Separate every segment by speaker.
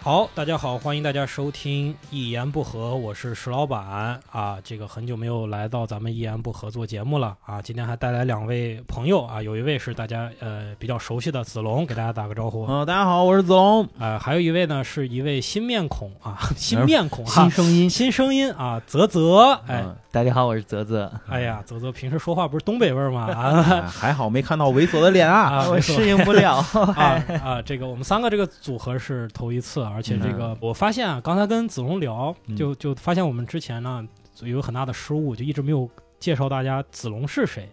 Speaker 1: 好，大家好，欢迎大家收听《一言不合》，我是石老板啊。这个很久没有来到咱们《一言不合》做节目了啊。今天还带来两位朋友啊，有一位是大家呃比较熟悉的子龙，给大家打个招呼。
Speaker 2: 嗯、大家好，我是子龙，
Speaker 1: 呃，还有一位呢是一位新面孔啊，新面孔哈、
Speaker 2: 新声 音。
Speaker 1: 新声音啊，泽泽，哎，
Speaker 2: 嗯，大家好，我是泽泽。
Speaker 1: 哎呀，泽泽平时说话不是东北味儿吗？啊
Speaker 2: 哎，还好没看到猥琐的脸啊。
Speaker 1: 啊，
Speaker 3: 我
Speaker 1: 没错
Speaker 3: 适应不 了。
Speaker 1: 啊啊！这个我们三个这个组合是头一次，而且这个我发现啊，刚才跟子龙聊，
Speaker 2: 嗯
Speaker 1: 就就发现我们之前呢有很大的失误，就一直没有介绍大家子龙是谁。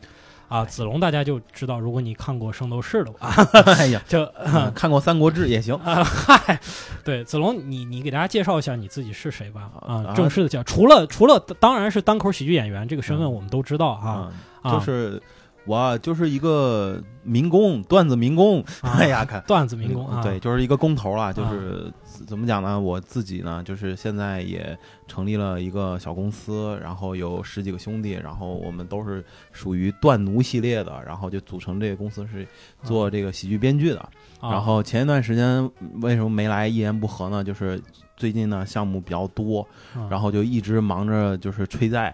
Speaker 1: 啊，子龙大家就知道，如果你看过《圣斗士》的话，
Speaker 2: 哎呀，
Speaker 1: 就
Speaker 2: 嗯看过《三国志》也行。
Speaker 1: 啊嗨，对，子龙，你你给大家介绍一下你自己是谁吧？啊，
Speaker 2: 啊
Speaker 1: 正式的讲，除了除了当然是单口喜剧演员这个身份，
Speaker 2: 嗯
Speaker 1: 我们都知道啊
Speaker 2: 嗯，
Speaker 1: 啊，
Speaker 2: 就是我就是一个民工，段子民工。
Speaker 1: 啊
Speaker 2: 哎呀，看。
Speaker 1: 段子民工啊，
Speaker 2: 嗯对，就是一个工头啊，就是怎么讲呢？我自己呢，就是现在也成立了一个小公司，然后有十几个兄弟，然后我们都是属于断奴系列的，然后就组成这个公司是做这个喜剧编剧的。
Speaker 1: 啊，
Speaker 2: 然后前一段时间嗯为什么没来？一言不合呢？就是最近呢项目比较多，
Speaker 1: 嗯
Speaker 2: 然后就一直忙着就是 催债。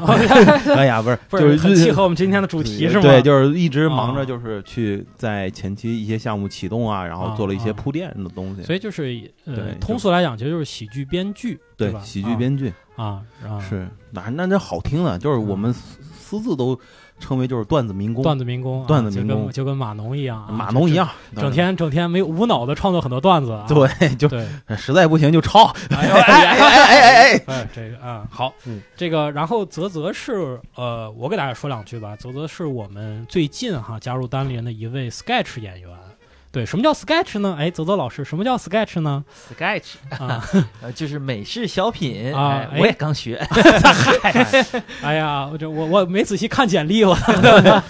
Speaker 1: OK，
Speaker 2: 哎呀，不是，
Speaker 1: 不
Speaker 2: 就是
Speaker 1: 很
Speaker 2: 是
Speaker 1: 契合我们今天的主题是吗？
Speaker 2: 对，就是一直忙
Speaker 1: 啊
Speaker 2: 着就是去在前期一些项目启动啊，然后做了一些
Speaker 1: 啊
Speaker 2: 铺垫的东西。
Speaker 1: 所以就是呃
Speaker 2: 对，
Speaker 1: 通
Speaker 2: 就
Speaker 1: 俗来讲，其实就是喜剧编剧，
Speaker 2: 对
Speaker 1: 吧？
Speaker 2: 喜剧编剧
Speaker 1: 啊啊，
Speaker 2: 是哪那这好听啊，就是我们私私自都称为就是段子民工，
Speaker 1: 段子民工啊，
Speaker 2: 段子民
Speaker 1: 就
Speaker 2: 工
Speaker 1: 跟就跟码农一样啊，
Speaker 2: 马农一样，
Speaker 1: 就，整天整天没有无脑的创作很多段子啊，
Speaker 2: 对，就
Speaker 1: 对，
Speaker 2: 实在不行就 抄。
Speaker 1: 哎 呦
Speaker 2: 哎哎哎哎哎，
Speaker 1: 哎，这个啊，好
Speaker 2: 嗯，
Speaker 1: 这个，然后泽泽是呃，我给大家说两句吧。泽泽是我们最近哈加入单立人的一位 sketch 演员。对，什么叫 sketch 呢？哎，泽泽老师，什么叫 sketch 呢？
Speaker 3: Sketch
Speaker 1: 啊，
Speaker 3: 呃，就是美式小品
Speaker 1: 啊
Speaker 3: 哎
Speaker 1: 哎
Speaker 3: 我也 刚学。
Speaker 1: 哎呀，我这我我没仔细看简历， 我，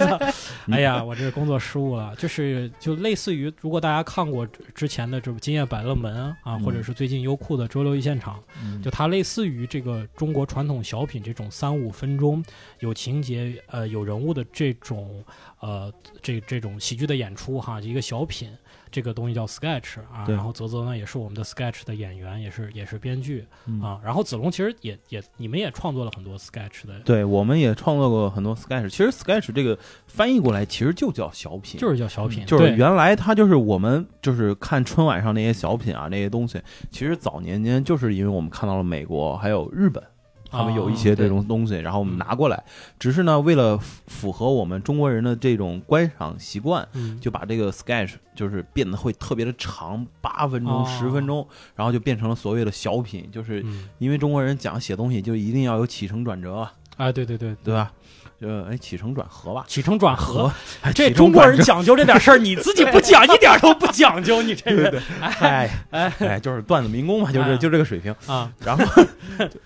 Speaker 1: 哎呀，我这工作失误了。就是就类似于，如果大家看过之之前的这种《今夜百乐门》啊，
Speaker 2: 嗯
Speaker 1: 或者是最近优酷的《周六一现场》，
Speaker 3: 嗯
Speaker 1: 就它类似于这个中国传统小品这种三五分钟有情节呃有人物的这种呃这这种喜剧的演出哈，一个小品这个东西叫 sketch 啊。
Speaker 2: 对
Speaker 1: 然后泽泽呢也是我们的 sketch 的演员，也是也是编剧
Speaker 2: 嗯
Speaker 1: 啊。然后子龙其实也也你们也创作了很多 sketch 的，
Speaker 2: 对，我们也创作过很多 sketch。其实 sketch 这个翻译过来其实就叫小品，嗯
Speaker 1: 就是叫小品，
Speaker 2: 就
Speaker 1: 对啊
Speaker 2: 是原来它就是我们就是看春晚上那些小品啊那些东西。其实早年间就是因为我们看到了美国还有日本。他们有一
Speaker 1: 啊
Speaker 2: 些这种东西，然后
Speaker 1: 嗯
Speaker 2: 我们拿过来，只是呢，为了符符合我们中国人的这种观赏习惯，
Speaker 1: 嗯
Speaker 2: 就把这个 sketch 就是变得会特别的长，八分
Speaker 1: 哦
Speaker 2: 钟、十分钟，然后就变成了所谓的小品，就是
Speaker 1: 嗯
Speaker 2: 因为中国人讲写东西就一定要有起承转折啊，
Speaker 1: 哎对对对。
Speaker 2: 对吧？呃，哎，起承转合吧，
Speaker 1: 起承转合，
Speaker 2: 哎
Speaker 1: 这
Speaker 2: 起承
Speaker 1: 中国人
Speaker 2: 转折
Speaker 1: 讲究这点事儿，你自己不 讲，一点儿都不讲究，你这人
Speaker 2: 哎哎哎，就是段子民工嘛，就是
Speaker 1: 哎
Speaker 2: 就这个水平。
Speaker 1: 啊，
Speaker 2: 然后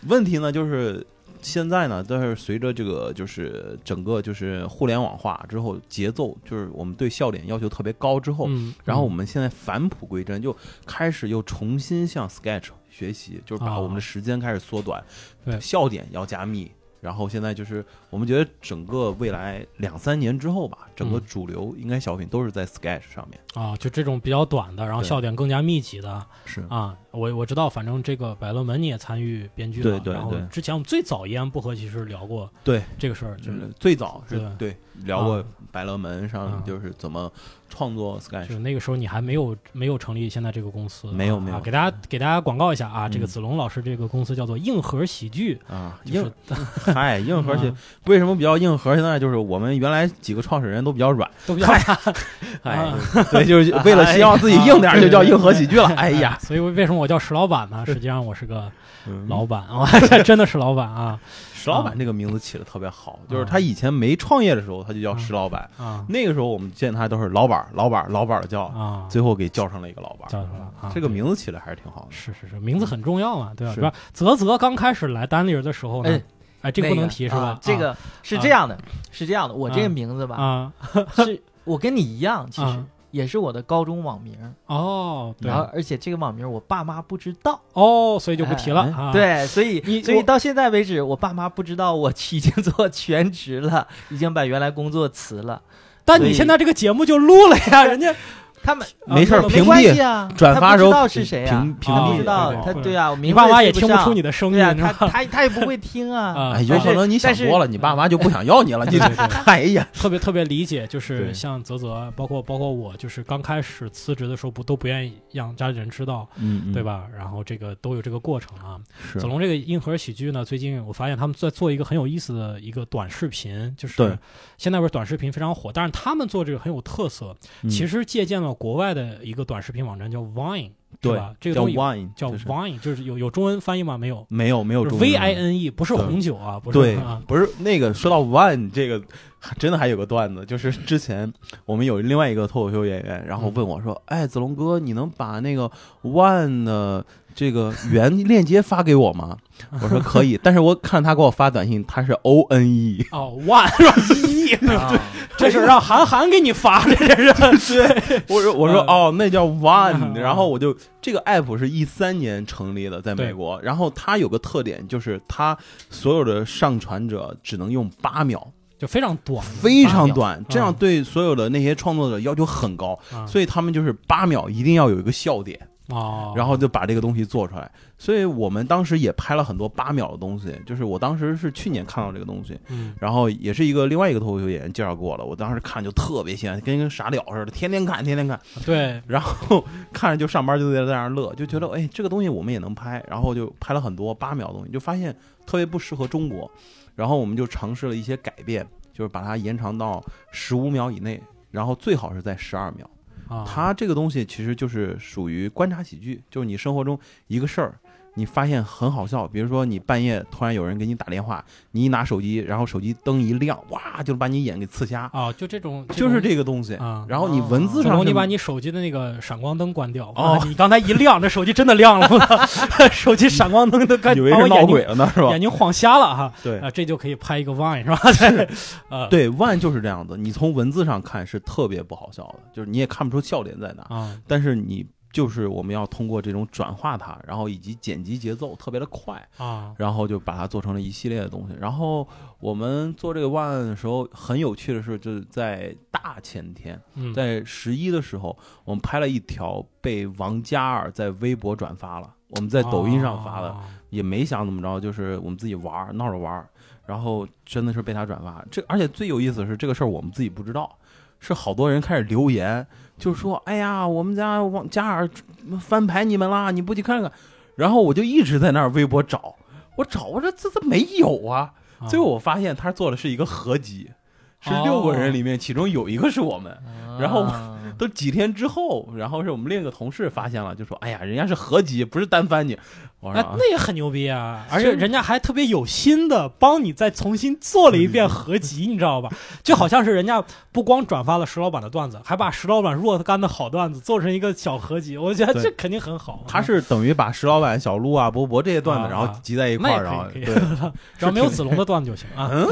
Speaker 2: 问题呢，就是现在呢，但是随着这个就是整个就是互联网化之后，节奏就是我们对笑点要求特别高之后，
Speaker 1: 嗯，
Speaker 2: 然后我们现在返璞归真，就开始又重新向 Sketch 学习，就是把
Speaker 1: 哦
Speaker 2: 我们的时间开始缩短，
Speaker 1: 对
Speaker 2: 笑点要加密。然后现在就是，我们觉得整个未来两三年之后吧，整个
Speaker 1: 嗯
Speaker 2: 主流应该小品都是在 Sketch 上面。
Speaker 1: 啊，就这种比较短的，然后
Speaker 2: 对
Speaker 1: 笑点更加密集的
Speaker 2: 是
Speaker 1: 啊，我我知道，反正这个《百乐门》你也参与编剧了，
Speaker 2: 对对
Speaker 1: 然后
Speaker 2: 对
Speaker 1: 之前我们最早一言不合其实聊过
Speaker 2: 对嗯
Speaker 1: 这个事儿，就
Speaker 2: 就是是最早是
Speaker 1: 对
Speaker 2: 对聊过
Speaker 1: 啊
Speaker 2: 百乐门
Speaker 1: 啊
Speaker 2: 上就是怎么创作 Sketch
Speaker 1: 就那个时候你还没有没有成立现在这个公司啊，
Speaker 2: 没有没有
Speaker 1: 啊给大家给大家广告一下啊，这个
Speaker 2: 嗯
Speaker 1: 子龙老师这个公司叫做硬核喜剧，
Speaker 2: 啊，
Speaker 1: 就
Speaker 2: 硬
Speaker 1: 是
Speaker 2: 嗨硬核
Speaker 1: 啊
Speaker 2: 现为什么比较硬核？现在就是我们原来几个创始人都比较软，
Speaker 1: 都比较
Speaker 2: 哎
Speaker 1: 啊，
Speaker 2: 对，就是为了希望自己硬点儿，就叫硬核喜剧了。哎呀，
Speaker 1: 所以为什么我叫石老板呢？实际上我是个
Speaker 2: 嗯
Speaker 1: 老板 啊，真的是老板啊
Speaker 2: 石老板这个名字起的特别好，就是他以前没创业的时候，他就叫石老板，
Speaker 1: 啊
Speaker 2: 那个时候我们见他都是老板儿、老板儿、老板儿的叫，
Speaker 1: 啊，
Speaker 2: 最后给叫上了一个老板
Speaker 1: 叫
Speaker 2: 儿。
Speaker 1: 什么啊？
Speaker 2: 这个名字起的还是挺好的。
Speaker 1: 是是是，名字很重要嘛，啊对吧？
Speaker 2: 是
Speaker 1: 吧？泽泽刚开始来单立人的时候呢
Speaker 3: 哎，
Speaker 1: 哎，这个
Speaker 3: 那
Speaker 1: 不能提是吧？
Speaker 3: 啊这个是这样的，是这样的，我这个名字吧，
Speaker 1: 啊，
Speaker 3: 是我跟你一样，其实
Speaker 1: 啊
Speaker 3: 也是我的高中网名，
Speaker 1: 哦，对
Speaker 3: 然，后而且这个网名我爸妈不知道，
Speaker 1: 哦，所以就不提了
Speaker 2: 哎
Speaker 1: 啊。，
Speaker 3: 对，所以
Speaker 1: 你
Speaker 3: 所以
Speaker 1: 我
Speaker 3: 到现在为止，我爸妈不知道我已经做全职了，已经把原来工作辞了。
Speaker 1: 但
Speaker 3: 所
Speaker 1: 你
Speaker 3: 以
Speaker 1: 现在这个节目就录了呀，人家
Speaker 3: 他们
Speaker 2: 没事儿
Speaker 3: 啊
Speaker 2: 屏蔽
Speaker 3: 关系啊，
Speaker 2: 转发
Speaker 3: 他
Speaker 2: 时
Speaker 3: 不
Speaker 2: 候
Speaker 3: 知道是谁啊
Speaker 2: 屏，屏
Speaker 3: 他不
Speaker 2: 蔽
Speaker 3: 知道
Speaker 1: 对对
Speaker 3: 他
Speaker 1: 对
Speaker 3: 对啊，我
Speaker 1: 你
Speaker 3: 明白
Speaker 1: 爸妈
Speaker 3: 追
Speaker 1: 也听不
Speaker 3: 上
Speaker 1: 出你的声
Speaker 3: 对
Speaker 1: 音，
Speaker 3: 啊，
Speaker 1: 你知道
Speaker 3: 他
Speaker 1: 吧？
Speaker 3: 他他也不会听啊，
Speaker 1: 啊
Speaker 2: 哎，有可能你想多了，你爸妈就不想要 你了。你
Speaker 1: 对对对
Speaker 2: 哎呀，
Speaker 1: 特别特别理解，就是
Speaker 2: 对
Speaker 1: 像泽泽，包括包括我，就是刚开始辞职的时候，不都不愿意让家里人知道，
Speaker 2: 嗯
Speaker 1: 对？吧？然后这个都有这个过程啊。
Speaker 2: 是
Speaker 1: 子，龙这个硬核喜剧呢，最近我发现他们在做一个很有意思的一个短视频，就
Speaker 2: 对
Speaker 1: 是现在不是短视频非常火，但是他们做这个很有特色，其
Speaker 2: 实
Speaker 1: 实借鉴了国外的一个短视频网站叫 Vine，是
Speaker 2: 对
Speaker 1: 吧？这个
Speaker 2: 叫
Speaker 1: 东西
Speaker 2: wine，
Speaker 1: 叫
Speaker 2: 就是
Speaker 1: Vine，就是有有中文翻译吗？没有。
Speaker 2: 没有没有
Speaker 1: 就是
Speaker 2: 中文
Speaker 1: V I N E 不是
Speaker 2: 对
Speaker 1: 红酒啊，不是
Speaker 2: 对
Speaker 1: 啊，
Speaker 2: 不是那个说到 wine 这个，还真的还有个段子，就是之前我们有另外一个脱口秀演员，然后问我说：“哎，子龙哥，你能把那个 wine 的这个源 链接发给我吗？”我说：“可以。”但是我看他给我发短信，他是 O N E，
Speaker 1: 哦，one ？E，一，
Speaker 3: 啊
Speaker 1: 这是让韩寒给你发的，这是
Speaker 2: 我说我说
Speaker 1: 嗯
Speaker 2: 哦， 那叫 One，
Speaker 1: 嗯
Speaker 2: 然后我就这个 app 是一三年成立的，在美国，然后它有个特点就是它所有的上传者只能用八秒，
Speaker 1: 就非常短
Speaker 2: 非常短，这样
Speaker 1: 嗯
Speaker 2: 对所有的那些创作者要求很高，
Speaker 1: 啊，
Speaker 2: 所以他们就是八秒一定要有一个笑点，
Speaker 1: 哦，
Speaker 2: 然后就把这个东西做出来。所以我们当时也拍了很多八秒的东西，就是我当时是去年看到这个东西，
Speaker 1: 嗯
Speaker 2: 然后也是一个另外一个脱口秀演员介绍给我了，我当时看就特别喜欢，跟跟傻屌似的，天天看，天天看。
Speaker 1: 对，
Speaker 2: 然后看着就上班就在在那儿乐，就觉得哎，这个东西我们也能拍，然后就拍了很多八秒的东西，就发现特别不适合中国，然后我们就尝试了一些改变，就是把它延长到十五秒以内，然后最好是在十二秒。
Speaker 1: 啊，
Speaker 2: 它这个东西其实就是属于观察喜剧，就是你生活中一个事儿。你发现很好笑，比如说你半夜突然有人给你打电话，你一拿手机，然后手机灯一亮，哇，就把你眼给刺瞎，
Speaker 1: 哦，就这种
Speaker 2: 就是
Speaker 1: 种
Speaker 2: 啊这个东西。
Speaker 1: 啊。
Speaker 2: 然后你文字
Speaker 1: 子
Speaker 2: 上
Speaker 1: 龙，
Speaker 2: 是
Speaker 1: 你把 你手机的那个闪光灯关掉。
Speaker 2: 哦
Speaker 1: 啊你刚才一亮，这手机真的亮了， 手机闪光灯都快
Speaker 2: 以为
Speaker 1: 把
Speaker 2: 是
Speaker 1: 我
Speaker 2: 闹
Speaker 1: 眼睛
Speaker 2: 鬼了呢，是吧？
Speaker 1: 眼睛晃瞎了哈。
Speaker 2: 对
Speaker 1: 啊，这就可以拍一个 Vine 是吧？对， 呃，
Speaker 2: 对，one 就是这样子。你从文字上看是特别不好笑的，就是你也看不出笑点在哪。
Speaker 1: 啊，
Speaker 2: 但是你就是我们要通过这种转化它，然后以及剪辑节奏特别的快，
Speaker 1: 啊
Speaker 2: 然后就把它做成了一系列的东西。然后我们做这个 one 的时候，很有趣的是，就是在大前天，
Speaker 1: 嗯，
Speaker 2: 在十一的时候，我们拍了一条被王嘉尔在微博转发了，我们在抖音上发的。
Speaker 1: 哦
Speaker 2: 也没想怎么着，就是我们自己玩儿闹着玩儿，然后真的是被他转发。这而且最有意思的是这个事儿我们自己不知道，是好多人开始留言，就说：“哎呀，我们家王嘉尔翻牌你们啦，你不去看看？”然后我就一直在那儿微博找，我找我说这这没有啊。
Speaker 1: 啊
Speaker 2: 最后我发现他做的是一个合集，是六个人里面其中有一个是我们。
Speaker 3: 啊
Speaker 2: 然 后都几天之后，然后是我们另一个同事发现了，就说：“哎呀，人家是合集，不是单翻你。”我说
Speaker 1: 哎
Speaker 2: 啊：“，
Speaker 1: 那也很牛逼啊！而且人家还特别有心的帮你再重新做了一
Speaker 2: 嗯
Speaker 1: 遍合集，你知道吧？就好像是人家不光转发了石老板的段子，还把石老板若干的好段子做成一个小合集，我觉得
Speaker 2: 对
Speaker 1: 这肯定很好。
Speaker 2: 他是等于把石老板、小鹿啊、博博这些段子，
Speaker 1: 啊
Speaker 2: 然后集在一
Speaker 1: 那
Speaker 2: 块
Speaker 1: 也
Speaker 2: 儿，
Speaker 1: 可以
Speaker 2: 然后
Speaker 1: 可以
Speaker 2: 对，
Speaker 1: 只要没有子龙的段子就行啊。
Speaker 2: 嗯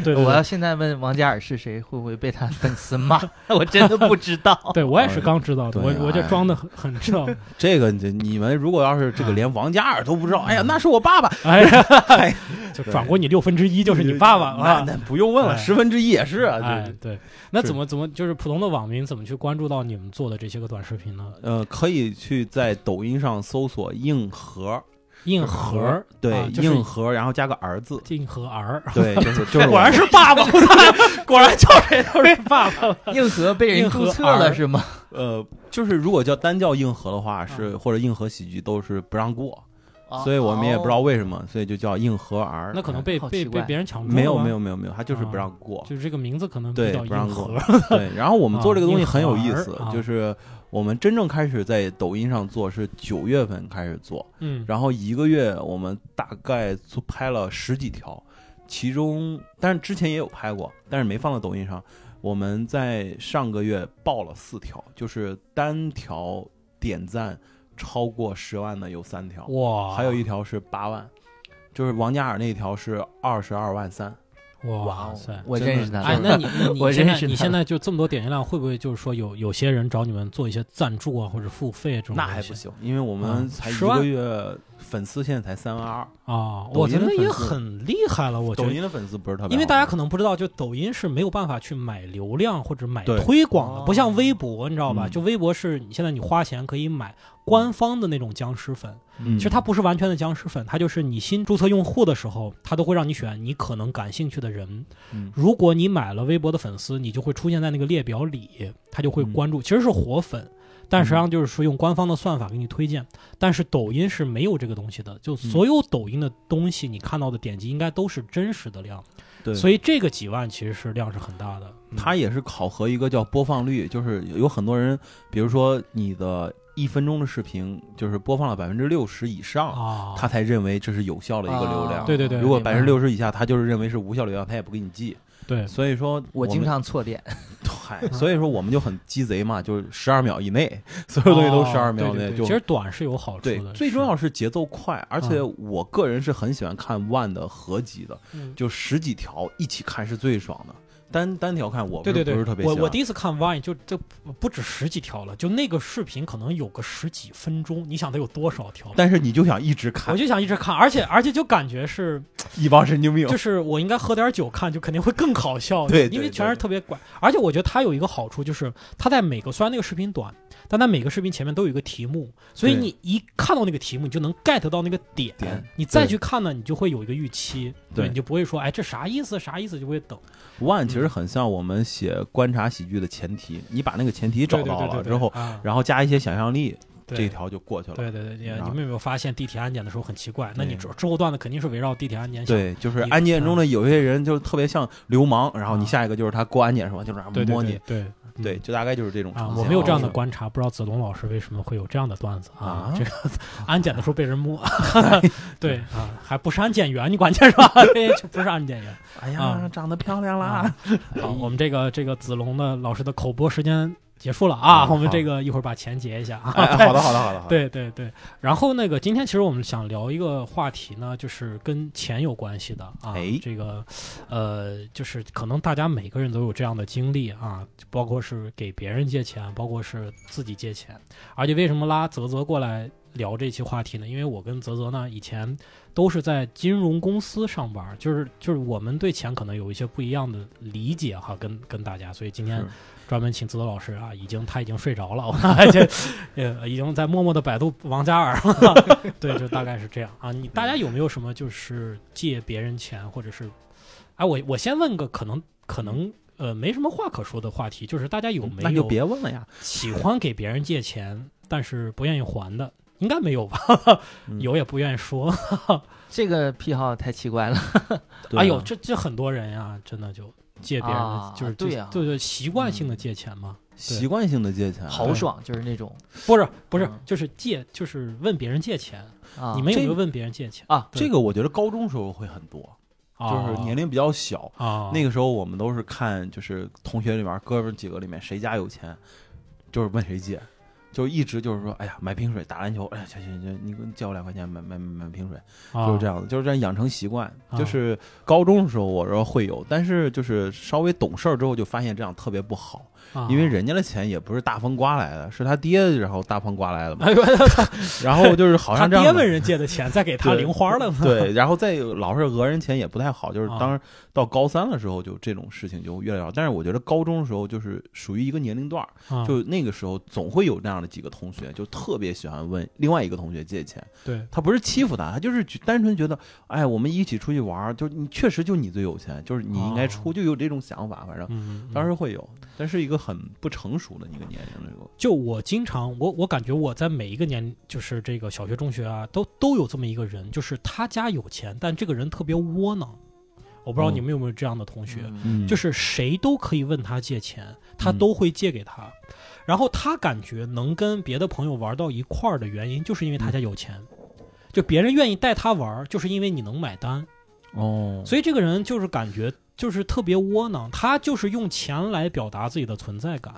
Speaker 1: 对对
Speaker 3: 我要
Speaker 1: 对，
Speaker 3: 现在问王嘉尔是谁，会不会被他粉丝骂？ 我真的不知道。
Speaker 1: 对我也是刚知道的，
Speaker 2: 对
Speaker 1: 我我就
Speaker 2: 哎
Speaker 1: 装的很很知 道。
Speaker 2: 这个你你们如果要是
Speaker 1: 啊
Speaker 2: 这个连王嘉尔都不知道，哎呀，那是我爸爸，
Speaker 1: 哎
Speaker 2: 哎
Speaker 1: 呀，就转过你六分之一就是你爸爸啊
Speaker 2: 那。那不用问了，
Speaker 1: 哎
Speaker 2: 十分之一也是啊，
Speaker 1: 哎
Speaker 2: 就是，
Speaker 1: 对，那怎么怎么就是普通的网民怎么去关注到你们做的这些个短视频呢？
Speaker 2: 呃，可以去在抖音上搜索“硬核
Speaker 1: 硬”，核，
Speaker 2: 对
Speaker 1: 啊，就是
Speaker 2: 硬核，然后加个 儿字，
Speaker 1: 硬核儿，
Speaker 2: 对，就是就是
Speaker 1: 果然
Speaker 2: 是
Speaker 1: 是爸爸，我 操果然叫谁都是爸爸了。
Speaker 3: 硬核被人
Speaker 1: 硬核
Speaker 3: 注册了
Speaker 1: 儿
Speaker 3: 是吗？
Speaker 2: 呃，就是如果叫单叫硬核的
Speaker 1: 啊
Speaker 2: 话，是或者硬核喜剧都是不让过，
Speaker 3: 啊
Speaker 2: 所以我们也
Speaker 3: 哦
Speaker 2: 不知道为什么，所以就叫硬核儿。哎
Speaker 1: 那可能被
Speaker 3: 好
Speaker 1: 被
Speaker 3: 奇怪
Speaker 1: 被别人抢注了
Speaker 2: 没有
Speaker 1: 吧
Speaker 2: 没有，没有没有，他就是不
Speaker 1: 啊
Speaker 2: 让过，
Speaker 1: 就是这个名字可能比
Speaker 2: 对
Speaker 1: 较
Speaker 2: 不让
Speaker 1: 硬
Speaker 2: 过
Speaker 1: 核。
Speaker 2: 对，然后我们做这个东西很有意思
Speaker 1: 啊硬，核
Speaker 2: 就是我们真正开始在抖音上做是九月份开始做，
Speaker 1: 嗯，
Speaker 2: 然后一个月我们大概做拍了十几条，其中但是之前也有拍过，但是没放到抖音上。我们在上个月爆了四条，就是单条点赞超过十万的有三条，
Speaker 1: 哇，
Speaker 2: 还有一条是八万，就是王嘉尔那条是二十二万三。
Speaker 1: 哇塞！
Speaker 3: 我
Speaker 2: 真的
Speaker 3: 认识他，
Speaker 1: 哎，那你 那
Speaker 3: 我
Speaker 1: 你现
Speaker 3: 认
Speaker 1: 在
Speaker 3: 识他
Speaker 1: 你现在就这么多点击量，会不会就是说有有些人找你们做一些赞助啊，或者付费这种东西？
Speaker 2: 那还不行，因为我
Speaker 1: 啊
Speaker 2: 们才一
Speaker 1: 10万
Speaker 2: 个月粉丝现在才三万二，
Speaker 1: 啊！
Speaker 2: 抖
Speaker 1: 我
Speaker 2: 音
Speaker 1: 觉
Speaker 2: 的
Speaker 1: 得也
Speaker 2: 粉丝
Speaker 1: 很厉害了，我觉
Speaker 2: 抖
Speaker 1: 得。
Speaker 2: 音的粉丝不是特别好，
Speaker 1: 因为大家可能不知道，就抖音是没有办法去买流量或者买
Speaker 2: 对
Speaker 1: 推广的，
Speaker 3: 哦
Speaker 1: 不像微博，你知道吧？
Speaker 2: 嗯
Speaker 1: 就微博是你现在你花钱可以买官方的那种僵尸粉，
Speaker 2: 嗯
Speaker 1: 其实它不是完全的僵尸粉，它就是你新注册用户的时候，它都会让你选你可能感兴趣的人。
Speaker 2: 嗯
Speaker 1: 如果你买了微博的粉丝，你就会出现在那个列表里，它就会关
Speaker 2: 嗯
Speaker 1: 注，其实是活粉。但实际上就是说用官方的算法给你推荐，但是抖音是没有这个东西的，就所有抖音的东西你看到的点击应该都是真实的量，
Speaker 2: 对，
Speaker 1: 所以这个几万其实是量是很大的。嗯
Speaker 2: 它也是考核一个叫播放率，就是有很多人，比如说你的一分钟的视频，就是播放了百分之六十以上，
Speaker 1: 啊，
Speaker 2: 他才认为这是有效的一个流量。
Speaker 3: 啊
Speaker 1: 哦对对对
Speaker 2: 如果
Speaker 1: 明
Speaker 2: 百
Speaker 1: 白
Speaker 2: 分之六十以下，他就是认为是无效流量，他也不给你记。
Speaker 1: 对
Speaker 2: 所以说
Speaker 3: 我经
Speaker 2: 们
Speaker 3: 常错点，
Speaker 2: 嗨，所以说我们就很鸡贼嘛，就是十二秒以内，所有东西都
Speaker 1: 哦
Speaker 2: 十二秒
Speaker 1: 对对
Speaker 2: 内
Speaker 1: 对
Speaker 2: 就
Speaker 1: 其实短是有好处
Speaker 2: 对
Speaker 1: 的。，
Speaker 2: 最重要是节奏快，而且
Speaker 1: 嗯
Speaker 2: 我个人是很喜欢看万的合集的，
Speaker 1: 嗯
Speaker 2: 就十几条一起看是最爽的。单单条看我
Speaker 1: 对对
Speaker 2: 不
Speaker 1: 对，
Speaker 2: 是特别喜
Speaker 1: 我
Speaker 2: 欢。
Speaker 1: 我第一次看 Vine 就这不止十几条了，就那个视频可能有个十几分钟，你想得有多少条？
Speaker 2: 但是你就想一直
Speaker 1: 我
Speaker 2: 看，
Speaker 1: 就想一直看，而且而且就感觉是，
Speaker 2: 一帮神经病。
Speaker 1: 就是我应该喝点酒看，就肯定会更搞笑，
Speaker 2: 对对
Speaker 1: 因为全是特别怪。而且我觉得它有一个好处就是，它在每个虽然那个视频短，但它每个视频前面都有一个题目，所以
Speaker 2: 对
Speaker 1: 你一看到那个题目，你就能 get 到那个点，
Speaker 2: 点
Speaker 1: 你再
Speaker 2: 对
Speaker 1: 去看呢，你就会有一个预期，
Speaker 2: 对
Speaker 1: 你就不会说哎这啥意思啥意思，就会等。
Speaker 2: 万其实很像我们写观察喜剧的前提，你把那个前提找
Speaker 1: 对对
Speaker 2: 到
Speaker 1: 对对
Speaker 2: 了
Speaker 1: 对
Speaker 2: 之后，
Speaker 1: 啊
Speaker 2: 然后加一些想象力，
Speaker 1: 对
Speaker 2: 这条就过去了。
Speaker 1: 对对对，你
Speaker 2: 然后
Speaker 1: 你们有没有发现地铁安检的时候很奇怪？那你之
Speaker 2: 对
Speaker 1: 之后段子肯定是围绕地铁安检想。
Speaker 2: 对，就是
Speaker 1: 你
Speaker 2: 安检中的有些人就特别像流氓，然后你
Speaker 1: 嗯啊
Speaker 2: 下一个就是他过安检什么，就是
Speaker 1: 对对
Speaker 2: 摸你
Speaker 1: 对，对嗯
Speaker 2: 对，就大概就是这种
Speaker 1: 啊，
Speaker 2: 呈
Speaker 1: 我
Speaker 2: 现
Speaker 1: 没有这样的
Speaker 2: 方式
Speaker 1: 观察，不知道子龙老师为什么会有这样的段子啊
Speaker 2: 啊？哎
Speaker 1: 这个 安检的时候被人摸，对啊，还不是安检员，你管这是 吧？对，就不是安检员。
Speaker 2: 哎呀
Speaker 1: 啊，
Speaker 2: 长得漂亮啦
Speaker 1: 啊！
Speaker 2: 哎
Speaker 1: 好，我们这个这个子龙的老师的口播时间结束了啊，
Speaker 2: 嗯
Speaker 1: 我们
Speaker 2: 好
Speaker 1: 这个一会儿把钱结一下 啊。
Speaker 2: 哎，哎好的，好的，好的，好的。
Speaker 1: 对对对，然后那个今天其实我们想聊一个话题呢，就是跟钱有关系的啊。
Speaker 2: 哎
Speaker 1: 这个，呃，就是可能大家每个人都有这样的经历啊，包括是给别人借钱，包括是自己借钱。而且为什么拉泽泽过来聊这期话题呢？因为我跟泽泽呢以前都是在金融公司上班，就是就是我们对钱可能有一些不一样的理解哈，跟跟大家，所以今天
Speaker 2: 是
Speaker 1: 专门请子德老师啊，已经他已经睡着了，我 看这呃已经在默默的百度王嘉尔了。 对，就大概是这样啊。你大家有没有什么就是借别人钱，或者是哎，我我先问个可能可能呃没什么话可说的话题，就是大家有没
Speaker 2: 嗯那就
Speaker 1: 有
Speaker 2: 别问了呀。
Speaker 1: 喜欢给别人借钱，但是不愿意还的？应该没有吧？
Speaker 2: 嗯
Speaker 1: 有也不愿意说。
Speaker 3: 这个癖好太奇怪了。
Speaker 2: 对啊
Speaker 1: 哎呦，这这很多人呀、真的就借别人的，
Speaker 3: 啊
Speaker 1: 就是
Speaker 3: 对呀
Speaker 1: 对对，习惯性的借钱嘛。
Speaker 2: 习惯性的借钱，
Speaker 3: 豪爽就是那种
Speaker 1: 不是不是
Speaker 3: 嗯，
Speaker 1: 就是借，就是问别人借钱。
Speaker 3: 啊，
Speaker 1: 你们有没有
Speaker 2: 这
Speaker 1: 问别人借钱？哦
Speaker 3: 啊，
Speaker 2: 这个我觉得高中时候会很多，就是年
Speaker 1: 龄
Speaker 2: 龄比较小，
Speaker 1: 啊，
Speaker 2: 那
Speaker 1: 个
Speaker 2: 个时候我们都是看就是同学里面哥们儿几个里面谁家有钱，就是问谁借，就一直就是说，哎呀，买瓶水，打篮球，哎呀，行行行，你给我借我两块钱买买买买瓶水，就是这
Speaker 1: 样。
Speaker 2: 样的，就是这样养成习惯。
Speaker 1: 啊
Speaker 2: 就是高中的时候我说会有，但是就是稍微懂事儿之后就发现这样特别不好，
Speaker 1: 啊
Speaker 2: 因为人家的钱也不是大风刮来的，是他爹然后大风刮来 的 嘛，
Speaker 1: 哎呦，
Speaker 2: 然后就是好
Speaker 1: 他
Speaker 2: 像这样
Speaker 1: 爹
Speaker 2: 的
Speaker 1: 问人借的钱，再给他零花 了嘛。
Speaker 2: 对，然后再有老是讹人钱也不太好，就是
Speaker 1: 啊
Speaker 2: 当到高三的时候，就这种事情就越来越少。但是我觉得高中的时候就是属于一个年龄段儿，
Speaker 1: 啊，
Speaker 2: 就那个时候总会有那样的几个同学，就特别喜欢问另外一个同学借钱。
Speaker 1: 对
Speaker 2: 他不是欺负他，他就是觉单纯觉得，哎，我们一起出去玩儿，就是你确实就你最有钱，就是你应该出，
Speaker 1: 哦
Speaker 2: 就有这种想法。反正
Speaker 1: 嗯，嗯
Speaker 2: 当时会有，但是一个很不成熟的一个年龄的时候，
Speaker 1: 就我经常，我我感觉我在每一个年，就是这个小学、中学啊，都都有这么一个人，就是他家有钱，但这个人特别窝囊。我不知道
Speaker 2: 嗯
Speaker 1: 你们有没有这样的同学，
Speaker 3: 嗯
Speaker 2: 嗯
Speaker 1: 就是谁都可以问他借钱，他
Speaker 2: 嗯
Speaker 1: 都会借给他。然后他感觉能跟别的朋友玩到一块儿的原因，就是因为他家有钱，就别人愿意带他玩儿，就是因为你能买单。
Speaker 2: 哦，
Speaker 1: 所以这个人就是感觉就是特别窝囊，他就是用钱来表达自己的存在感。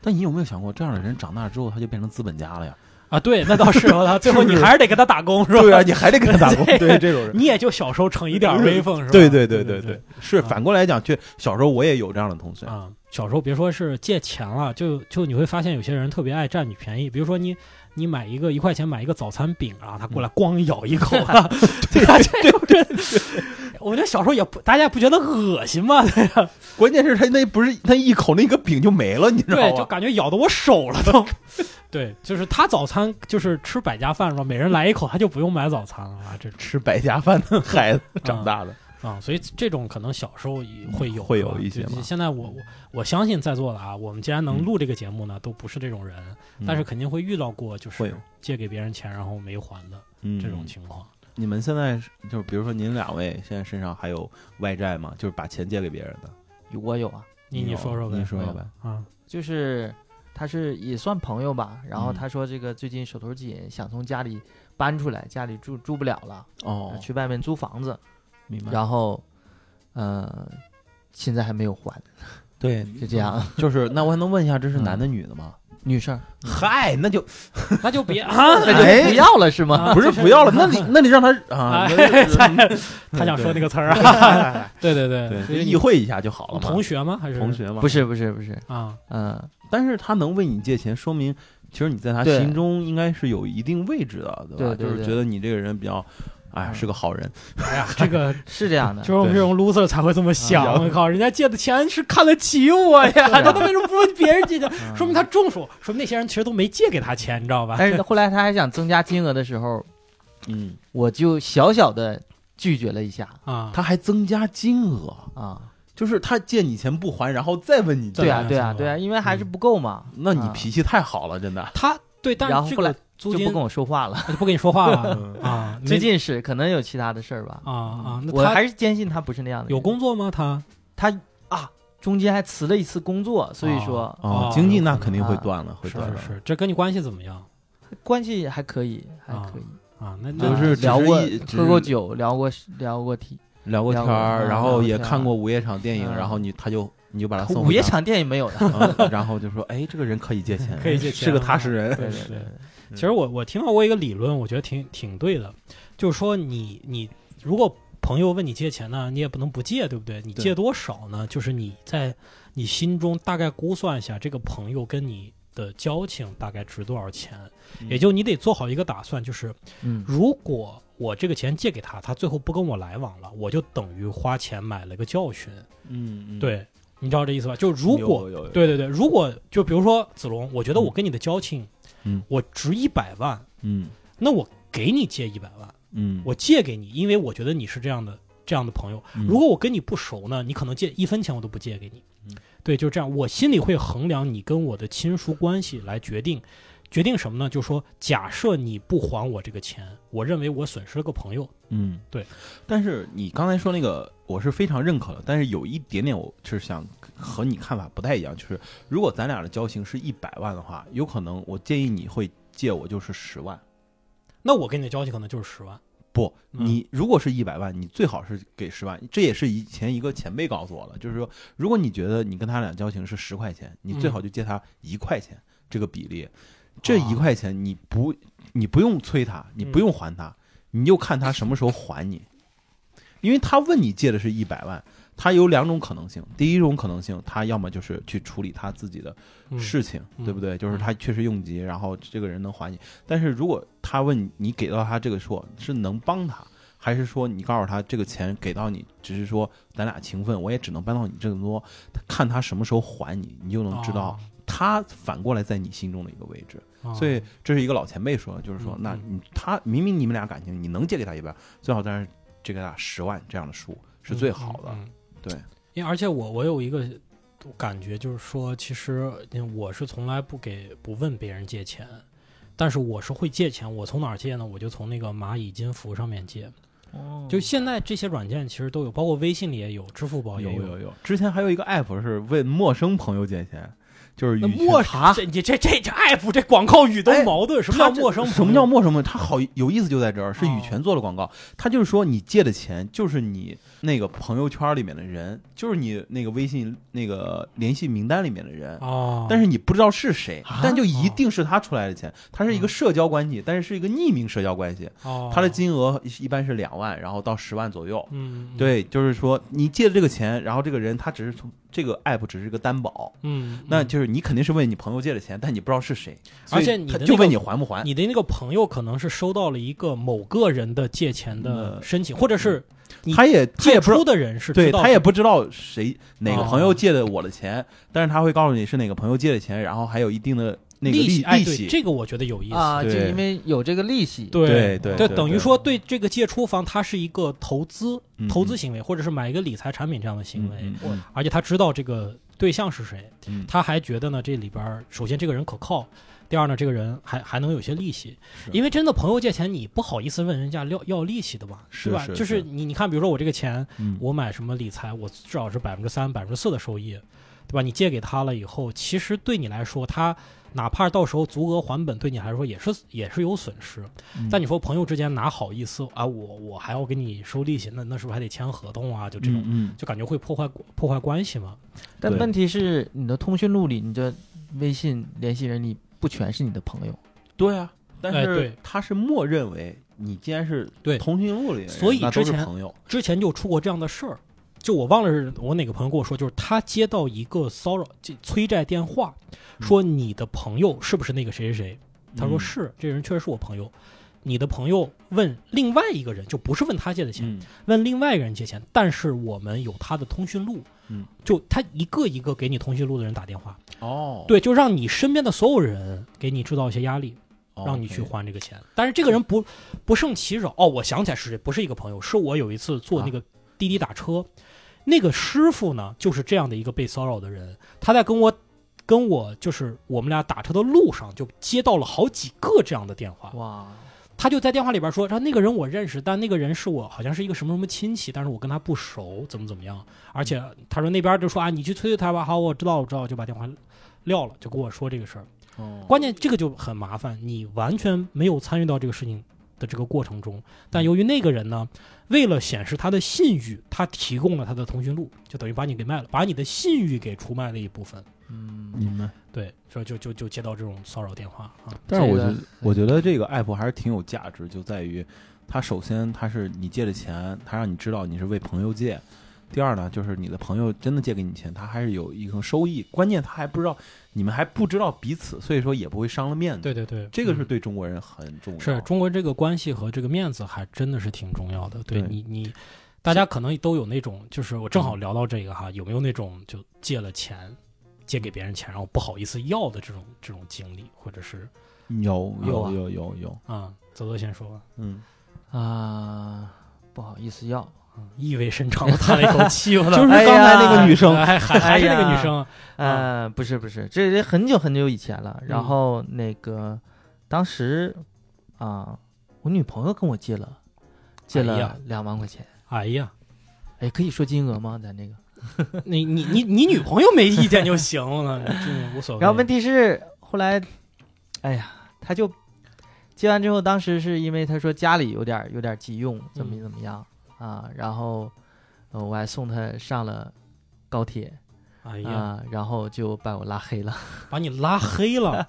Speaker 2: 但你有没有想过，这样的人长大之后他就变成资本家了呀？
Speaker 1: 啊，对，那倒 是，我操，最后你还是得给他打工是吧？
Speaker 2: 对啊，你还得给他打工，对这种人。
Speaker 1: 你也就小时候逞一点威 风是吧？
Speaker 2: 对
Speaker 1: 对
Speaker 2: 对
Speaker 1: 对
Speaker 2: 对，是
Speaker 1: 啊
Speaker 2: 反过来讲，就小时候我也有这样的同学，
Speaker 1: 啊，小时候别说是借钱了，就就你会发现有些人特别爱占你便宜，比如说你你买一个一块钱买一个早餐饼啊，他过
Speaker 2: 嗯
Speaker 1: 来咣咬一口 啊，对啊，这种人，我觉得小时候也不大家也不觉得恶心吗？对呀，
Speaker 2: 关键是他那不是他一口那个饼就没了，你知道
Speaker 1: 对，就
Speaker 2: 吗？
Speaker 1: 感觉咬的我手了都。 对，就是他早餐就是吃百家饭是吧？每人来一口，他就不用买早餐了啊，这
Speaker 2: 吃百家饭的孩子长大的，
Speaker 1: 啊，所以这种可能小时候也会有，
Speaker 2: 会
Speaker 1: 是吧
Speaker 2: 有一些
Speaker 1: 就
Speaker 2: 嘛
Speaker 1: 现在我我我相信在座的啊，我们既然能
Speaker 2: 嗯
Speaker 1: 录这个节目呢，都不是这种人，啊但是肯定会遇到过，就
Speaker 2: 会
Speaker 1: 是
Speaker 2: 有
Speaker 1: 借给别人钱然后没还的
Speaker 2: 嗯
Speaker 1: 这种情况。
Speaker 2: 你们现在是就是比如说您两位现在身上还有外债吗？就是把钱借给别人的，
Speaker 3: 我有啊，
Speaker 1: 你
Speaker 2: 你有
Speaker 1: 说说呗，
Speaker 2: 你说说呗。
Speaker 1: 啊，
Speaker 3: 就是他是也算朋友吧，然后
Speaker 2: 嗯
Speaker 3: 他说这个最近手头紧，想从家里搬出来，家里住住不了了，
Speaker 2: 哦，
Speaker 3: 去外面租房子，
Speaker 2: 明白。
Speaker 3: 然后，呃，现在还没有还，
Speaker 2: 对，
Speaker 3: 就这样，
Speaker 2: 嗯就是那我还能问一下，这是男的女的吗？
Speaker 3: 女生，
Speaker 1: 嗯
Speaker 2: 嗨，那就
Speaker 1: 那就 别啊，
Speaker 3: 那就不要了是吗？
Speaker 1: 啊
Speaker 2: 不是
Speaker 1: 这哎
Speaker 2: 不要了，那你那你让他啊，那就
Speaker 1: 他想说那个词儿啊，
Speaker 2: 个，
Speaker 1: 对对对
Speaker 2: 对，
Speaker 1: 所
Speaker 2: 就
Speaker 1: 以
Speaker 2: 意会一下就好了
Speaker 1: 你
Speaker 2: 嘛。
Speaker 1: 同学吗？还是
Speaker 2: 同学嘛，
Speaker 3: 不是不是不是，
Speaker 1: 啊？
Speaker 3: 嗯，
Speaker 2: 但是他能问你借钱，说明其实你在他
Speaker 3: 对
Speaker 2: 心中应该是有一定位置的，对吧？
Speaker 3: 对对
Speaker 2: 就是
Speaker 3: 对
Speaker 2: 觉得你这个人比较，哎，
Speaker 3: 嗯
Speaker 2: 是个好人。
Speaker 1: 哎呀，这 个
Speaker 3: 是这样的
Speaker 1: 就，是我们这种 loser 才会这么想。
Speaker 2: 啊
Speaker 1: 我靠，人家借的钱是看得起我呀，那 他为什么不问别人 借钱？
Speaker 3: 嗯
Speaker 1: 说明他中暑，说明那些人其实都没借给他钱，你知道吧？
Speaker 3: 但是后来他还想增加金额的时候，
Speaker 2: 嗯，
Speaker 3: 我就小小的拒绝了一下
Speaker 1: 啊，
Speaker 2: 他还增加金额，
Speaker 3: 啊，
Speaker 2: 就是他借你钱不还，然后再问你借。
Speaker 3: 对啊
Speaker 1: 对
Speaker 3: 对
Speaker 1: 啊
Speaker 3: 啊对啊，因为还是不够嘛，
Speaker 2: 嗯那你
Speaker 3: 啊
Speaker 2: 脾气太好了，真的。
Speaker 1: 他对，但
Speaker 3: 然后
Speaker 1: 是这
Speaker 3: 后
Speaker 1: 个
Speaker 3: 来
Speaker 1: 租
Speaker 3: 就
Speaker 1: 金
Speaker 3: 不跟我说话
Speaker 2: 啊
Speaker 3: 了。
Speaker 1: 他就不跟你说话了
Speaker 2: 嗯
Speaker 1: 啊。没
Speaker 3: 最近是可能有其他的事儿吧，嗯
Speaker 1: 啊啊，那
Speaker 3: 我
Speaker 1: 他
Speaker 3: 还是坚信他不是那样的人。
Speaker 1: 有工作吗？他
Speaker 3: 他啊，中间还辞了一次工
Speaker 2: 啊
Speaker 3: 作，所以说、
Speaker 1: 哦
Speaker 2: 经济
Speaker 1: 有可
Speaker 2: 那
Speaker 1: 能
Speaker 2: 肯定会
Speaker 3: 啊
Speaker 2: 断了，会
Speaker 1: 是
Speaker 2: 断
Speaker 1: 是
Speaker 2: 了。
Speaker 1: 是，这跟你关系怎么样
Speaker 3: 关系还可以，还
Speaker 1: 啊
Speaker 3: 可以。
Speaker 1: 啊？那
Speaker 2: 就
Speaker 1: 那
Speaker 3: 啊
Speaker 2: 是只
Speaker 3: 聊
Speaker 2: 是
Speaker 3: 过
Speaker 2: 一只
Speaker 3: 喝过
Speaker 2: 是
Speaker 3: 酒，聊过聊过题。
Speaker 2: 聊过
Speaker 3: 聊
Speaker 2: 天
Speaker 3: 过
Speaker 2: 儿，
Speaker 3: 啊
Speaker 2: 然
Speaker 3: 聊
Speaker 2: 后
Speaker 3: 过
Speaker 2: 也
Speaker 3: 天
Speaker 2: 看
Speaker 3: 儿
Speaker 2: 过午夜场电影，
Speaker 3: 嗯
Speaker 2: 然后你他就你就把他啊送
Speaker 3: 午
Speaker 2: 回
Speaker 3: 夜
Speaker 2: 家，
Speaker 3: 场店也没有的。
Speaker 2: 嗯然后就说哎，这个人可以借钱，
Speaker 1: 可以借
Speaker 2: 是
Speaker 1: 钱
Speaker 2: 个
Speaker 1: 啊
Speaker 2: 踏实人。
Speaker 1: 对
Speaker 3: 对
Speaker 1: 对
Speaker 3: 对对，
Speaker 1: 其实我我听到过一个理论，我觉得挺挺对的，就是说你你如果朋友问你借钱呢，你也不能不借，对不对？你
Speaker 2: 对
Speaker 1: 借多少呢？就是你在你心中大概估算一下，这个朋友跟你的交情大概值多少钱，
Speaker 2: 嗯
Speaker 1: 也就你得做好一个打算，就是
Speaker 3: 嗯，
Speaker 1: 如果我这个钱借给他，他最后不跟我来往了，我就等于花钱买了个教训。
Speaker 2: 嗯，嗯，
Speaker 1: 对，你知道这意思吧？就如果
Speaker 2: 有有有
Speaker 1: 对对对，如果就比如说子龙，我觉得我跟你的交情，
Speaker 2: 嗯，
Speaker 1: 我值一百万，
Speaker 2: 嗯
Speaker 1: 那我给你借一百万，
Speaker 2: 嗯，
Speaker 1: 我借给你，因为我觉得你是这样的这样的朋友。
Speaker 2: 嗯
Speaker 1: 如果我跟你不熟呢，你可能借一分钱我都不借给你
Speaker 2: 嗯。
Speaker 1: 对，就这样，我心里会衡量你跟我的亲疏关系来决定，决定什么呢？就说假设你不还我这个钱，我认为我损失了个朋友。
Speaker 2: 嗯，
Speaker 1: 对。
Speaker 2: 但是你刚才说那个，我是非常认可的，但是有一点点，我就是想和你看法不太一样，就是如果咱俩的交情是一百万的话，有可能我建议你会借我就是十万。
Speaker 1: 那我跟你的交情可能就是十万。
Speaker 2: 不，
Speaker 1: 嗯
Speaker 2: 你如果是一百万，你最好是给十万。这也是以前一个前辈告诉我的，就是说，如果你觉得你跟他俩交情是十块钱，你最好就借他一块钱这个比例。这一块钱你不，你不用催他，你不用还他，你就看他什么时候还你。因为他问你借的是一百万，他有两种可能性。第一种可能性，他要么就是去处理他自己的
Speaker 1: 嗯、
Speaker 2: 事情，
Speaker 1: 嗯
Speaker 2: 对不对？就是他确实用急，然后这个人能还你。但是如果他问你你给到他这个数是能帮他，还是说你告诉他这个钱给到你，只是说咱俩情分，我也只能帮到你这么多，看他什么时候还你，你就能知道他反过来在你心中的一个位置。
Speaker 1: 哦。
Speaker 2: 所以
Speaker 1: 哦
Speaker 2: 这是一个老前辈说的，就是说，
Speaker 1: 嗯
Speaker 2: 那
Speaker 1: 嗯
Speaker 2: 你他明明你们俩感情，你能借给他一百，最好但是借给他十万这样的数是最好的。
Speaker 1: 嗯嗯嗯
Speaker 2: 对，
Speaker 1: 因为而且我我有一个感觉，就是说，其实嗯我是从来不给不问别人借钱，但是我是会借钱。我从哪儿借呢？我就从那个蚂蚁金服上面借。
Speaker 3: 哦
Speaker 1: 就现在这些软件其实都有，
Speaker 2: 哦
Speaker 1: 包括微信里也有，支付宝也
Speaker 2: 有有有，之前还有一个 app 是问陌生朋友借钱，就是
Speaker 1: 那
Speaker 2: 与
Speaker 1: 陌
Speaker 2: 群啊
Speaker 1: 这你这这这 app 这广告语都矛盾，什么叫
Speaker 2: 他哎这
Speaker 1: 陌生朋友？
Speaker 2: 什么叫陌生朋友？他好有意思就在这儿，是羽
Speaker 1: 哦
Speaker 2: 泉做的广告。他就是说，你借的钱就是你那个朋友圈里面的人，就是你那个微信那个联系名单里面的人，
Speaker 1: 哦，
Speaker 2: 但是你不知道是谁
Speaker 3: 啊，
Speaker 2: 但就一定是他出来的钱。他是一个社交关系，但是是一个匿名社交关系。
Speaker 1: 嗯哦
Speaker 2: 他的金额一般是两万，然后到十万左右。
Speaker 1: 嗯，嗯，
Speaker 2: 对，就是说你借的这个钱，然后这个人他只是从这个 app 只是一个担保，
Speaker 1: 嗯，
Speaker 2: 那
Speaker 1: 嗯
Speaker 2: 就是你肯定是问你朋友借的钱，但你不知道是谁，
Speaker 1: 而且
Speaker 2: 所以
Speaker 1: 你
Speaker 2: 他
Speaker 1: 的那
Speaker 2: 就
Speaker 1: 个
Speaker 2: 问你还不还。
Speaker 1: 你的那个朋友可能是收到了一个某个人的借钱的
Speaker 2: 嗯
Speaker 1: 申请，或者是你
Speaker 2: 他也他也
Speaker 1: 借
Speaker 2: 不知道
Speaker 1: 出的人是
Speaker 2: 对
Speaker 1: 知道
Speaker 2: 他也
Speaker 1: 是
Speaker 2: 不知道谁哪个
Speaker 1: 哦
Speaker 2: 朋友借的我的钱，但是他会告诉你是哪个朋友借的钱，然后还有一定的那个
Speaker 1: 利
Speaker 2: 利
Speaker 1: 哎，对，
Speaker 2: 息。
Speaker 1: 这个我觉得有意思。
Speaker 3: 啊，就
Speaker 2: 对
Speaker 3: 因为有这个利息，
Speaker 1: 对
Speaker 2: 对对
Speaker 1: 这
Speaker 2: 对
Speaker 1: 等于
Speaker 2: 对
Speaker 1: 说对这个借出方，他是一个投资
Speaker 2: 嗯
Speaker 1: 投资行为，或者是买一个理财产品这样的行为，
Speaker 2: 嗯嗯
Speaker 1: 而且他知道这个对象是谁，
Speaker 2: 嗯
Speaker 1: 他还觉得呢，这里边儿首先这个人可靠，第二呢，这个人还还能有些利息，
Speaker 2: 是
Speaker 1: 因为真的朋友借钱，你不好意思问人家要要利息的吧，
Speaker 2: 是
Speaker 1: 对吧？
Speaker 2: 是
Speaker 1: 就是
Speaker 2: 是
Speaker 1: 你你看，比如说我这个钱，
Speaker 2: 嗯
Speaker 1: 我买什么理财，我至少是百分之三、百分之四的收益，对吧？你借给他了以后，其实对你来说，他哪怕到时候足额还本，对你来说也是也是有损失。
Speaker 2: 嗯
Speaker 1: 但你说朋友之间哪好意思啊？我我还要给你收利息，那那是不是还得签合同啊？就这种，
Speaker 2: 嗯，
Speaker 1: 就感觉会破坏破坏关系嘛。
Speaker 3: 但
Speaker 2: 对
Speaker 3: 问题是你的通讯录里，你的微信联系人里不全是你的朋友，
Speaker 2: 对啊，但
Speaker 1: 哎
Speaker 2: 是
Speaker 1: 对
Speaker 2: 他是默认为你既然是
Speaker 1: 对
Speaker 2: 通讯录里的人，
Speaker 1: 所以
Speaker 2: 那都
Speaker 1: 之
Speaker 2: 是
Speaker 1: 前
Speaker 2: 朋友，
Speaker 1: 之前就出过这样的事儿，就我忘了是我哪个朋友跟我说，就是他接到一个骚扰这催债电话，
Speaker 2: 嗯
Speaker 1: 说你的朋友是不是那个谁谁谁？他说是，这人确实是我朋友。你的朋友问另外一个人，就不是问他借的钱，
Speaker 2: 嗯，
Speaker 1: 问另外一个人借钱，但是我们有他的通讯录，
Speaker 2: 嗯，
Speaker 1: 就他一个一个给你通讯录的人打电话，
Speaker 2: 哦，
Speaker 1: 对，就让你身边的所有人给你制造一些压力，
Speaker 2: 哦，
Speaker 1: 让你去
Speaker 2: OK
Speaker 1: 还这个钱。但是这个人不不胜其扰。哦，我想起来是谁，不是一个朋友，是我有一次坐
Speaker 2: 啊
Speaker 1: 那个滴滴打车，那个师傅呢就是这样的一个被骚扰的人，他在跟我。跟我就是我们俩打车的路上，就接到了好几个这样的电
Speaker 2: 哦
Speaker 1: 话。
Speaker 3: 哇，
Speaker 1: 他就在电话里边说，说那个人我认识，但那个人是我好像是一个什么什么亲戚，但是我跟他不熟，怎么怎么样。而且
Speaker 2: 嗯
Speaker 1: 他说那边就说啊，你去催催他吧。好，我知道，我知道，就把电话撂了，就跟我说这个事儿。
Speaker 2: 哦
Speaker 1: 关键这个就很麻烦，你完全没有参与到这个事情的这个过程中。但由于那个人呢，为了显示他的信誉，他提供了他的通讯录，就等于把你给卖了，把你的信誉给出卖了一部分。
Speaker 3: 嗯，
Speaker 2: 明白。
Speaker 1: 对，所以就就就接到这种骚扰电话啊。
Speaker 2: 但是
Speaker 3: 这
Speaker 2: 我觉
Speaker 3: 个
Speaker 2: 得，我觉得这个 app 还是挺有价值，就在于它首先它是你借的钱，它让你知道你是为朋友借；第二呢，就是你的朋友真的借给你钱，他还是有一个收益，关键他还不知道你们还不知道彼此，所以说也不会伤了面子。，
Speaker 1: 对对对，
Speaker 2: 这个是
Speaker 1: 嗯
Speaker 2: 对中国人很重要。
Speaker 1: 是中国这个关系和这个面子还真的是挺重要的。对
Speaker 2: 对嗯
Speaker 1: 你你，大家可能都有那种，就是我正好聊到这个哈，有没有那种就借了钱，借给别人钱，然后不好意思要的这种这种经历，或者是
Speaker 2: 有
Speaker 1: 有啊
Speaker 2: 有有有有，
Speaker 1: 啊，泽泽先说吧。
Speaker 2: 嗯，
Speaker 3: 啊，不好意思要，
Speaker 1: 嗯意味深长的叹了一口气，我操
Speaker 2: 就是
Speaker 3: 哎
Speaker 2: 刚才那个
Speaker 3: 呀
Speaker 2: 女生，
Speaker 1: 还还还是那个
Speaker 3: 哎呀
Speaker 1: 女生，
Speaker 3: 呃，不是不是，这这很久很久以前了。然
Speaker 1: 嗯
Speaker 3: 后那个当时啊，我女朋友跟我借了借
Speaker 1: 哎呀
Speaker 3: 了两万块钱，
Speaker 1: 哎呀，
Speaker 3: 哎，可以说金额吗？咱这个。
Speaker 1: 你你你你女朋友没意见就行了，这无所谓。
Speaker 3: 然后问题是后来，哎呀，他就接完之后，当时是因为他说家里有点儿有点儿急用，怎么
Speaker 1: 嗯
Speaker 3: 怎么样、啊，然后、呃我还送他上了高铁
Speaker 1: 哎呀，
Speaker 3: 啊，然后就把我拉黑了，
Speaker 1: 把你拉黑了，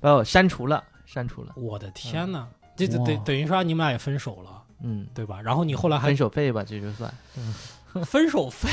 Speaker 3: 把我删除了，删除了，
Speaker 1: 我的天哪！这这等
Speaker 2: 哇
Speaker 1: 等于说你们俩也分手了，
Speaker 3: 嗯，
Speaker 1: 对吧？然后你后来还
Speaker 3: 分手费吧，这就算
Speaker 1: 分手费，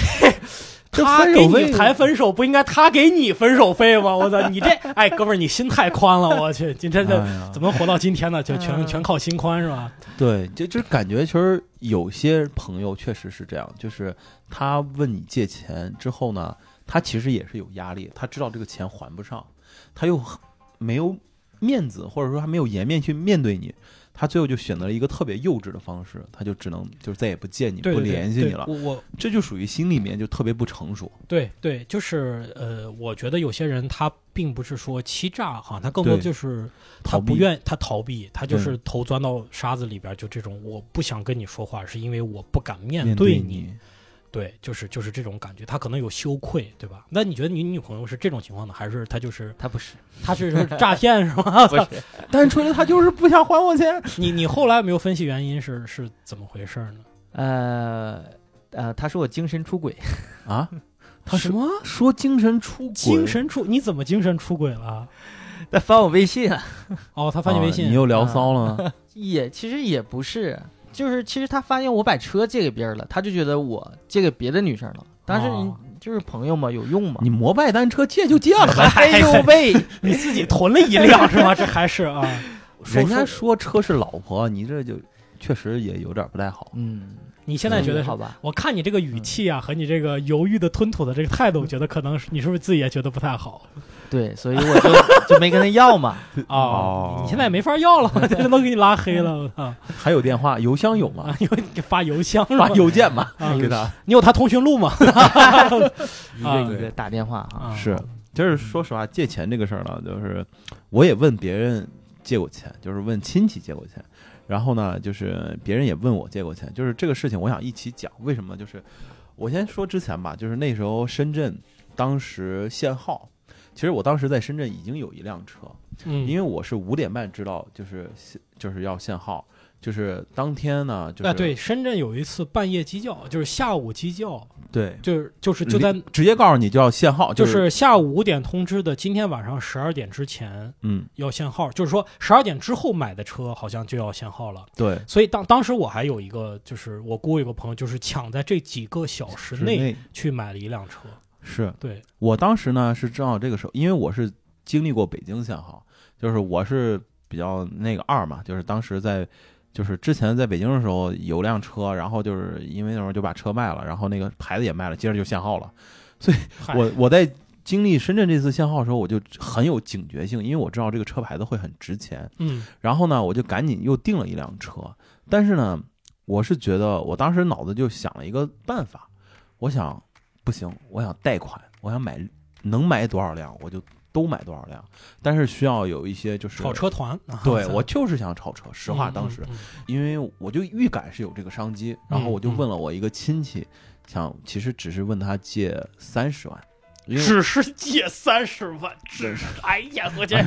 Speaker 2: 这
Speaker 1: 他
Speaker 2: 分
Speaker 1: 给
Speaker 2: 手费
Speaker 1: 你谈分手，不应该他给你分手费吗？我操，你这哎，哥们儿，你心太宽了，我去，今天这
Speaker 2: 哎呀
Speaker 1: 怎么活到今天呢？就全
Speaker 2: 啊
Speaker 3: 嗯
Speaker 1: 全靠心宽是吧？
Speaker 2: 对，就就感觉其实有些朋友确实是这样，就是他问你借钱之后呢，他其实也是有压力，他知道这个钱还不上，他又很没有面子，或者说他没有颜面去面对你，他最后就选择了一个特别幼稚的方式，他就只能就是再也不见你，
Speaker 1: 对，
Speaker 2: 不
Speaker 1: 对对
Speaker 2: 联系
Speaker 1: 对
Speaker 2: 你了，
Speaker 1: 我我
Speaker 2: 这就属于心里面就特别不成熟。
Speaker 1: 对对，就是呃，我觉得有些人他并不是说欺诈哈，他更多
Speaker 2: 对
Speaker 1: 就是他
Speaker 2: 逃避
Speaker 1: 不愿他逃避，他就
Speaker 2: 对
Speaker 1: 是头钻到沙子里边儿，就这种我不想跟你说话，是因为我不敢面
Speaker 2: 面对
Speaker 1: 你。对，就是就是这种感觉，他可能有羞愧，对吧？那你觉得你女朋友是这种情况呢，还是她就是
Speaker 3: 他不是，
Speaker 1: 她是是诈骗是吗？
Speaker 3: 不是，
Speaker 2: 但是出来他就是不想还我钱。
Speaker 1: 你你后来有没有分析原因是是怎么回事呢？
Speaker 3: 呃呃，他说我精神出轨，
Speaker 2: 啊，他
Speaker 1: 什
Speaker 2: 说
Speaker 1: 么
Speaker 2: 说精神出轨，
Speaker 1: 精神出？你怎么精神出轨了？
Speaker 3: 他翻我微信啊，
Speaker 1: 哦，他发你微
Speaker 2: 啊
Speaker 1: 信
Speaker 2: 你，又聊骚了吗？
Speaker 3: 也其实也不是，就是其实他发现我把车借给别人了，他就觉得我借给别的女生了。当时
Speaker 1: 哦
Speaker 3: 你就是朋友嘛，有用嘛？
Speaker 2: 你摩拜单车借就借了吧，
Speaker 3: 哎呦喂，
Speaker 1: 你自己囤了一辆是吗？这还是啊，
Speaker 2: 人家说车是老婆，你这就确实也有点不太 好。
Speaker 3: 嗯，
Speaker 1: 你现在觉得
Speaker 3: 嗯
Speaker 1: 是
Speaker 3: 好吧？
Speaker 1: 我看你这个语气啊，和你这个犹豫的、吞吐的这个态度，我觉得可能是你是不是自己也觉得不太好
Speaker 3: 对，所以我就就没跟他 要嘛。
Speaker 1: 啊？
Speaker 2: 哦
Speaker 1: 你现在也没法要 了，这都给你拉黑了，我操！
Speaker 2: 还有电话，邮箱有吗
Speaker 1: 啊？，因为你发邮箱是吧
Speaker 2: 发？邮件吧
Speaker 1: 啊，
Speaker 2: 给他。
Speaker 1: 你有他通讯录吗？
Speaker 3: 一
Speaker 1: 啊
Speaker 3: 个一个打电话 啊，
Speaker 1: 啊
Speaker 2: 是，就是说实话，借钱这个事儿呢，就是我也问别人借过钱，就是问亲戚借过钱，然后呢，就是别人也问我借过钱，就是这个事情我想一起讲，为什么？就是我先说之前吧，就是那时候深圳当时限号，其实我当时在深圳已经有一辆车，
Speaker 1: 嗯，
Speaker 2: 因为我是五点半知道就是限就是要限号，就是当天呢，就是、
Speaker 1: 啊，对，深圳有一次半夜鸡叫，就是下午鸡叫，
Speaker 2: 对，
Speaker 1: 就是就是就在
Speaker 2: 直接告诉你就要限号，、
Speaker 1: 啊就是是下午五点通知的，今天晚上十二点之前
Speaker 2: 嗯，
Speaker 1: 要限号，就是说十二点之后买的车好像就要限号了。
Speaker 2: 对，
Speaker 1: 所以当当时我还有一个，就是我姑有个朋友，就是抢在这几个小时
Speaker 2: 是
Speaker 1: 内
Speaker 2: 那
Speaker 1: 去买了一辆车。
Speaker 2: 是
Speaker 1: 对，
Speaker 2: 我当时呢是正好这个时候，因为我是经历过北京限号，就是我是比较那个二嘛，就是当时在，就是之前在北京的时候有辆车，然后就是因为那时候就把车卖了，然后那个牌子也卖了，接着就限号了。
Speaker 1: 嗨
Speaker 2: 我我在经历深圳这次限号的时候，我就很有警觉性，因为我知道这个车牌子会很值钱。
Speaker 1: 嗯
Speaker 2: 然后呢，我就赶紧又订了一辆车，但是呢，我是觉得我当时脑子就想了一个办法，我想不行，我想贷款，我想买能买多少辆我就都买多少辆，但是需要有一些就是
Speaker 1: 炒。车团，啊
Speaker 2: 对，
Speaker 1: 咱
Speaker 2: 我就是想炒车。实话，
Speaker 1: 嗯
Speaker 2: 当时
Speaker 1: 嗯嗯
Speaker 2: 因为我就预感是有这个商机，然后我
Speaker 1: 嗯
Speaker 2: 就问了我一个亲戚，想其实只是问他借三十万，因为
Speaker 1: 只是借三十万，只是哎呀，我这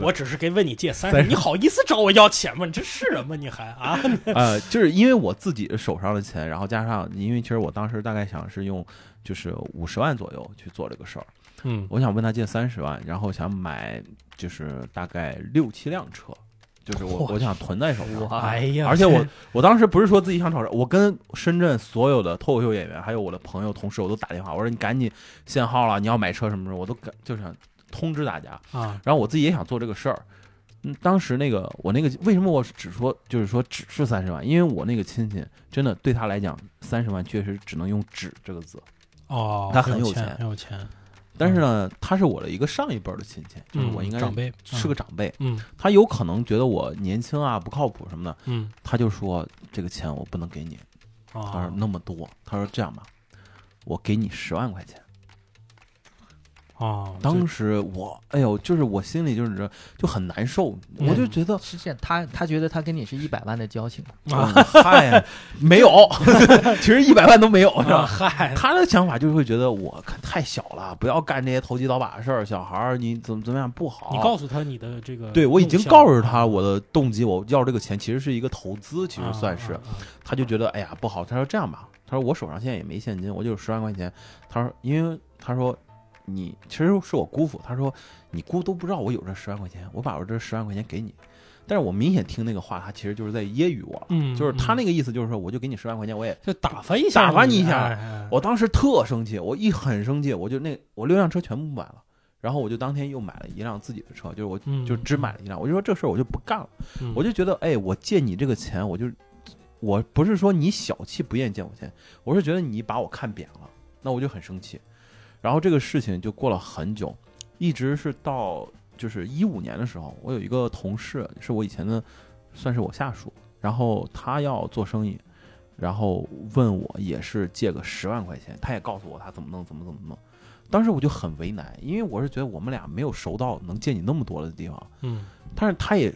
Speaker 1: 我只是给问你借三十，你好意思找我要钱吗？你这是人吗？你还啊？
Speaker 2: 呃，就是因为我自己手上的钱，然后加上，因为其实我当时大概想是用就是五十万左右去做这个事儿，
Speaker 1: 嗯
Speaker 2: 我想问他借三十万，然后想买就是大概六七辆车，就是我
Speaker 1: 我
Speaker 2: 我想囤在手上。
Speaker 1: 哎呀，
Speaker 2: 啊而且我我当时不是说自己想炒车，我跟深圳所有的脱口秀演员，还有我的朋友同事，我都打电话，我说你赶紧限号了，你要买车什么什么，我都赶就想通知大家。
Speaker 1: 这啊，
Speaker 2: 然后我自己也想做这个事儿。嗯，当时那个我那个为什么我只说就是说只是三十万？因为我那个亲戚真的对他来讲，三十万确实只能用“纸”这个字。
Speaker 1: 哦，
Speaker 2: 他很
Speaker 1: 有
Speaker 2: 有钱
Speaker 1: 很有钱，
Speaker 2: 但是呢，他是我的一个上一辈儿的亲戚，就是
Speaker 1: 嗯
Speaker 2: 我应该
Speaker 1: 长辈
Speaker 2: 是个，长辈，
Speaker 1: 嗯
Speaker 2: 他有可能觉得我年轻啊不靠谱什么的，
Speaker 1: 嗯
Speaker 2: 他就说这个钱我不能给你，
Speaker 1: 嗯
Speaker 2: 他说
Speaker 1: 啊
Speaker 2: 那么多，他说这样吧，我给你十万块钱。
Speaker 1: 啊，
Speaker 2: 当
Speaker 1: 就
Speaker 2: 时我哎呦，就是我心里就是就很难受，
Speaker 1: 嗯
Speaker 2: 我就觉得
Speaker 3: 是这样，他他觉得他跟你是一百万的交情，
Speaker 1: 啊
Speaker 2: 嗯嗨，没有， 其实一百万都没有，是
Speaker 1: 啊
Speaker 2: 吧？
Speaker 1: 嗨，
Speaker 2: 他的想法就是会觉得我看太小了，不要干这些投机倒把的事儿，小孩儿你怎么怎么样不好。
Speaker 1: 你告诉他你的这个动向，
Speaker 2: 对我已经告诉他我的动机，我要这个钱其实是一个投资，其
Speaker 1: 啊
Speaker 2: 实算是
Speaker 1: 啊。啊
Speaker 2: 他就觉得哎呀不好，他说这样吧，他说我手上现在也没现金，我就有十万块钱。他说因为他说你其实是我姑父，他说你姑都不知道我有这十万块钱，我把我这十万块钱给你。但是我明显听那个话，他其实就是在揶揄我了。
Speaker 1: 嗯，
Speaker 2: 就是他
Speaker 1: 嗯
Speaker 2: 那个意思，就是说我就给你十万块钱，我也，
Speaker 1: 就打发一下，
Speaker 2: 打发你一下
Speaker 1: 哎，哎
Speaker 2: 我当时特生气，我一很生气，我就那我六辆车全部买了，然后我就当天又买了一辆自己的车，就是我
Speaker 1: 嗯
Speaker 2: 就只买了一辆，我就说这事儿我就不干了，
Speaker 1: 嗯
Speaker 2: 我就觉得哎，我借你这个钱，我就我不是说你小气不愿意借我钱，我是觉得你把我看扁了，那我就很生气，然后这个事情就过了很久，一直是到就是一五年的时候，我有一个同事是我以前的，算是我下属，然后他要做生意，然后问我也是借个十万块钱，他也告诉我他怎么弄怎么怎么弄，当时我就很为难，因为我是觉得我们俩没有熟到能借你那么多的地方，
Speaker 1: 嗯
Speaker 2: 但是他也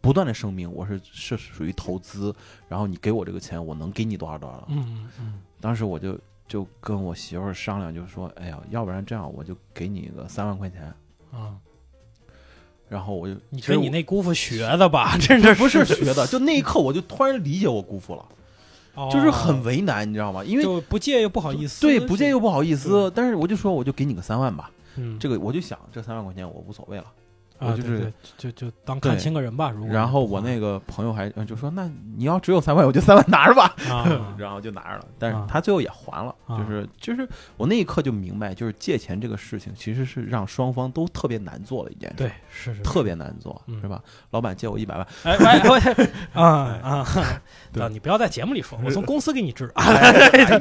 Speaker 2: 不断的声明我是是属于投资，然后你给我这个钱，我能给你多少多少，
Speaker 1: 嗯嗯
Speaker 2: 当时我就就跟我媳妇儿商量，就说：“哎呀，要不然这样，我就给你个三万块钱。
Speaker 1: 啊，”
Speaker 2: 然 后我就，
Speaker 1: 你
Speaker 2: 其实
Speaker 1: 跟你
Speaker 2: 我
Speaker 1: 那姑父学的 吧？真是
Speaker 2: 不是学的，就那一刻我就突然理解我姑父了，
Speaker 1: 哦
Speaker 2: 就是很为难，你知道吗？因为
Speaker 1: 就不借又不好意思，
Speaker 2: 对不借又不好意思
Speaker 1: 对，
Speaker 2: 但是我就说我就给你个三万吧，
Speaker 1: 嗯，
Speaker 2: 这个我就想这三万块钱我无所谓了。
Speaker 1: 啊
Speaker 2: 我就是
Speaker 1: 对对就就当看
Speaker 2: 对
Speaker 1: 清个人吧。如果
Speaker 2: 然后我那个朋友还呃就说：“那你要只有三万，我就三万拿着吧。”
Speaker 1: 啊
Speaker 2: 然后就拿着了，但是
Speaker 1: 啊
Speaker 2: 他最后也还了，
Speaker 1: 啊
Speaker 2: 就是就是我那一刻就明白，就是借钱这个事情其实是让双方都特别难做的一件事，
Speaker 1: 对是是，
Speaker 2: 特别难做，
Speaker 1: 嗯
Speaker 2: 是吧？老板借我一百万，
Speaker 1: 哎哎喂 啊 啊！
Speaker 2: 哎对哎
Speaker 1: 啊你不要在节目里说，我从公司给你 支。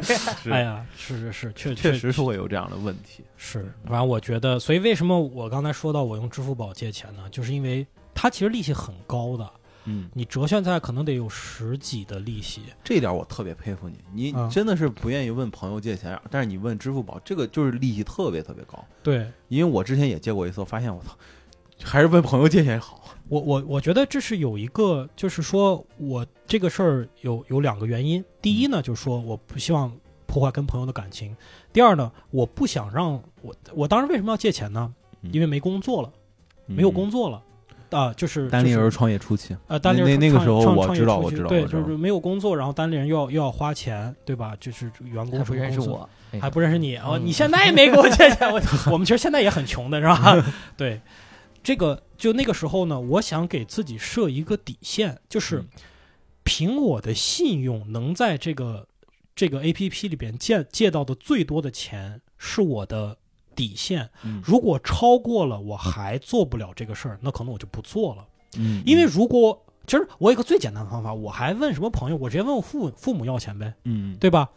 Speaker 2: 是
Speaker 1: 哎呀，是是是，确
Speaker 2: 确实是会有这样的问题。
Speaker 1: 是，反正我觉得，所以为什么我刚才说到我用支付宝借钱呢？就是因为它其实利息很高的，
Speaker 2: 嗯，
Speaker 1: 你折现在可能得有十几的利息。
Speaker 2: 这一点我特别佩服你，你
Speaker 1: 啊
Speaker 2: 真的是不愿意问朋友借钱，但是你问支付宝，这个就是利息特别特别高。
Speaker 1: 对
Speaker 2: 因为我之前也借过一次，我发现我操，还是问朋友借钱好。
Speaker 1: 我我我觉得这是有一个，就是说我这个事儿有有两个原因。第
Speaker 2: 嗯
Speaker 1: 一呢，就是说我不希望破坏跟朋友的感情；第二呢，我不想让我我当时为什么要借钱呢？
Speaker 2: 嗯
Speaker 1: 因为没工作了， 没有工作了。啊，就是
Speaker 2: 嗯单立
Speaker 1: 就是
Speaker 2: 人创业初期，
Speaker 1: 呃，单立人
Speaker 2: 那那那
Speaker 1: 创
Speaker 2: 个时候
Speaker 1: 创
Speaker 2: 我
Speaker 1: 创业
Speaker 2: 知道
Speaker 1: 初
Speaker 2: 我
Speaker 1: 期
Speaker 2: 知道
Speaker 1: 对，
Speaker 2: 我知道
Speaker 1: 就是没有工作，然后单立人又要又要花钱，对吧？就是员工
Speaker 3: 还不
Speaker 1: 什么
Speaker 3: 认识
Speaker 1: 工作，
Speaker 3: 我，哎
Speaker 1: 还不认识你哦，
Speaker 3: 嗯
Speaker 1: 你现在也没给我借 钱，我我们其实现在也很穷的是吧？
Speaker 2: 嗯
Speaker 1: 对，这个就那个时候呢，我想给自己设一个底线，就是
Speaker 2: 嗯
Speaker 1: 凭我的信用能在这个这个 A P P 里边借借到的最多的钱是我的底线，
Speaker 2: 嗯
Speaker 1: 如果超过了我还做不了这个事儿，那可能我就不做了。
Speaker 2: 嗯
Speaker 1: 因为如果其实我有一个最简单的方法，我还问什么朋友？我直接问我父父母要钱呗，
Speaker 2: 嗯
Speaker 1: 对吧？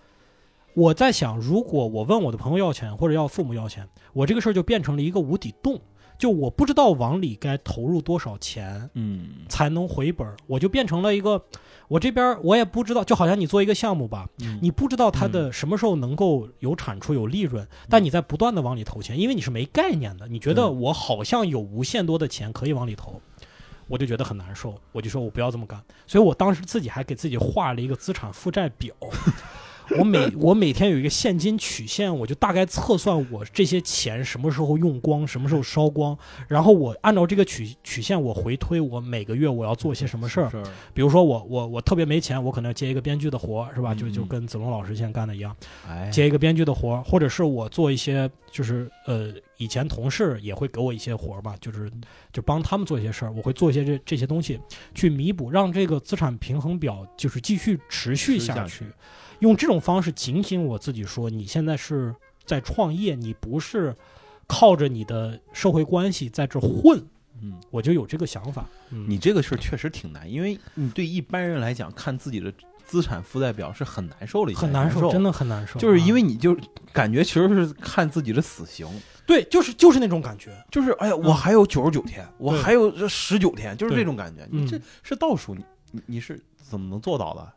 Speaker 1: 我在想，如果我问我的朋友要钱，或者要父母要钱，我这个事儿就变成了一个无底洞，就我不知道往里该投入多少钱
Speaker 2: 嗯
Speaker 1: 才能回本儿，我就变成了一个，我这边儿我也不知道，就好像你做一个项目吧，
Speaker 2: 嗯嗯
Speaker 1: 你不知道它的什么时候能够有产出、有利润，但你在不断的往里投钱，因为你是没概念的，你觉得
Speaker 2: 对
Speaker 1: 我好像有无限多的钱可以往里投，我就觉得很难受，我就说我不要这么干，所以我当时自己还给自己画了一个资产负债 表。我每我每天有一个现金曲线，我就大概测算我这些钱什么时候用光，什么时候烧光，然后我按照这个曲曲线我回推我每个月我要做些什么事儿，
Speaker 2: 是
Speaker 1: 比如说我我我特别没钱，我可能要接一个编剧的活儿，是吧？
Speaker 2: 嗯
Speaker 1: 就就
Speaker 2: 嗯
Speaker 1: 跟子龙老师现在干的一样，
Speaker 2: 哎，
Speaker 1: 接一个编剧的活儿，或者是我做一些就是呃以前同事也会给我一些活儿吧，就是
Speaker 2: 嗯
Speaker 1: 就帮他们做一些事儿，我会做一些这这些东西去弥补，让这个资产平衡表就是继续持续
Speaker 2: 持续
Speaker 1: 下
Speaker 2: 下
Speaker 1: 去
Speaker 2: 去。
Speaker 1: 用这种方式警醒我自己说，你现在是在创业，你不是靠着你的社会关系在这混，
Speaker 2: 嗯，
Speaker 1: 我就有这个想法。嗯
Speaker 2: 你这个事儿确实挺难，因为你对一般人来讲，看自己的资产负债表是很难受的一件，
Speaker 1: 很难受，真。的很难受，
Speaker 2: 就是
Speaker 1: 啊
Speaker 2: 因为你就感觉其实是看自己的死刑，
Speaker 1: 对，就是就是那种感觉。
Speaker 2: 就是哎呀，我还有九十九天，我
Speaker 1: 嗯对
Speaker 2: 还有这十九天，就是
Speaker 1: 对
Speaker 2: 这种感觉。你
Speaker 1: 嗯
Speaker 2: 这是倒数，你你你是怎么能做到的？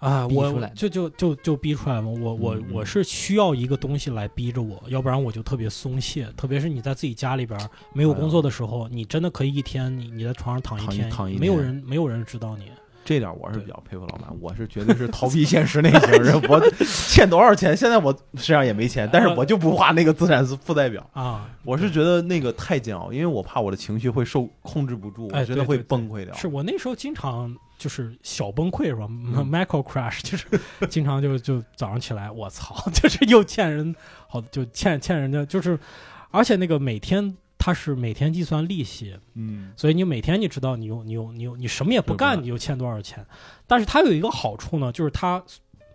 Speaker 1: 啊，
Speaker 3: 逼
Speaker 1: 我
Speaker 3: 出来的
Speaker 1: 就就就就逼出来嘛，我我
Speaker 2: 嗯嗯
Speaker 1: 我是需要一个东西来逼着我，要不然我就特别松懈。特别是你在自己家里边儿没有
Speaker 2: 哎呀
Speaker 1: 工作的时候，你真的可以一天，你你在床上躺一
Speaker 2: 躺一
Speaker 1: 天，
Speaker 2: 躺一
Speaker 1: 没有
Speaker 2: 天
Speaker 1: 人没有人指导你。
Speaker 2: 这点我是
Speaker 1: 对
Speaker 2: 比较佩服老板，我是绝对是逃避现实那型 人。我欠多少钱？现在我身上也没钱，
Speaker 1: 呃
Speaker 2: 但是我就不画那个资产负债表。
Speaker 1: 啊，
Speaker 2: 我是觉得那个太煎熬，因为我怕我的情绪会受控制不住，
Speaker 1: 哎
Speaker 2: 我真的会
Speaker 1: 对对对
Speaker 2: 崩溃掉。
Speaker 1: 是我那时候经常就是小崩溃是吧、m i c r o crash，就是 经常就就早上起来，我操， 就是又欠人好，就欠欠人家，就是而且那个每天他是每天计算利息，
Speaker 2: 嗯，
Speaker 1: 所以你每天你知道你有你有你有你什么也不干，
Speaker 2: 对
Speaker 1: 你就欠多少钱。但是它有一个好处呢，就是它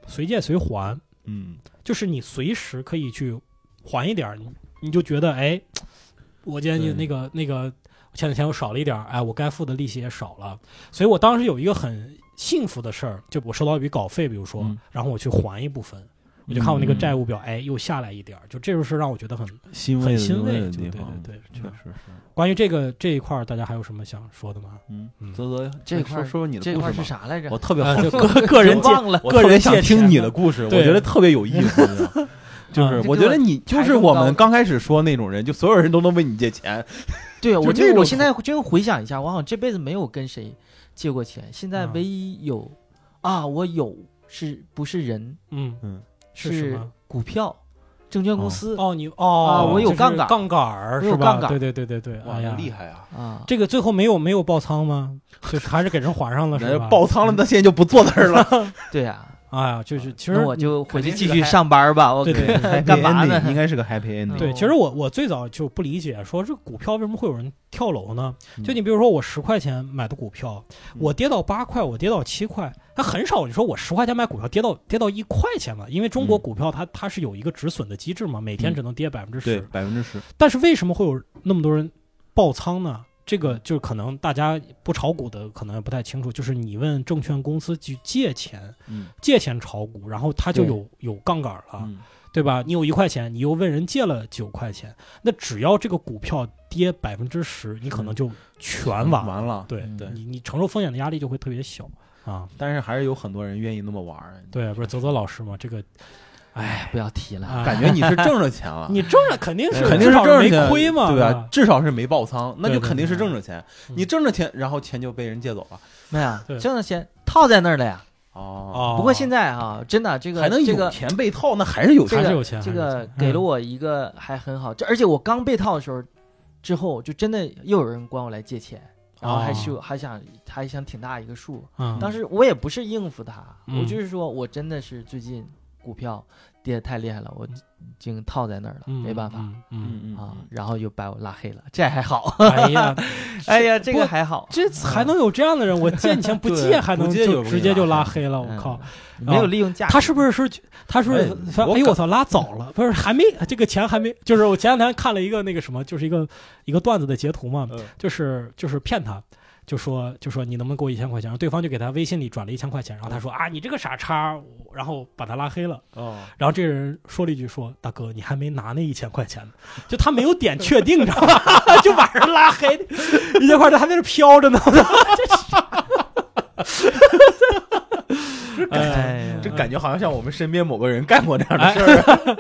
Speaker 1: 随借随还，
Speaker 2: 嗯
Speaker 1: 就是你随时可以去还一点儿，你你就觉得哎，我今天
Speaker 2: 对
Speaker 1: 就那个那个欠的钱我少了一点儿，哎，我该付的利息也少了。所以我当时有一个很幸福的事儿，就我收到一笔稿费，比如说，
Speaker 2: 嗯
Speaker 1: 然后我去还一部分。我就看我那个
Speaker 2: 嗯
Speaker 1: 债务表，哎，又下来一点儿，就这就是让我觉得很
Speaker 2: 欣
Speaker 1: 很
Speaker 2: 的
Speaker 1: 欣慰
Speaker 2: 的
Speaker 1: 就
Speaker 2: 地
Speaker 1: 对
Speaker 2: 方，
Speaker 1: 对对
Speaker 2: 确
Speaker 1: 嗯
Speaker 2: 实是。
Speaker 1: 关于这个这一块儿，大家还有什么想说的吗？
Speaker 2: 嗯
Speaker 1: 嗯，
Speaker 2: 泽泽，
Speaker 3: 这
Speaker 2: 哎
Speaker 3: 块
Speaker 2: 说说说你
Speaker 3: 这
Speaker 2: 的故
Speaker 3: 块
Speaker 2: 事
Speaker 3: 是
Speaker 2: 吧。
Speaker 3: 啥来着
Speaker 2: 我？特别
Speaker 1: 啊
Speaker 2: 好
Speaker 1: 就个 个人
Speaker 3: 我
Speaker 1: 借
Speaker 3: 忘了，
Speaker 2: 我
Speaker 1: 个
Speaker 2: 特别
Speaker 1: 人
Speaker 2: 想
Speaker 1: 借
Speaker 2: 听
Speaker 1: 钱
Speaker 2: 你
Speaker 1: 呢
Speaker 2: 的故事，我
Speaker 1: 对
Speaker 2: 觉得特别有意 思。你知道吗就是
Speaker 1: 嗯
Speaker 2: 我觉得你就是我们刚开始说那种人，就所有人都能问你借钱，
Speaker 3: 对，啊我
Speaker 2: 就那
Speaker 3: 这
Speaker 2: 种
Speaker 3: 我现在真回想一下，我好像这辈子没有跟谁借过钱，现在
Speaker 1: 嗯
Speaker 3: 唯一有啊，我有是不是人？
Speaker 1: 嗯
Speaker 2: 嗯，
Speaker 1: 是什么
Speaker 3: 股票、证券公司
Speaker 1: 哦，你
Speaker 3: 啊
Speaker 1: 哦，
Speaker 3: 我有
Speaker 1: 就是
Speaker 3: 杠杆
Speaker 1: 杠杆儿
Speaker 3: 我
Speaker 1: 是
Speaker 3: 有
Speaker 1: 吧
Speaker 3: 杠？杆
Speaker 1: 对对对对对，哎呀，
Speaker 2: 厉害啊！
Speaker 3: 啊，
Speaker 1: 这个最后没有没有爆仓吗？ 就还是给人还 上了
Speaker 2: 那
Speaker 1: 是吧？
Speaker 2: 爆仓了，那现在就不坐那儿了。
Speaker 3: 对呀，
Speaker 1: 哎呀，就是其实
Speaker 3: 那我就回去
Speaker 2: 肯定
Speaker 3: 继
Speaker 2: 是
Speaker 3: 续
Speaker 2: 还
Speaker 3: 上班吧，我
Speaker 1: 对 对
Speaker 3: 可干嘛呢？
Speaker 2: 应该是个 happy ending。
Speaker 1: 对，
Speaker 3: 哦
Speaker 1: 其实我我最早就不理解，说这个股票为什么会有人跳楼呢？就你比如说我十块钱买的股票，我跌到八块，我跌到七块，它很少。你说我十块钱买股票跌到跌到一块钱嘛？因为中国
Speaker 2: 嗯
Speaker 1: 股票它它是有一个止损的机制嘛，每天只能跌百分之
Speaker 2: 对
Speaker 1: 十。
Speaker 2: 百分之十，
Speaker 1: 但是为什么会有那么多人爆仓呢？这个就可能大家不炒股的可能也不太清楚，就是你问证券公司去借钱，
Speaker 2: 嗯
Speaker 1: 借钱炒股，然后它就
Speaker 3: 对
Speaker 1: 有有杠杆了。
Speaker 2: 嗯
Speaker 1: 对吧？你有一块钱，你又问人借了九块钱，那只要这个股票跌百分之十，你可能就全完了。
Speaker 2: 完了。
Speaker 1: 对
Speaker 3: 嗯
Speaker 2: 对
Speaker 1: 你你承受风险的压力就会特别小啊。
Speaker 2: 但是还是有很多人愿意那么玩儿。
Speaker 1: 对，不是泽泽老师嘛，这个，哎，
Speaker 3: 哎，不要提了，
Speaker 1: 啊
Speaker 2: 感觉你是挣着钱了
Speaker 1: ，你挣了肯定是
Speaker 2: 啊肯定
Speaker 1: 至少
Speaker 2: 挣着
Speaker 1: 没
Speaker 2: 钱，
Speaker 1: 亏嘛，
Speaker 2: 对吧
Speaker 1: 吧？？
Speaker 2: 至少是没爆仓，
Speaker 1: 啊
Speaker 2: 那
Speaker 1: 对
Speaker 2: 就
Speaker 1: 对
Speaker 2: 肯定是
Speaker 1: 对
Speaker 2: 挣着钱。
Speaker 1: 嗯
Speaker 2: 你挣着钱，然后钱就被人借走了。
Speaker 3: 没有，
Speaker 1: 对
Speaker 3: 挣的钱套在那儿了呀。
Speaker 2: 哦，
Speaker 1: 哦，
Speaker 3: 不过现在啊，真的这个
Speaker 2: 还能
Speaker 3: 这
Speaker 2: 有
Speaker 3: 个
Speaker 2: 钱被套，那还是有
Speaker 1: 还
Speaker 2: 钱。
Speaker 1: 是有钱，
Speaker 3: 这
Speaker 1: 啊还是有
Speaker 3: 个
Speaker 1: 钱嗯
Speaker 3: 给了我一个还很好，这而且我刚被套的时候，之后就真的又有人管我来借钱，然
Speaker 1: 哦
Speaker 3: 后还是有还想还想挺大一个数。
Speaker 1: 嗯，
Speaker 3: 当时我也不是应付他，
Speaker 1: 嗯
Speaker 3: 我就是说我真的是最近股票跌得太厉害了，我已经套在那儿了，
Speaker 1: 嗯
Speaker 3: 没办法。，
Speaker 1: 嗯
Speaker 2: 嗯
Speaker 3: 啊，然后又把我拉黑了，这 还好，
Speaker 1: 嗯，哎呀，
Speaker 3: 哎呀，这
Speaker 1: 不
Speaker 3: 个还好，
Speaker 1: 这还能有这样的人？我借你钱不
Speaker 2: 对
Speaker 1: 借，还能
Speaker 2: 不借
Speaker 1: 就
Speaker 2: 有
Speaker 1: 直接就
Speaker 2: 人拉
Speaker 1: 拉
Speaker 2: 黑
Speaker 1: 黑了，我
Speaker 3: 嗯
Speaker 1: 靠！哦啊
Speaker 3: 没有利用价值。
Speaker 1: 他是不是是？他是不是
Speaker 2: 哎
Speaker 1: 说？
Speaker 2: 我
Speaker 1: 哎呦，
Speaker 2: 感
Speaker 1: 我操，拉早了，不是还没这个钱还没，就是我前两天看了一个那个什么，就是一个一个段子的截图嘛，
Speaker 2: 嗯
Speaker 1: 就是就是骗他。就说就说你能不能给我一千块钱？然后对方就给他微信里转了一千块钱，然后他说啊你这个傻叉，然后把他拉黑了。
Speaker 2: 哦，
Speaker 1: 然后这个人说了一句说大哥你还没拿那一千块钱呢， 就他没有点确定，你知道吗？ 就把人拉黑，一千块钱还在这飘着呢。这
Speaker 3: 哎呀，
Speaker 2: 这感觉好像像我们身边某个人干过这样的事儿。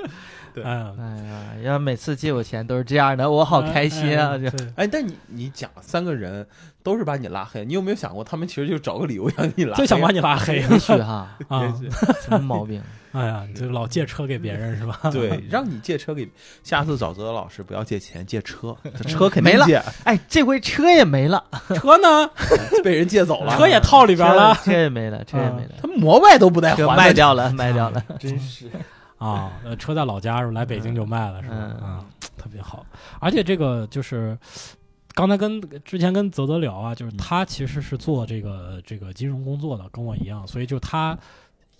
Speaker 2: 对
Speaker 1: 嗯，
Speaker 3: 哎呀，要每次借我钱都是这样的，我好开心啊！这
Speaker 1: 对
Speaker 2: 哎，但你你讲三个人都是把你拉黑，你有没有想过他们其实就找个理由让你拉黑？
Speaker 1: 就
Speaker 2: 啊
Speaker 1: 想把你拉黑
Speaker 3: 也许哈，
Speaker 1: 啊！
Speaker 2: 也是
Speaker 3: 什么毛病？
Speaker 1: 哎呀，你就老借车给别人 是吧？
Speaker 2: 对，让你借车给，下次找泽老师不要借钱，借车，车肯定
Speaker 3: 没了
Speaker 2: 借，
Speaker 3: 哎，这回车也没了，
Speaker 1: 车呢？
Speaker 2: 被人借走了，
Speaker 1: 车也套里边了嗯
Speaker 3: 车车也没了，车也没了，
Speaker 2: 他膜拜都不带还
Speaker 3: 车
Speaker 2: 的，
Speaker 3: 卖掉了，卖掉了。
Speaker 2: 真是
Speaker 1: 啊！呃车在老家，来北京就卖了是吧？
Speaker 3: 嗯
Speaker 1: 啊，特别好。而且这个就是刚才跟之前跟泽泽聊啊，
Speaker 3: 嗯
Speaker 1: 就是他其实是做这个这个金融工作的，跟我一样，所以就他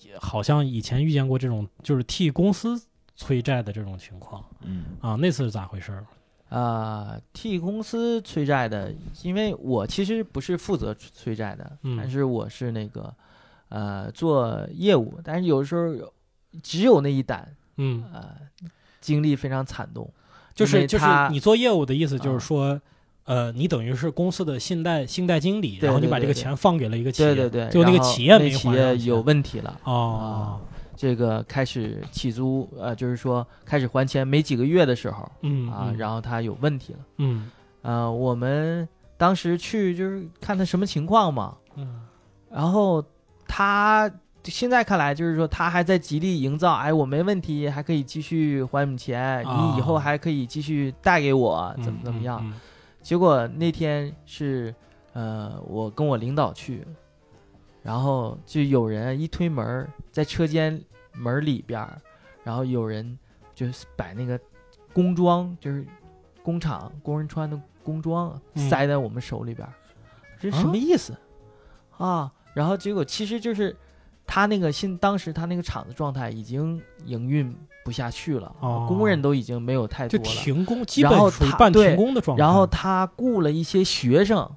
Speaker 1: 也好像以前遇见过这种就是替公司催债的这种情况
Speaker 2: 嗯
Speaker 1: 啊。那次是咋回事儿？
Speaker 3: 啊，替公司催债的，因为我其实不是负责催债的，
Speaker 1: 嗯
Speaker 3: 但是我是那个呃做业务，但是有时候有只有那一单，
Speaker 1: 嗯，
Speaker 3: 呃，经历非常惨痛，
Speaker 1: 就
Speaker 3: 因
Speaker 1: 是
Speaker 3: 为
Speaker 1: 就是
Speaker 3: 他
Speaker 1: 你做业务的意思就是
Speaker 3: 啊
Speaker 1: 说，呃，你等于是公司的信贷信贷经理，
Speaker 3: 对
Speaker 1: 然后你
Speaker 3: 对
Speaker 1: 把这
Speaker 3: 对
Speaker 1: 个
Speaker 3: 对
Speaker 1: 钱放给了一个企业，
Speaker 3: 对对对，
Speaker 1: 就那个
Speaker 3: 然后
Speaker 1: 企业没
Speaker 3: 那企
Speaker 1: 还上
Speaker 3: 业
Speaker 1: 钱
Speaker 3: 有问题了。啊
Speaker 1: 哦，
Speaker 3: 这个开始起租，呃，就是说开始还钱没几个月的时候
Speaker 1: 嗯
Speaker 3: 啊，
Speaker 1: 嗯
Speaker 3: 然后他有问题了，
Speaker 1: 嗯
Speaker 3: 呃，我们当时去就是看他什么情况嘛，
Speaker 1: 嗯
Speaker 3: 然后他现在看来就是说他还在极力营造，哎，我没问题，还可以继续还你钱，
Speaker 1: 啊
Speaker 3: 你以后还可以继续贷给我，啊
Speaker 1: 嗯
Speaker 3: 怎么怎么样？？结果那天是，呃，我跟我领导去，然后就有人一推门儿，在车间门儿里边儿，然后有人就是把那个工装，就是工厂工人穿的工装
Speaker 1: 嗯
Speaker 3: 塞在我们手里边儿，这是
Speaker 1: 啊
Speaker 3: 什么意思啊？然后结果其实就是他那个现当时他那个厂子状态已经营运不下去了，
Speaker 1: 哦
Speaker 3: 啊工人都已经没有太
Speaker 1: 就
Speaker 3: 多了。
Speaker 1: 停工，基
Speaker 3: 然
Speaker 1: 本
Speaker 3: 后
Speaker 1: 属于
Speaker 3: 他
Speaker 1: 半
Speaker 3: 对
Speaker 1: 停工的状态。
Speaker 3: 然后他雇了一些 学生，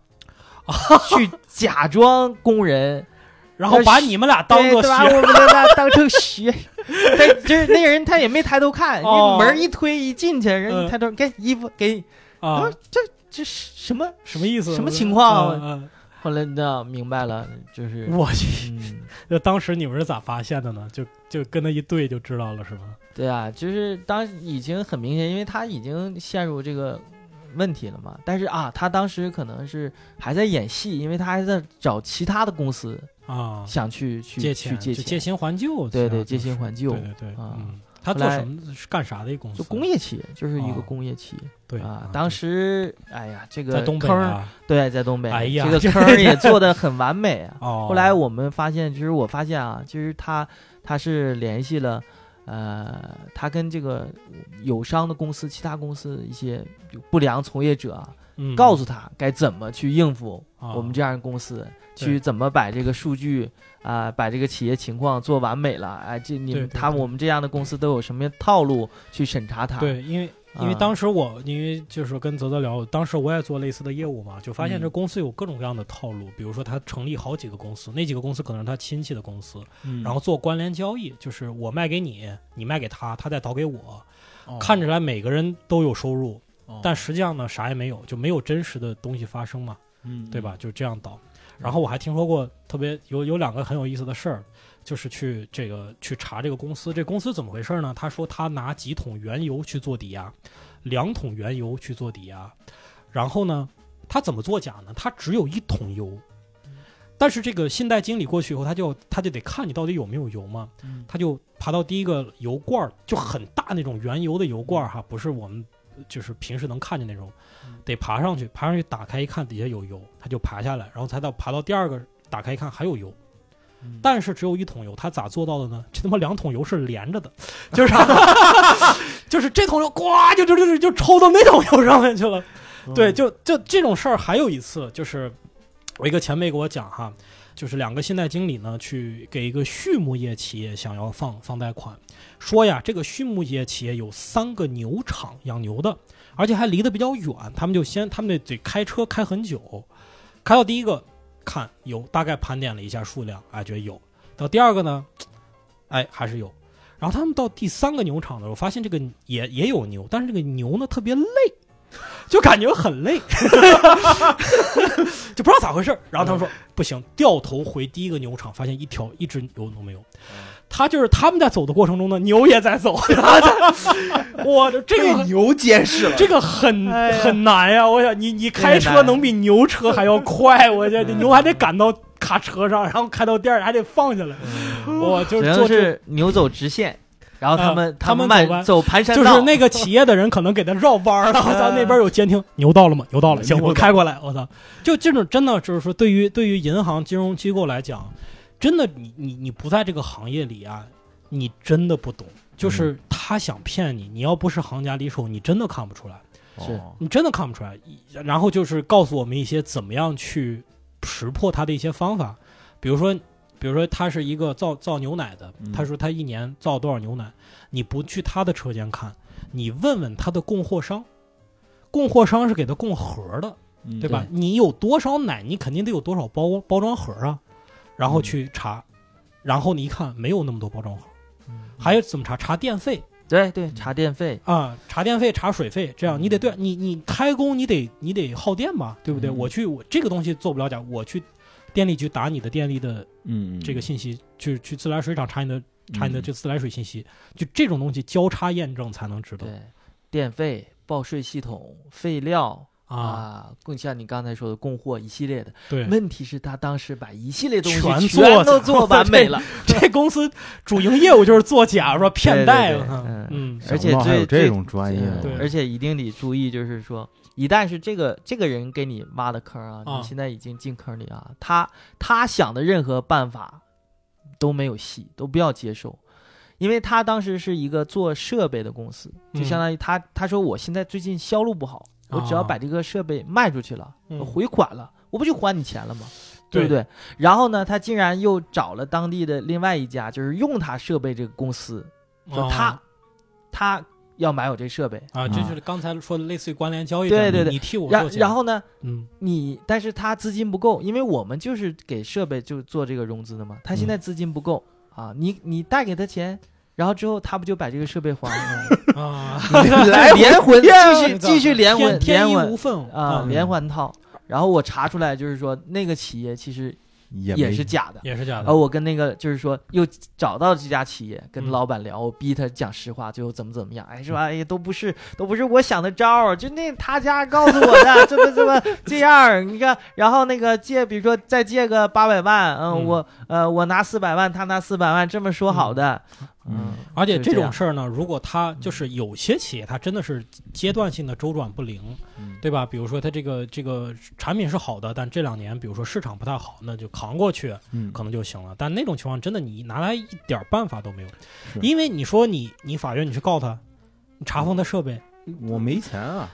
Speaker 3: 去假装工人，哎
Speaker 1: 然后把你们俩 当做
Speaker 3: 对把
Speaker 1: 学
Speaker 3: 我们那当成学， 对，就是那个人他也没抬头看，
Speaker 1: 哦
Speaker 3: 那门一推一进去，人
Speaker 1: 嗯
Speaker 3: 一抬头，给衣服给，
Speaker 1: 啊
Speaker 3: 啊，这这是什么？
Speaker 1: 什么意思？
Speaker 3: 什么情况
Speaker 1: 嗯？嗯
Speaker 3: 后来你知道明白了，就是
Speaker 1: 嗯，我去，
Speaker 3: 嗯，
Speaker 1: 那当时你们是咋发现的呢？就就跟他一对就知道了是吗？
Speaker 3: 对啊，就是当时已经很明显，因为他已经陷入这个问题了嘛。但是啊，他当时可能是还在演戏，因为他还在找其他的公司
Speaker 1: 啊，
Speaker 3: 想去去
Speaker 1: 借
Speaker 3: 去
Speaker 1: 钱
Speaker 3: 借
Speaker 1: 就借
Speaker 3: 钱，
Speaker 1: 新还旧，
Speaker 3: 对
Speaker 1: 对，
Speaker 3: 对，借新还旧
Speaker 1: 对，对对，
Speaker 3: 啊
Speaker 1: 嗯，他
Speaker 3: 后
Speaker 1: 做
Speaker 3: 来
Speaker 1: 什么是干啥的一公司？
Speaker 3: 就工业企业，就是一个
Speaker 1: 哦
Speaker 3: 工业企业。
Speaker 1: 对
Speaker 3: 啊，当时哎呀，这
Speaker 1: 在
Speaker 3: 个
Speaker 1: 东北
Speaker 3: 坑儿
Speaker 1: 啊，
Speaker 3: 对，在东北，
Speaker 1: 哎呀
Speaker 3: 这个坑儿也做的很完美啊。
Speaker 1: 哦，
Speaker 3: 后来我们发现，其实我发现啊，其实他他是联系了，呃，他跟这个友商的公司、其他公司一些不良从业者啊，
Speaker 1: 嗯
Speaker 3: 告诉他该怎么去应付
Speaker 1: 啊
Speaker 3: 我们这样的公司，
Speaker 1: 对
Speaker 3: 去怎么把这个数据啊、把这个企业情况做完美了。哎，这你
Speaker 1: 对
Speaker 3: 们
Speaker 1: 对
Speaker 3: 他
Speaker 1: 对
Speaker 3: 我们这样的公司都有什么套路去审查它？
Speaker 1: 对，因为因为
Speaker 3: 啊
Speaker 1: 当时我因为就是跟泽泽聊，当时我也做类似的业务嘛，就发现
Speaker 3: 嗯
Speaker 1: 这公司有各种各样的套路，比如说他成立好几个公司，那几个公司可能是他亲戚的公司，
Speaker 2: 嗯
Speaker 1: 然后做关联交易，就是我卖给你，你卖给他，他再倒给我，
Speaker 2: 哦
Speaker 1: 看起来每个人都有收入，但实际上呢啥也没有，就没有真实的东西发生嘛，
Speaker 2: 嗯
Speaker 1: 对吧？？就这样倒。然后我还听说过特别有有两个很有意思的事儿，就是去这个去查这个公司，这公司怎么回事呢？他说他拿几桶原油去做抵押，两桶原油去做抵押，然后呢，他怎么作假呢？他只有一桶油，但是这个信贷经理过去以后，他就他就得看你到底有没有油嘛，
Speaker 2: 嗯
Speaker 1: 他就爬到第一个油罐儿，就很大那种原油的油罐儿哈，不是我们呃就是平时能看见那种，得爬上去，爬上去打开一看底下有油，他就爬下来，然后才到爬到第二个打开一看还有油。
Speaker 2: 嗯
Speaker 1: 但是只有一桶油，他咋做到的呢？ 这他妈两桶油是连着的， 就是啥、就是这桶油呱就就就就抽到那桶油上面去了。对，就就这种事儿还有一次，就是我一个前辈给我讲哈，就是两个信贷经理呢去给一个畜牧业企业想要放放贷款，说呀这个畜牧业企业有三个牛场养牛的，而且还离得比较远，他们就先他们得得开车开很久，开到第一个看有，大概盘点了一下数量，哎觉得有，到第二个呢，哎还是有。然后他们到第三个牛场的时候，发现这个也也有牛，但是这个牛呢特别累， 就感觉很累， 就不知道咋回事儿。然后他们说不行，掉头回第一个牛场，发现一条一只牛都没有。他就是他们在走的过程中呢，牛也在走。 我这个
Speaker 2: 被牛监视 了，
Speaker 1: 这个很、
Speaker 3: 哎呀
Speaker 1: 很难呀、我想你你开
Speaker 3: 这个
Speaker 1: 车
Speaker 3: 难
Speaker 1: 能比牛车还要快，我觉得
Speaker 3: 嗯
Speaker 1: 牛还得赶到卡车上，然 后开到店儿还得放下来。我就
Speaker 3: 只
Speaker 1: 是
Speaker 3: 能
Speaker 1: 做这。
Speaker 3: 是牛走直线，然后他们、
Speaker 1: 嗯啊他们
Speaker 3: 们
Speaker 1: 走弯
Speaker 3: 慢走盘山
Speaker 1: 就
Speaker 3: 道，
Speaker 1: 是那个企业的人可能给他绕弯儿了，我操，那边有监听，牛到了吗？牛到了，行，
Speaker 2: 牛到
Speaker 1: 我开过来，我操，就这种真的就是说，对于对于银行金融机构来讲，真的你你你不在这个行业里啊，你真的不懂，就是他想骗你，你要不是行家里手，你真的看不出来。
Speaker 3: 是
Speaker 2: 哦
Speaker 1: 你真的看不出来。一然后就是告诉我们一些怎么样去识破它的一些方法，比如说，比如说他是一个造造牛奶的
Speaker 2: 嗯，
Speaker 1: 他说他一年造多少牛奶，你不去他的车间看，你问问他的供货商，供货商是给他供盒的，
Speaker 2: 嗯
Speaker 1: 对吧？你有多少奶，你肯定得有多少包包装盒啊，然后去查，然后你一看没有那么多包装盒，还有怎么查？查电费。
Speaker 3: 对
Speaker 1: 嗯
Speaker 3: 对查电费，
Speaker 1: 啊，查电费、查水费，这
Speaker 3: 嗯
Speaker 1: 样你得对你你开工你得你得耗电吧，对不对？
Speaker 2: 嗯
Speaker 1: 我去我这个东西做不了假，我去电力局打你的电力的
Speaker 2: 嗯
Speaker 1: 这个信息，去去自来水厂查你的查你的
Speaker 2: 嗯
Speaker 1: 这自来水信息，就这种东西交叉验证才能知道
Speaker 3: 对电费、报税系统、废料
Speaker 1: 啊。
Speaker 3: 更像你刚才说的供货一系列的。
Speaker 1: 对，
Speaker 3: 问题是，他当时把一系列东西
Speaker 1: 全
Speaker 3: 全
Speaker 1: 做
Speaker 3: 都
Speaker 1: 假
Speaker 3: 做完美了，
Speaker 1: 这公司主营业务就是做 假，说骗贷，我
Speaker 3: 对对对
Speaker 1: 操
Speaker 3: 嗯
Speaker 1: 嗯
Speaker 3: 而且
Speaker 2: 想不到还
Speaker 3: 最
Speaker 2: 有这种专业
Speaker 3: 嗯
Speaker 2: 的，
Speaker 1: 对
Speaker 3: 而且一定得注意，就是说，一旦是这个这个人给你挖的坑啊，
Speaker 1: 啊
Speaker 3: 你现在已经进坑里啊，他他想的任何办法都没有戏，都不要接受。因为他当时是一个做设备的公司，就
Speaker 1: 嗯
Speaker 3: 相当于他、他说我现在最近销路不好，我只要
Speaker 1: 啊
Speaker 3: 把这个设备卖出去了，
Speaker 1: 嗯
Speaker 3: 我回款了，我不就还你钱了吗？
Speaker 1: 对
Speaker 3: 不对？然后呢，他竟然又找了当地的另外一家，就是用他设备这个公司，说他、
Speaker 1: 啊
Speaker 3: 他要买我这设备，
Speaker 1: 啊，这就是刚才说的类似于关联交易这
Speaker 3: 对
Speaker 1: 样，
Speaker 3: 对
Speaker 1: 你
Speaker 3: 对
Speaker 1: 你替我
Speaker 3: 然
Speaker 1: 做假，
Speaker 3: 然后呢，
Speaker 1: 嗯
Speaker 3: 你但是他资金不够，因为我们就是给设备就做这个融资的嘛，他现
Speaker 1: 嗯
Speaker 3: 在资金不够、啊，你你贷给他钱。然后之后他不就把这个设备还了吗？
Speaker 1: 啊，
Speaker 2: 来回
Speaker 3: 连混，
Speaker 2: 骗
Speaker 3: 继续继续连
Speaker 1: 天
Speaker 3: 混，
Speaker 1: 天
Speaker 3: 连
Speaker 1: 衣
Speaker 3: 混
Speaker 1: 无缝
Speaker 3: 啊，
Speaker 1: 嗯
Speaker 3: 连环套。然后我查出来，就是说那个企业其实
Speaker 2: 也
Speaker 3: 也
Speaker 2: 没
Speaker 3: 是假的。哦
Speaker 1: 也是假的
Speaker 3: 而。呃我跟那个就是说，又找到这家企业，
Speaker 2: 嗯
Speaker 3: 跟老板聊，我逼他讲实话，最后怎么怎么样，哎，说哎呀，都不是，都不是我想的招儿，就那他家告诉我的，这么这么这样儿，你看，然后那个借，比如说再借个八百万，
Speaker 1: 嗯
Speaker 3: 嗯，我呃我拿四百万，他拿四百万，这么说好的，
Speaker 2: 嗯
Speaker 3: 嗯，
Speaker 1: 而且
Speaker 3: 就
Speaker 1: 这
Speaker 3: 这
Speaker 1: 种
Speaker 3: 样
Speaker 1: 事儿呢，如果它就是有些企业，它真的是阶段性的周转不灵，
Speaker 2: 嗯
Speaker 1: 对吧？比如说它这个这个产品是好的，但这两年比如说市场不太好，那就扛过去
Speaker 2: 嗯
Speaker 1: 可能就行了。但那种情况真的你拿来一点儿办法都没有
Speaker 2: 是，
Speaker 1: 因为你说你你法院你去告他，你查封他设备，
Speaker 2: 我没钱 啊，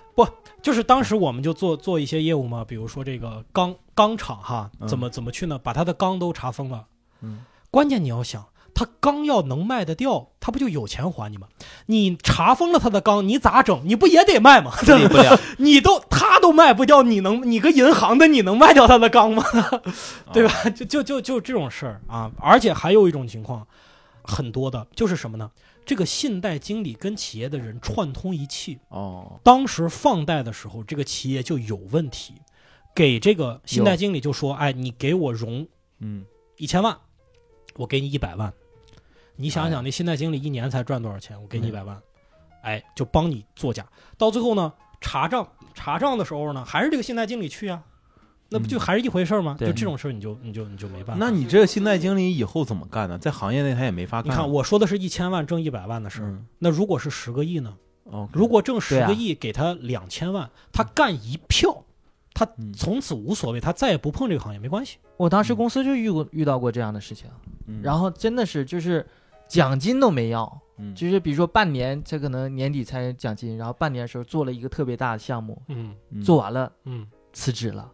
Speaker 1: 就是当时我们就做做一些业务嘛，比如说这个钢钢厂哈，
Speaker 2: 嗯
Speaker 1: 怎么怎么去呢？把他的钢都查封了。
Speaker 2: 嗯，
Speaker 1: 关键你要想，他钢要能卖得掉，他不就有钱还你吗？你查封了他的钢，你咋整？你不也得卖吗？
Speaker 2: 处理不了，
Speaker 1: 你都他都卖不掉，你能你个银行的你能卖掉他的钢吗？
Speaker 2: 啊
Speaker 1: 对吧？就就就就这种事儿啊！而且还有一种情况，很多的就是什么呢？这个信贷经理跟企业的人串通一气，
Speaker 2: 哦，
Speaker 1: 当时放贷的时候，这个企业就有问题，给这个信贷经理就说：“哎，你给我融
Speaker 2: 嗯，
Speaker 1: 一千万，我给你一百万。”你想
Speaker 2: 哎
Speaker 1: 想，那信贷经理一年才赚多少钱？我给你一百
Speaker 2: 嗯
Speaker 1: 万，哎，就帮你作假。到最后呢，查账查账的时候呢，还是这个信贷经理去啊，那不就
Speaker 2: 嗯
Speaker 1: 还是一回事儿吗？
Speaker 3: 对
Speaker 1: 就这种事儿，你就你就你就没办法。
Speaker 2: 那你这个信贷经理以后怎么干呢？在行业内他也没法
Speaker 1: 你
Speaker 2: 干。啊
Speaker 1: 看，我说的是一千万挣一百万的事儿，
Speaker 2: 嗯，
Speaker 1: 那如果是十个亿呢？
Speaker 2: 哦，
Speaker 1: 如果挣十
Speaker 3: 对啊
Speaker 1: 个亿，给他两千万，他干一票，他
Speaker 2: 嗯
Speaker 1: 从此无所谓，他再也不碰这个行业，没关系。
Speaker 3: 我当时
Speaker 2: 嗯
Speaker 3: 公司就遇过遇到过这样的事情，
Speaker 2: 嗯
Speaker 3: 然后真的是就是奖金都没要，
Speaker 2: 嗯
Speaker 3: 就是比如说半年，他可能年底才有奖金，然后半年的时候做了一个特别大的项目，
Speaker 1: 嗯
Speaker 2: 嗯
Speaker 3: 做完了
Speaker 1: 嗯
Speaker 3: 辞职了，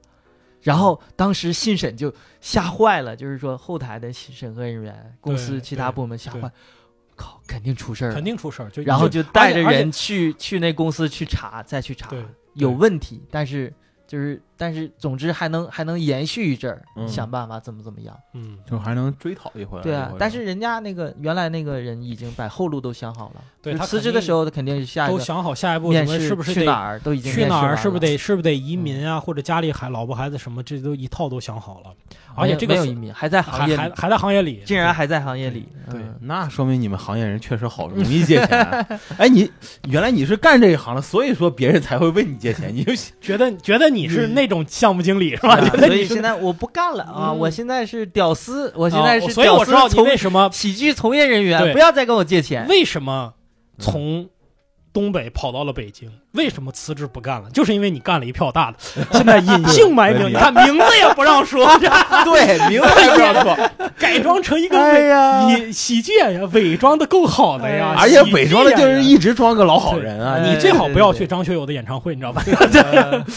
Speaker 3: 然后当时信审就吓坏了，就是说后台的审核人员、公司
Speaker 1: 对
Speaker 3: 其他部门吓
Speaker 1: 对
Speaker 3: 坏，靠，肯定出事儿
Speaker 1: 肯
Speaker 3: 了，
Speaker 1: 定出事儿。就
Speaker 3: 然后就带着
Speaker 1: 而且
Speaker 3: 人去去那公司去查，再去查
Speaker 1: 对
Speaker 3: 有问题，但是就是但是总之还能还能延续一阵儿，
Speaker 2: 嗯
Speaker 3: 想办法怎么怎么样。
Speaker 1: 嗯，
Speaker 2: 就还能追讨一回。
Speaker 3: 对
Speaker 2: 一
Speaker 3: 啊
Speaker 2: 回，
Speaker 3: 但是人家那个原来那个人已经把后路都想好了，
Speaker 1: 对
Speaker 3: 就
Speaker 1: 他
Speaker 3: 辞
Speaker 1: 肯
Speaker 3: 职的
Speaker 1: 定
Speaker 3: 时候他肯定是下一
Speaker 1: 都
Speaker 3: 个
Speaker 1: 想好下一步什
Speaker 3: 面
Speaker 1: 么
Speaker 3: 试
Speaker 1: 是不是
Speaker 3: 去哪
Speaker 1: 得
Speaker 3: 儿都已经
Speaker 1: 去哪儿，是不是
Speaker 3: 得
Speaker 1: 得是不是得
Speaker 3: 嗯
Speaker 1: 移民啊，或者家里还老婆孩子什么，这都一套都想好了，而且这个
Speaker 3: 哎没有
Speaker 1: 是
Speaker 3: 移民，还在行
Speaker 1: 还
Speaker 3: 业
Speaker 1: 还
Speaker 3: 里，
Speaker 1: 还在行业里，
Speaker 3: 竟然还在行业里，
Speaker 1: 对
Speaker 3: 嗯
Speaker 2: 那说明你们行业人确实好容易借钱啊。 哎，你原来你是干这一行的，所以说别人才会问你借 钱，你就
Speaker 1: 觉得觉得你是
Speaker 2: 嗯
Speaker 1: 那种项目经理是吧？
Speaker 3: 啊
Speaker 1: 觉得
Speaker 3: 所
Speaker 1: 你
Speaker 3: 以
Speaker 1: 是
Speaker 3: 现在我不干了啊！
Speaker 1: 嗯
Speaker 3: 我现在是屌丝，我
Speaker 1: 我
Speaker 3: 现在是
Speaker 1: 哦所以我
Speaker 3: 屌
Speaker 1: 知道
Speaker 3: 丝
Speaker 1: 你
Speaker 3: 从
Speaker 1: 为什么
Speaker 3: 喜剧从业人员，
Speaker 1: 对
Speaker 3: 不要再跟我借钱。
Speaker 1: 为什么
Speaker 3: 嗯
Speaker 1: 从东北跑到了北京？为什么辞职不干了？就是因为你干了一票大的，现在隐姓埋名，啊
Speaker 2: 文明
Speaker 1: 你看名字也不让 说，这
Speaker 2: 对， 明白不要错，
Speaker 1: 改装成一个
Speaker 3: 哎
Speaker 1: 伪
Speaker 3: 呀，哎
Speaker 1: 你喜剧演员，伪装的够好的呀，
Speaker 2: 而且伪装的就
Speaker 1: 喜剧
Speaker 2: 是
Speaker 1: 演员。
Speaker 2: 一直装个老好人啊。
Speaker 3: 对
Speaker 2: 你
Speaker 1: 你最好不要去张学友的演唱会，你知道吧？
Speaker 3: 呃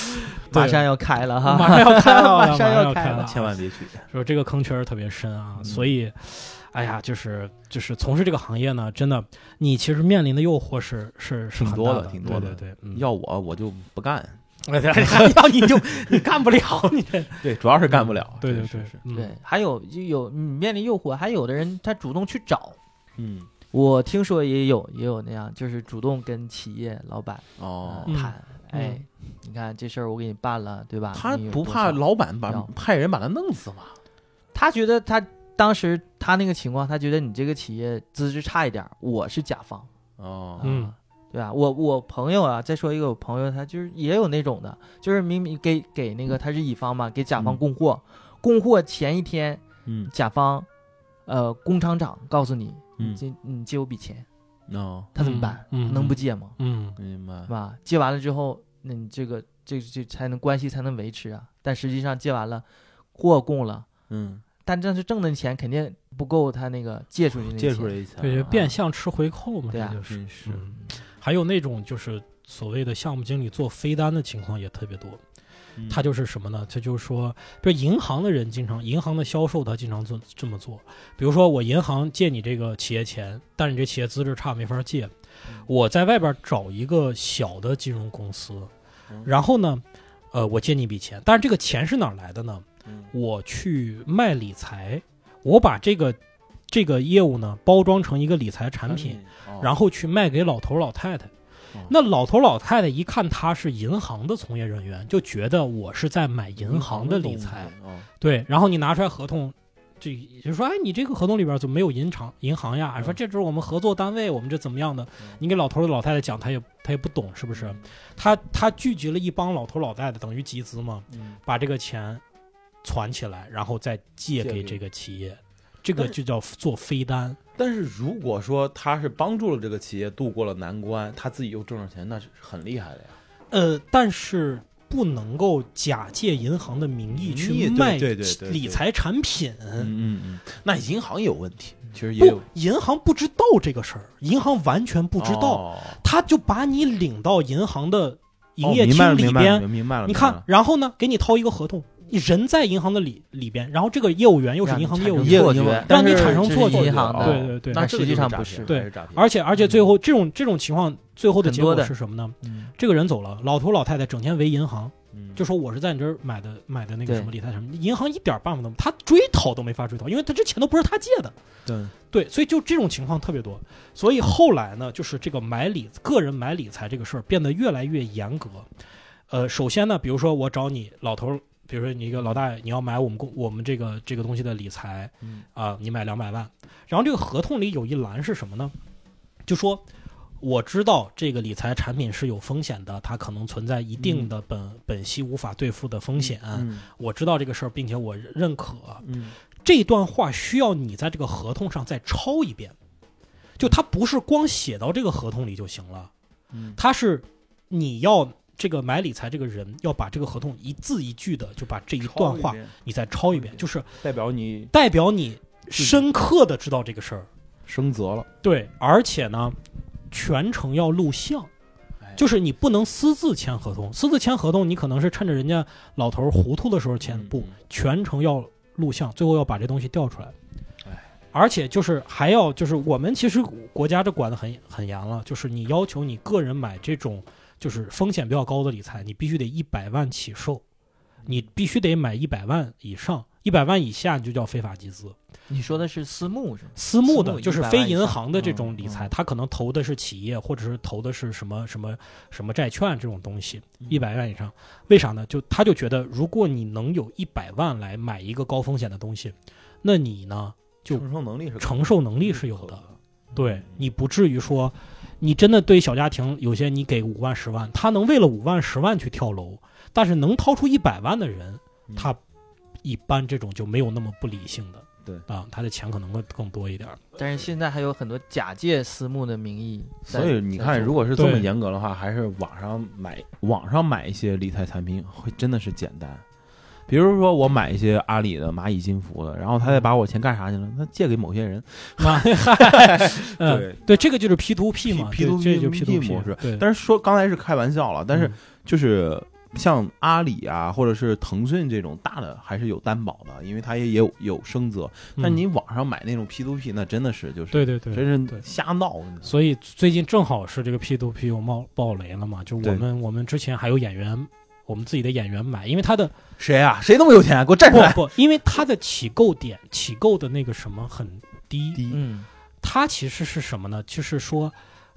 Speaker 1: 对
Speaker 3: 马上要开了哈，
Speaker 1: 马上要开了，
Speaker 3: 马上要
Speaker 1: 要
Speaker 3: 开
Speaker 1: 了
Speaker 3: 了，
Speaker 2: 千万别去，
Speaker 1: 说这个坑确实特别深啊，
Speaker 2: 嗯
Speaker 1: 所以，哎呀，就是就是从事这个行业呢，真的，你其实面临的诱惑是是是
Speaker 2: 挺
Speaker 1: 很
Speaker 2: 多
Speaker 1: 大
Speaker 2: 的
Speaker 1: 的，
Speaker 2: 挺多
Speaker 1: 对
Speaker 2: 的
Speaker 1: 对对，嗯，
Speaker 2: 要我我就不干。
Speaker 1: 哎还 要你就你干不了，你这
Speaker 2: 对，主要是干不了。
Speaker 1: 对对
Speaker 2: 是
Speaker 1: 对
Speaker 2: 是，，
Speaker 1: 嗯
Speaker 3: 对，，还有就有你面临诱惑，还有的人他主动去找。
Speaker 2: 嗯，
Speaker 3: 我听说也有也有那样，就是主动跟企业老板
Speaker 2: 哦
Speaker 3: 呃，
Speaker 1: 嗯
Speaker 3: 谈，哎，你看这事儿我给你办了，对吧？
Speaker 2: 他
Speaker 3: 你有
Speaker 2: 不
Speaker 3: 多
Speaker 2: 怕
Speaker 3: 少
Speaker 2: 老板把
Speaker 3: 要
Speaker 2: 派人把他弄死吗？
Speaker 3: 他觉得他当时他那个情况，他觉得你这个企业资质差一点儿，我是甲方，
Speaker 2: 哦
Speaker 3: 啊，
Speaker 1: 嗯
Speaker 3: 对吧？我我朋友啊，再说一个我朋友，他就是也有那种的，就是明明给给那个他是乙方嘛，给甲方
Speaker 2: 嗯
Speaker 3: 供货，供货前一天，
Speaker 2: 嗯
Speaker 3: 甲方，呃，工厂长告诉你，
Speaker 2: 嗯
Speaker 3: 你借你借我笔钱，
Speaker 2: 哦，
Speaker 3: 他怎么办？
Speaker 1: 嗯嗯
Speaker 3: 能不借吗？
Speaker 1: 嗯
Speaker 2: 明白
Speaker 3: 是。吧？借完了之后，那你这个这这才能关系才能维持啊。但实际上借完了，货供了。
Speaker 2: 嗯，
Speaker 3: 但但是挣的钱肯定不够他那个借出去那
Speaker 2: 借
Speaker 3: 钱
Speaker 2: 出来一下，
Speaker 1: 对，就变相吃回扣嘛，
Speaker 3: 对啊
Speaker 1: 这就是
Speaker 2: 真是
Speaker 1: 嗯还有那种就是所谓的项目经理做飞单的情况也特别多，
Speaker 2: 嗯
Speaker 1: 他就是什么呢？他就是说，比如银行的人经常，银行的销售他经常做这么做。比如说，我银行借你这个企业钱，但是你这企业资质差，没法借。我在外边找一个小的金融公司
Speaker 2: 嗯，
Speaker 1: 然后呢，呃，我借你一笔钱，但是这个钱是哪儿来的呢？
Speaker 2: 嗯
Speaker 1: 我去卖理财，我把这个这个业务呢包装成一个理财产品，，然
Speaker 2: 后
Speaker 1: 后去卖给老头儿老太太。
Speaker 2: 哦
Speaker 1: 那老头老太太一看他是银行的从业人员，就觉得我是在买银行的理财。
Speaker 2: 哦，
Speaker 1: 对，然后你拿出来合同，这就说，哎，你这个合同里边怎么没有银行银行呀？
Speaker 2: 嗯
Speaker 1: 说这就是我们合作单位，我们这怎么样的？你给老头儿老太太讲，他也他也不懂，是不
Speaker 2: 嗯
Speaker 1: 是？他他聚集了一帮老头老太太，等于集资嘛，
Speaker 2: 嗯
Speaker 1: 把这个钱攒起来，然后再借
Speaker 2: 借
Speaker 1: 给
Speaker 2: 给
Speaker 1: 这个企业，这个
Speaker 2: 但是
Speaker 1: 就叫做飞单。
Speaker 2: 但是如果说他是帮助了这个企业渡过了难关，他自己又挣着钱，那是很厉害的呀。
Speaker 1: 呃，但是不能够假借银行的名义
Speaker 2: 名义
Speaker 1: 去
Speaker 2: 对
Speaker 1: 卖
Speaker 2: 对对对
Speaker 1: 理
Speaker 2: 对
Speaker 1: 财产品。
Speaker 2: 嗯嗯嗯，那银行也有问题，其实也
Speaker 1: 不
Speaker 2: 有，
Speaker 1: 银行不知道这个事儿，银行完全不知道。
Speaker 2: 哦
Speaker 1: 他就把你领到银行的营业
Speaker 2: 哦明
Speaker 1: 厅
Speaker 2: 白了
Speaker 1: 里
Speaker 2: 明白了
Speaker 1: 边，
Speaker 2: 明白
Speaker 1: 你
Speaker 2: 了。嗯明白
Speaker 1: 看
Speaker 2: 了，
Speaker 1: 然后呢，给你掏一个合同，你人在银行的里里边，然后这个业务员又是银行业务
Speaker 3: 让你
Speaker 1: 员，
Speaker 3: 产
Speaker 2: 业
Speaker 3: 生错
Speaker 1: 让你产生错
Speaker 2: 务
Speaker 3: 觉，但是这是
Speaker 1: 觉
Speaker 3: 银行
Speaker 2: 哦
Speaker 3: 的，
Speaker 1: 对对对
Speaker 2: 那这个
Speaker 3: 实际上
Speaker 2: 就是嗯诈
Speaker 3: 不是
Speaker 2: 骗
Speaker 1: 对
Speaker 2: 还诈骗
Speaker 1: 而且而且最后这种这种情况，最后的结
Speaker 3: 很多
Speaker 1: 果
Speaker 3: 的
Speaker 1: 是什么呢？
Speaker 3: 嗯
Speaker 1: 这个人走了，老头老太太整天围银行，
Speaker 2: 嗯
Speaker 1: 就说我是在你这儿买的买的那个
Speaker 3: 对
Speaker 1: 什么理财产品，银行一点办法都没，他追讨都没法追讨，因为他这钱都不是他借的。
Speaker 2: 对
Speaker 1: 对，所以就这种情况特别多。所以后来呢，就是这个买理个人买理财这个事儿变得越来越严格。呃，首先呢，比如说我找你老头儿，比如说你一个老大爷，你要买我们公我们这个这个东西的理财
Speaker 2: 嗯
Speaker 1: 啊、你买两百万，然后这个合同里有一栏是什么呢？就说我知道这个理财产品是有风险的，它可能存在一定的本、本息无法兑付的风险。
Speaker 2: 嗯
Speaker 1: 我知道这个事儿，并且我认可。
Speaker 2: 嗯
Speaker 1: 这段话需要你在这个合同上再抄一遍，就它不是光写到这个合同里就行了，
Speaker 2: 嗯
Speaker 1: 它是你要这个买理财这个人要把这个合同一字一句的就把这一段话你再抄一遍，就是
Speaker 2: 代表你
Speaker 1: 代表你深刻的知道这个事儿。
Speaker 2: 升责了，
Speaker 1: 对，而且呢，全程要录像
Speaker 2: 哎。
Speaker 1: 就是你不能私自签合同，私自签合同，你可能是趁着人家老头儿糊涂的时候签，
Speaker 2: 嗯
Speaker 1: 不，全程要录像，最后要把这东西调出来
Speaker 2: 哎。
Speaker 1: 而且就是还要就是我们其实国家这管得很很严了，就是你要求你个人买这种就是风险比较高的理财，你必须得一百万起售，你必须得买一百万以上，一百万以下你就叫非法集资。
Speaker 3: 你说的是私募是吗？
Speaker 1: 私募
Speaker 3: 私
Speaker 1: 的，
Speaker 3: 募
Speaker 1: 就是
Speaker 3: 100万
Speaker 1: 非
Speaker 3: 以
Speaker 1: 银
Speaker 3: 上
Speaker 1: 行的这
Speaker 3: 嗯
Speaker 1: 种理财，
Speaker 3: 嗯
Speaker 1: 它可能投的是企业，或者是投的是什么什么什么债券这种东西，
Speaker 2: 嗯
Speaker 1: 一百万以上。为啥呢？就他就觉得，如果你能有一百万来买一个高风险的东西，那你呢就
Speaker 2: 承受能力是
Speaker 1: 承受能力是有的。对
Speaker 2: 嗯
Speaker 1: 你不至于说，你真的对小家庭有些你给五万十万，他能为了五万十万去跳楼，但是能掏出一百万的人，
Speaker 2: 嗯
Speaker 1: 他一般这种就没有那么不理性的。
Speaker 2: 对
Speaker 1: 啊，他的钱可能会更多一点 儿。
Speaker 3: 但是现在还有很多假借私募的名义在，
Speaker 2: 所以你
Speaker 3: 在
Speaker 2: 看，
Speaker 3: 做
Speaker 2: 如果是这么
Speaker 1: 对
Speaker 2: 严格的话，还是网上买网上买一些理财产品会真的是简单。比如说，我买一些阿里的、蚂蚁金服的，然后他再把我钱干啥去了？他借给某些人。
Speaker 1: 啊，嗨，嗯
Speaker 2: 对，
Speaker 1: 对，这个就是 P to P 嘛
Speaker 2: P-
Speaker 1: 对
Speaker 2: P2P
Speaker 1: 这就是 P to P
Speaker 2: 模式
Speaker 1: 对，
Speaker 2: 但是说刚才是开玩笑了，但是
Speaker 1: 嗯
Speaker 2: 就是像阿里啊，或者是腾讯这种大的，还是有担保的，因为它也有有升责。但
Speaker 1: 嗯
Speaker 2: 你网上买那种 P to P，那真的是就是
Speaker 1: 对对对。
Speaker 2: 真是瞎闹。
Speaker 1: 所以最近正好是这个 P to P 又冒爆雷了嘛，就我
Speaker 2: 对
Speaker 1: 们我们之前还有演员，我们自己的演员买，因为他的
Speaker 2: 谁啊？谁那么有钱？给我站出
Speaker 1: 不
Speaker 2: 来！
Speaker 1: 不，因为他的起购点起购的那个什么很低，
Speaker 2: 第一，
Speaker 3: 嗯，
Speaker 1: 它其实是什么呢？就是说，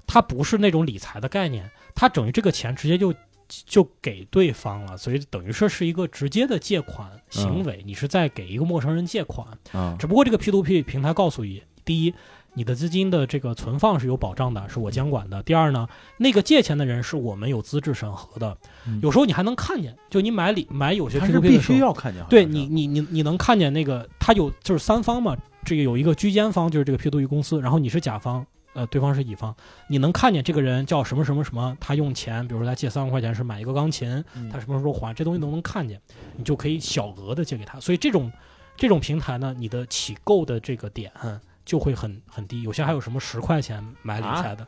Speaker 1: 它不是那种理财的概念，它等于这个钱直接就就给对方了，所以等于说是一个直接的借款行为，你是在给一个陌生人借款。
Speaker 2: 啊，
Speaker 1: 只不过嗯这个 P to P 平台告诉你，第一，你的资金的这个存放是有保障的，是我监管的；第二呢，那个借钱的人是我们有资质审核的，
Speaker 2: 嗯
Speaker 1: 有时候你还能看见，就你买理买有些
Speaker 2: 他
Speaker 1: P
Speaker 2: 是
Speaker 1: to P
Speaker 2: 必
Speaker 1: 的时候
Speaker 2: 须。要看见。
Speaker 1: 对你，你你你能看见那个他有就是三方嘛，这个有一个居间方就是这个 P to E 公司，然后你是甲方，呃，对方是乙方，你能看见这个人叫什么什么什么，他用钱，比如说他借三万块钱是买一个钢琴，他什么时候还，这东西都能看见，你就可以小额的借给他。所以这种这种平台呢，你的起购的这个点就会很很低，有些还有什么十块钱买理财的，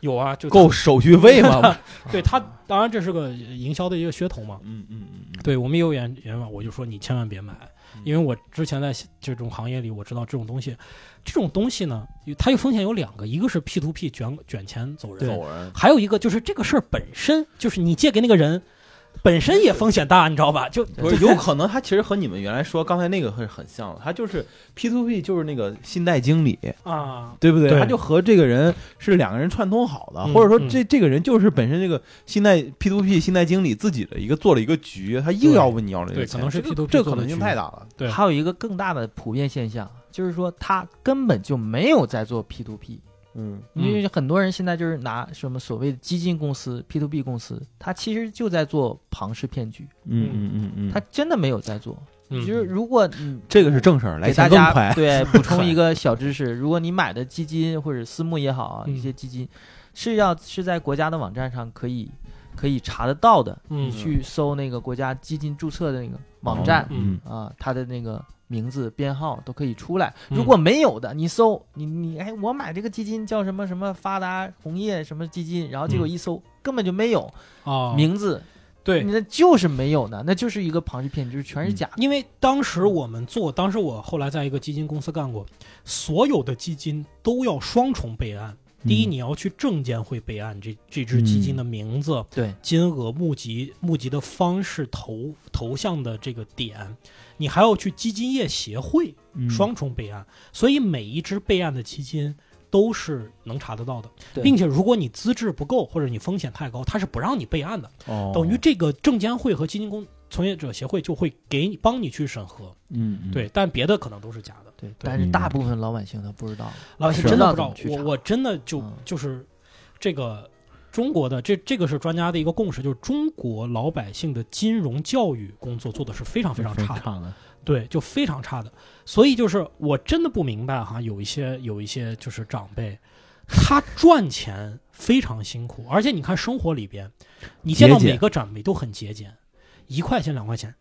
Speaker 1: 有啊，就
Speaker 2: 够。手续费吗？
Speaker 1: 对他，当然这是个营销的一个噱头嘛。
Speaker 2: 嗯嗯嗯，
Speaker 1: 对我们也有演员嘛，我就说你千万别买，因为我之前在这种行业里，我知道这种东西，这种东西呢，它有风险有两个，一个是 P to P 卷卷钱走人，
Speaker 2: 人
Speaker 1: 还有一个就是这个事儿本身就是你借给那个人，本身也风险大，你知道吧？就
Speaker 2: 不是，有可能他其实和你们原来说刚才那个是很像的，他就是 P to P，就是那个信贷经理，
Speaker 1: 啊，
Speaker 2: 对不对？
Speaker 1: 对
Speaker 2: 他就和这个人是两个人串通好的，
Speaker 1: 嗯
Speaker 2: 或者说这这个人就是本身这个信贷 P to P 信贷经理自己的一个做了一个局，他硬要问你要这个
Speaker 1: 对
Speaker 2: 钱，
Speaker 1: 可能是
Speaker 2: 这个
Speaker 1: P2P
Speaker 2: 这个可能性太大了。
Speaker 1: 对
Speaker 3: 还有一个更大的普遍现象，就是说他根本就没有在做 P to P，
Speaker 2: 嗯
Speaker 1: 嗯
Speaker 3: 因为很多人现在就是拿什么所谓的基金公司、P to B 公司，他其实就在做庞氏骗局，
Speaker 2: 嗯嗯嗯嗯，
Speaker 3: 他真的没有在做。
Speaker 1: 嗯
Speaker 3: 就是如果你
Speaker 2: 这个是正事儿，来
Speaker 3: 给大
Speaker 2: 钱更
Speaker 3: 家
Speaker 2: 快。
Speaker 3: 对补充一个小知识，如果你买的基金或者私募也好啊，
Speaker 1: 嗯
Speaker 3: 一些基金是要是在国家的网站上可以可以查得到的，
Speaker 1: 嗯
Speaker 3: 你去搜那个国家基金注册的那个网站
Speaker 2: 嗯，
Speaker 3: 啊，它的那个名字编号都可以出来。
Speaker 1: 嗯
Speaker 3: 如果没有的，你搜你你哎，我买这个基金叫什么什么发达红叶什么基金，然后结果
Speaker 1: 嗯
Speaker 3: 一搜根本就没有
Speaker 2: 哦
Speaker 1: 啊，
Speaker 3: 名字，
Speaker 1: 对，
Speaker 3: 那就是没有呢，那就是一个庞氏骗局，就是全是
Speaker 2: 嗯
Speaker 3: 假的。
Speaker 1: 因为当时我们做，当时我后来在一个基金公司干过，所有的基金都要双重备案。第一，
Speaker 2: 嗯
Speaker 1: 你要去证监会备案这这只基金的名字、
Speaker 3: 对，
Speaker 1: 金额、募集、募集的方式、投投向的这个点，你还要去基金业协会
Speaker 2: 嗯
Speaker 1: 双重备案，所以每一只备案的基金都是能查得到的，
Speaker 3: 对
Speaker 1: 并且如果你资质不够或者你风险太高，它是不让你备案的。
Speaker 2: 哦
Speaker 1: 等于这个证监会和基金公从业者协会就会给你帮你去审核，
Speaker 2: 嗯嗯
Speaker 1: 对，但别的可能都是假的。
Speaker 3: 对，但是大部分老百姓他不知道。
Speaker 1: 老百姓
Speaker 2: 是
Speaker 1: 真的不
Speaker 3: 不知道
Speaker 1: 知
Speaker 3: 怎么
Speaker 1: 道，我
Speaker 3: 去查
Speaker 1: 我真的就
Speaker 3: 嗯
Speaker 1: 就是这个中国的这这个是专家的一个共识，就是中国老百姓的金融教育工作做的是
Speaker 2: 嗯
Speaker 1: 非常非常差的，
Speaker 2: 的。
Speaker 1: 对，就非常差的。所以就是我真的不明白哈，有一些有一些就是长辈，他赚钱非常辛苦，而且你看生活里边，你见到
Speaker 2: 节俭
Speaker 1: 每个长辈都很节俭，一块钱两块钱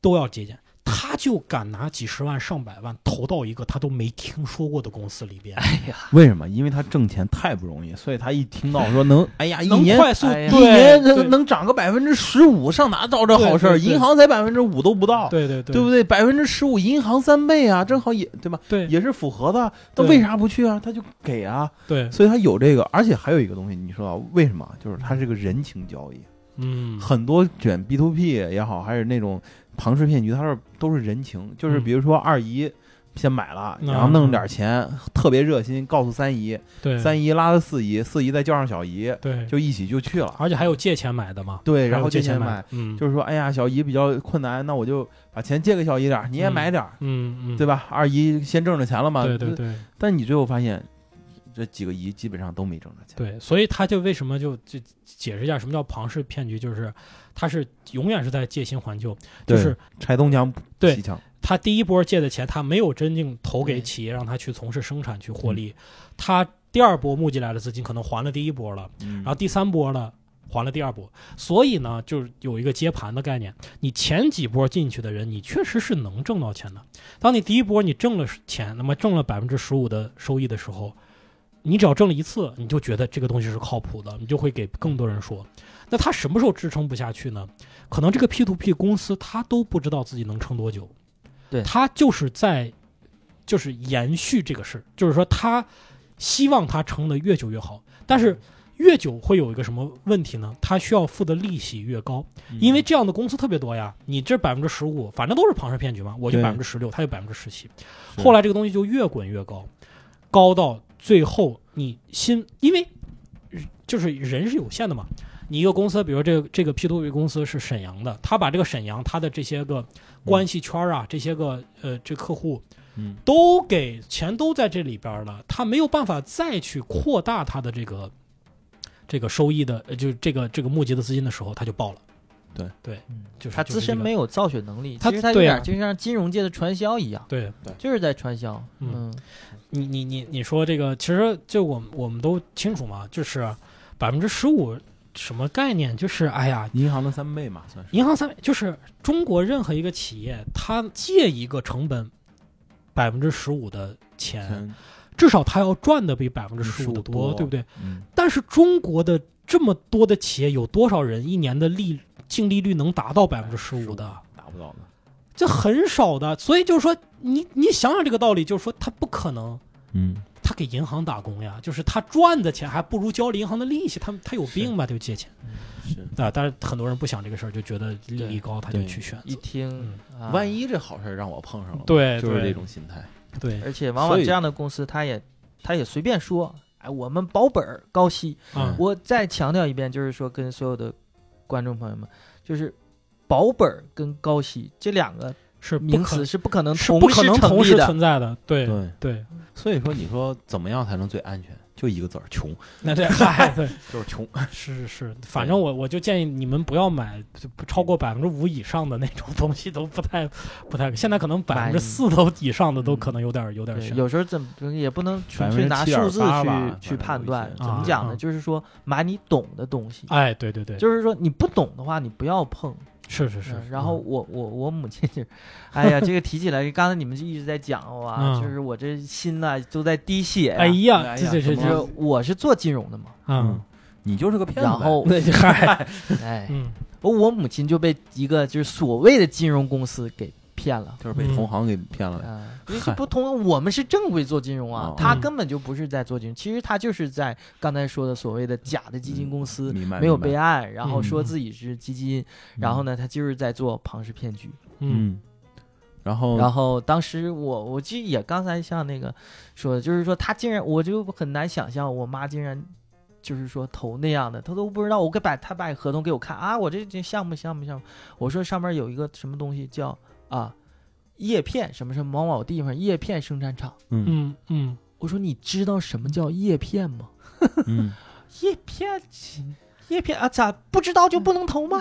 Speaker 1: 都要节俭。他就敢拿几十万、上百万投到一个他都没听说过的公司里边，
Speaker 3: 哎呀，
Speaker 2: 为什么？因为他挣钱太不容易，所以他一听到 说能，哎呀，一
Speaker 1: 能
Speaker 2: 年
Speaker 1: 快速
Speaker 3: 哎呀
Speaker 2: 一
Speaker 1: 对
Speaker 2: 年
Speaker 1: 对
Speaker 2: 能能涨个百分之十五，上哪找这好事儿？
Speaker 1: 对对对
Speaker 2: 银行才百分之五都不到，
Speaker 1: 对对对
Speaker 2: 不对？百分之十五，银行三倍啊，正好也对吧？
Speaker 1: 对
Speaker 2: 也是符合的，
Speaker 1: 对
Speaker 2: 那为啥不去啊？他就给啊，
Speaker 1: 对，
Speaker 2: 所以他有这个，而且还有一个东西，你说啊，为什么？就是它是个人情交易，
Speaker 1: 嗯
Speaker 2: 很多卷 B to P 也好，还是那种庞氏骗局，它是都是人情，就是
Speaker 1: 嗯
Speaker 2: 比如说二姨。先买了，
Speaker 1: 嗯
Speaker 2: 然后弄点钱，特别热心，告诉三姨，
Speaker 1: 对
Speaker 2: 三姨拉着四姨，四姨再叫上小姨，
Speaker 1: 对，
Speaker 2: 就一起就去了。
Speaker 1: 而且还有借钱买的嘛，
Speaker 2: 对，
Speaker 1: 啊还
Speaker 2: 然
Speaker 1: 有
Speaker 2: 后
Speaker 1: 借
Speaker 2: 就先
Speaker 1: 钱
Speaker 2: 买
Speaker 1: 的，，嗯，
Speaker 2: 就是说，哎呀，小姨比较困难，那我就把钱借给小姨点儿，你也
Speaker 1: 嗯
Speaker 2: 买点儿，
Speaker 1: 嗯嗯，
Speaker 2: 对嗯吧？二姨先挣着钱了嘛，
Speaker 1: 对对对
Speaker 2: 但你最后发现，这几个姨基本上都没挣着钱。
Speaker 1: 对，所以他就为什么就就解释一下什么叫庞氏骗局，就是他是永远是在借新还旧，就
Speaker 2: 对
Speaker 1: 是
Speaker 2: 拆东墙补
Speaker 1: 对
Speaker 2: 西墙，
Speaker 1: 他第一波借的钱，他没有真正投给
Speaker 3: 对
Speaker 1: 企业让他去从事生产去获利，他第二波募集来的资金可能还了第一波了，
Speaker 2: 然
Speaker 1: 然后第三波呢还了第二波，所以呢就是有一个接盘的概念。你前几波进去的人，你确实是能挣到钱的。当你第一波你挣了钱，那么挣了百分之十五的收益的时候，你只要挣了一次，你就觉得这个东西是靠谱的，你就会给更多人说。那他什么时候支撑不下去呢？可能这个 P to P 公司他都不知道自己能撑多久，
Speaker 3: 对
Speaker 1: 他就是在就是延续这个事儿，就是说他希望他撑得越久越好，但是越久会有一个什么问题呢？它需要付的利息越高，
Speaker 2: 嗯
Speaker 1: 因为这样的公司特别多呀。你这百分之十五，反正都是庞氏骗局嘛，我就
Speaker 2: 对
Speaker 1: 百分之十六，他就百分之十七。
Speaker 2: 是
Speaker 1: 后来这个东西就越滚越高，高到最后你心，因为就是人是有限的嘛。你一个公司，比如这个这个 P to P 公司是沈阳的，他把这个沈阳他的这些个关系圈啊，这些个呃这客户
Speaker 2: 嗯
Speaker 1: 都给钱都在这里边了，他没有办法再去扩大他的这个这个收益的，呃，就是这个这个募集的资金的时候，他就爆了。
Speaker 2: 对
Speaker 1: 对，
Speaker 3: 嗯
Speaker 1: 就是
Speaker 3: 他自身没
Speaker 1: 有
Speaker 3: 有造血能力，
Speaker 1: 他
Speaker 3: 其实他有
Speaker 1: 对啊
Speaker 3: 点就像金融界的传销一样，
Speaker 1: 对
Speaker 3: 就是在传销。
Speaker 1: 嗯
Speaker 3: 嗯，
Speaker 1: 你你你你说这个，其实就我们我们都清楚嘛，就是百分之十五什么概念？就是哎呀，
Speaker 2: 银行的三倍嘛，算是。
Speaker 1: 银行三就是中国任何一个企业，它借一个成本百分之十五的钱，
Speaker 2: 钱
Speaker 1: 至少它要赚的比百分之十五
Speaker 2: 15%
Speaker 1: 多，对不对？
Speaker 2: 嗯，
Speaker 1: 但是中国的这么多的企业，有多少人一年的利净利率能达到百分之十五的？
Speaker 2: 达不到的。
Speaker 1: 这很少的。所以就是说，你你想想这个道理，就是说他不可能，
Speaker 2: 嗯，
Speaker 1: 他给银行打工呀，就是他赚的钱还不如交了银行的利息，他他有病吧？就借钱。
Speaker 2: 是
Speaker 1: 那但是很多人不想这个事儿，就觉得利益高他就
Speaker 2: 对
Speaker 1: 去选
Speaker 3: 一
Speaker 1: 择。
Speaker 3: 听，
Speaker 1: 嗯
Speaker 3: 啊
Speaker 2: 万一这好事儿让我碰上了，
Speaker 1: 对
Speaker 2: 就是
Speaker 1: 对
Speaker 2: 这种心态。
Speaker 1: 对
Speaker 3: 而且往往
Speaker 2: 所以
Speaker 3: 这样的公司，他也他也随便说，哎，我们保本儿高息。
Speaker 1: 啊
Speaker 2: 嗯，
Speaker 3: 我再强调一遍，就是说跟所有的观众朋友们，就是保本儿跟高息这两个
Speaker 1: 是不
Speaker 3: 名
Speaker 1: 可
Speaker 3: 词是不可能
Speaker 1: 是不可能
Speaker 3: 同
Speaker 1: 同
Speaker 3: 时
Speaker 1: 时
Speaker 3: 成立的。
Speaker 1: 存在的。对
Speaker 2: 对，
Speaker 1: 对，
Speaker 2: 所以说你说怎么样才能最安全？就一个字儿，穷，
Speaker 1: 那这嗨，哎对，
Speaker 2: 就是穷。
Speaker 1: 是是是，反正我我就建议你们不要买就不超过百分之五以上的那种东西，都不太不太。现在可能百分之四都以上的都可能有点有点
Speaker 3: 嗯对，
Speaker 1: 悬。
Speaker 3: 有时候怎么也不能纯粹拿数字
Speaker 2: 7.8%吧
Speaker 3: 去去判断
Speaker 2: 反正有一。些
Speaker 3: 怎么讲
Speaker 1: 啊
Speaker 3: 呢？
Speaker 1: 啊
Speaker 3: 就是说买你懂的东西，
Speaker 1: 哎，对对对，
Speaker 3: 就是说你不懂的话，你不要碰。
Speaker 1: 是是是
Speaker 3: 嗯。然后我我我母亲就是，哎呀，这个提起来，刚才你们就一直在讲哇，
Speaker 1: 嗯
Speaker 3: 就是我这心呐都在滴血呀。
Speaker 1: 哎呀，
Speaker 2: 哎呀
Speaker 1: 这这这
Speaker 2: 什么
Speaker 3: 就
Speaker 1: 这，
Speaker 3: 是我是做金融的嘛，
Speaker 1: 嗯，
Speaker 2: 你就是个骗子呗。
Speaker 3: 然后
Speaker 1: 那就 嗨，
Speaker 3: 哎，
Speaker 1: 嗯，
Speaker 3: 我母亲就被一个就是所谓的金融公司给骗了。
Speaker 2: 就是被同行给骗了呗。
Speaker 3: 啊，因为不同，我们是正规做金融啊
Speaker 2: 哦，
Speaker 3: 他
Speaker 1: 嗯
Speaker 3: 根本就不是在做金融，其实他就是在刚才说的所谓的假的基金公司
Speaker 2: 明白？
Speaker 3: 嗯
Speaker 2: 嗯
Speaker 3: 没有备
Speaker 2: 明白，
Speaker 3: 案，然后
Speaker 1: 嗯
Speaker 3: 说
Speaker 1: 嗯
Speaker 3: 自己是基金，然后呢，他就是在做庞氏骗局。
Speaker 1: 嗯
Speaker 2: 嗯？嗯，然后
Speaker 3: 然后当时我我记得也刚才像那个说的，就是说他竟然我就很难想象我妈竟然就是说投那样的，她都不知道。我给把她把合同给我看啊，我这这项目项目项目，我说上面有一个什么东西叫啊叶片什么什么某某地方叶片生产厂，
Speaker 1: 嗯嗯，
Speaker 3: 我说你知道什么叫叶片吗？
Speaker 2: 嗯，
Speaker 3: 叶片。叶片啊，咋不知道就不能投吗？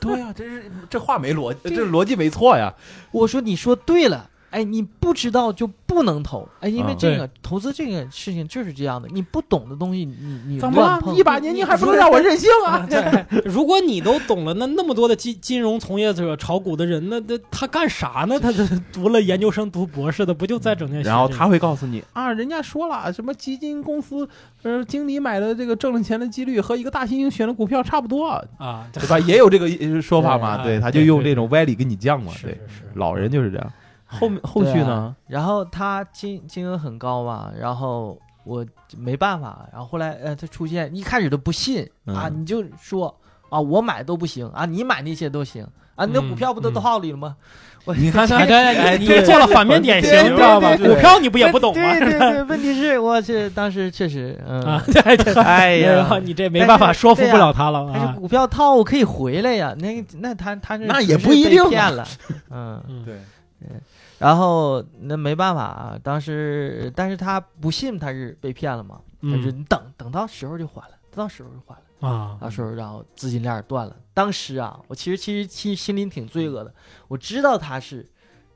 Speaker 2: 对呀，这是这话没逻，
Speaker 3: 对
Speaker 2: 这逻辑没错呀。
Speaker 3: 我说你说对了，哎，你不知道就不能投，哎，因为
Speaker 2: 嗯
Speaker 3: 这个、投资这个事情就是这样的，你不懂的东西你，你你
Speaker 2: 怎么
Speaker 3: 乱
Speaker 2: 了？
Speaker 3: 碰
Speaker 2: 一把年纪还不能让我任性啊？
Speaker 1: 对，如果你都懂了，那那么多的金金融从业者、炒股的人，那那他干啥呢？他这读了研究生、读博士的，不就在整天学
Speaker 2: 然后
Speaker 1: 这个
Speaker 2: 他会告诉你 啊，人家说了，什么基金公司呃经理买的这个挣了钱的几率和一个大猩猩选的股票差不多，
Speaker 1: 啊，这
Speaker 2: 对吧？也有这个呃说法嘛，
Speaker 1: 对
Speaker 2: 对，
Speaker 1: 哎
Speaker 2: 他就用这种歪理跟你犟嘛，
Speaker 1: 是
Speaker 2: 对，
Speaker 1: 是是，
Speaker 2: 老人就是这样。后面后
Speaker 3: 对啊
Speaker 2: 续呢？
Speaker 3: 然后他金金额很高嘛，然后我就没办法，然后后来呃，他出现一开始都不信、啊，
Speaker 2: 嗯
Speaker 3: 你就说啊，我买都不行啊，你买那些都行啊，你那
Speaker 1: 嗯
Speaker 3: 股票不都
Speaker 1: 嗯
Speaker 3: 都套利了吗？我
Speaker 2: 你看
Speaker 1: 哎，
Speaker 2: 看，
Speaker 1: 对，
Speaker 2: 哎
Speaker 1: 你
Speaker 2: 对
Speaker 1: 你做了反面典型，
Speaker 2: 对对
Speaker 1: 你知道吧？
Speaker 2: 对对
Speaker 1: 股票你不也不懂吗
Speaker 3: 对？对对，问题是我去当时确实，嗯，
Speaker 1: 啊，对 对，
Speaker 3: 哎
Speaker 1: 然后
Speaker 3: 呀。
Speaker 1: 你这没办法说服不了他了
Speaker 3: 但
Speaker 1: 啊
Speaker 3: 哎是。股票套我可以回来呀，那个那他他是
Speaker 2: 那也
Speaker 3: 纯是
Speaker 2: 不一
Speaker 3: 被
Speaker 2: 定啊
Speaker 3: 骗了，嗯，
Speaker 1: 嗯
Speaker 2: 对，
Speaker 3: 然后那没办法啊，当时但是他不信他是被骗了嘛，他
Speaker 1: 嗯
Speaker 3: 说你等等到时候就还了，等到时候就还了，
Speaker 1: 啊，
Speaker 3: 到时候然后资金链儿断了。当时啊，我其实其实其实心里挺罪恶的，我知道他是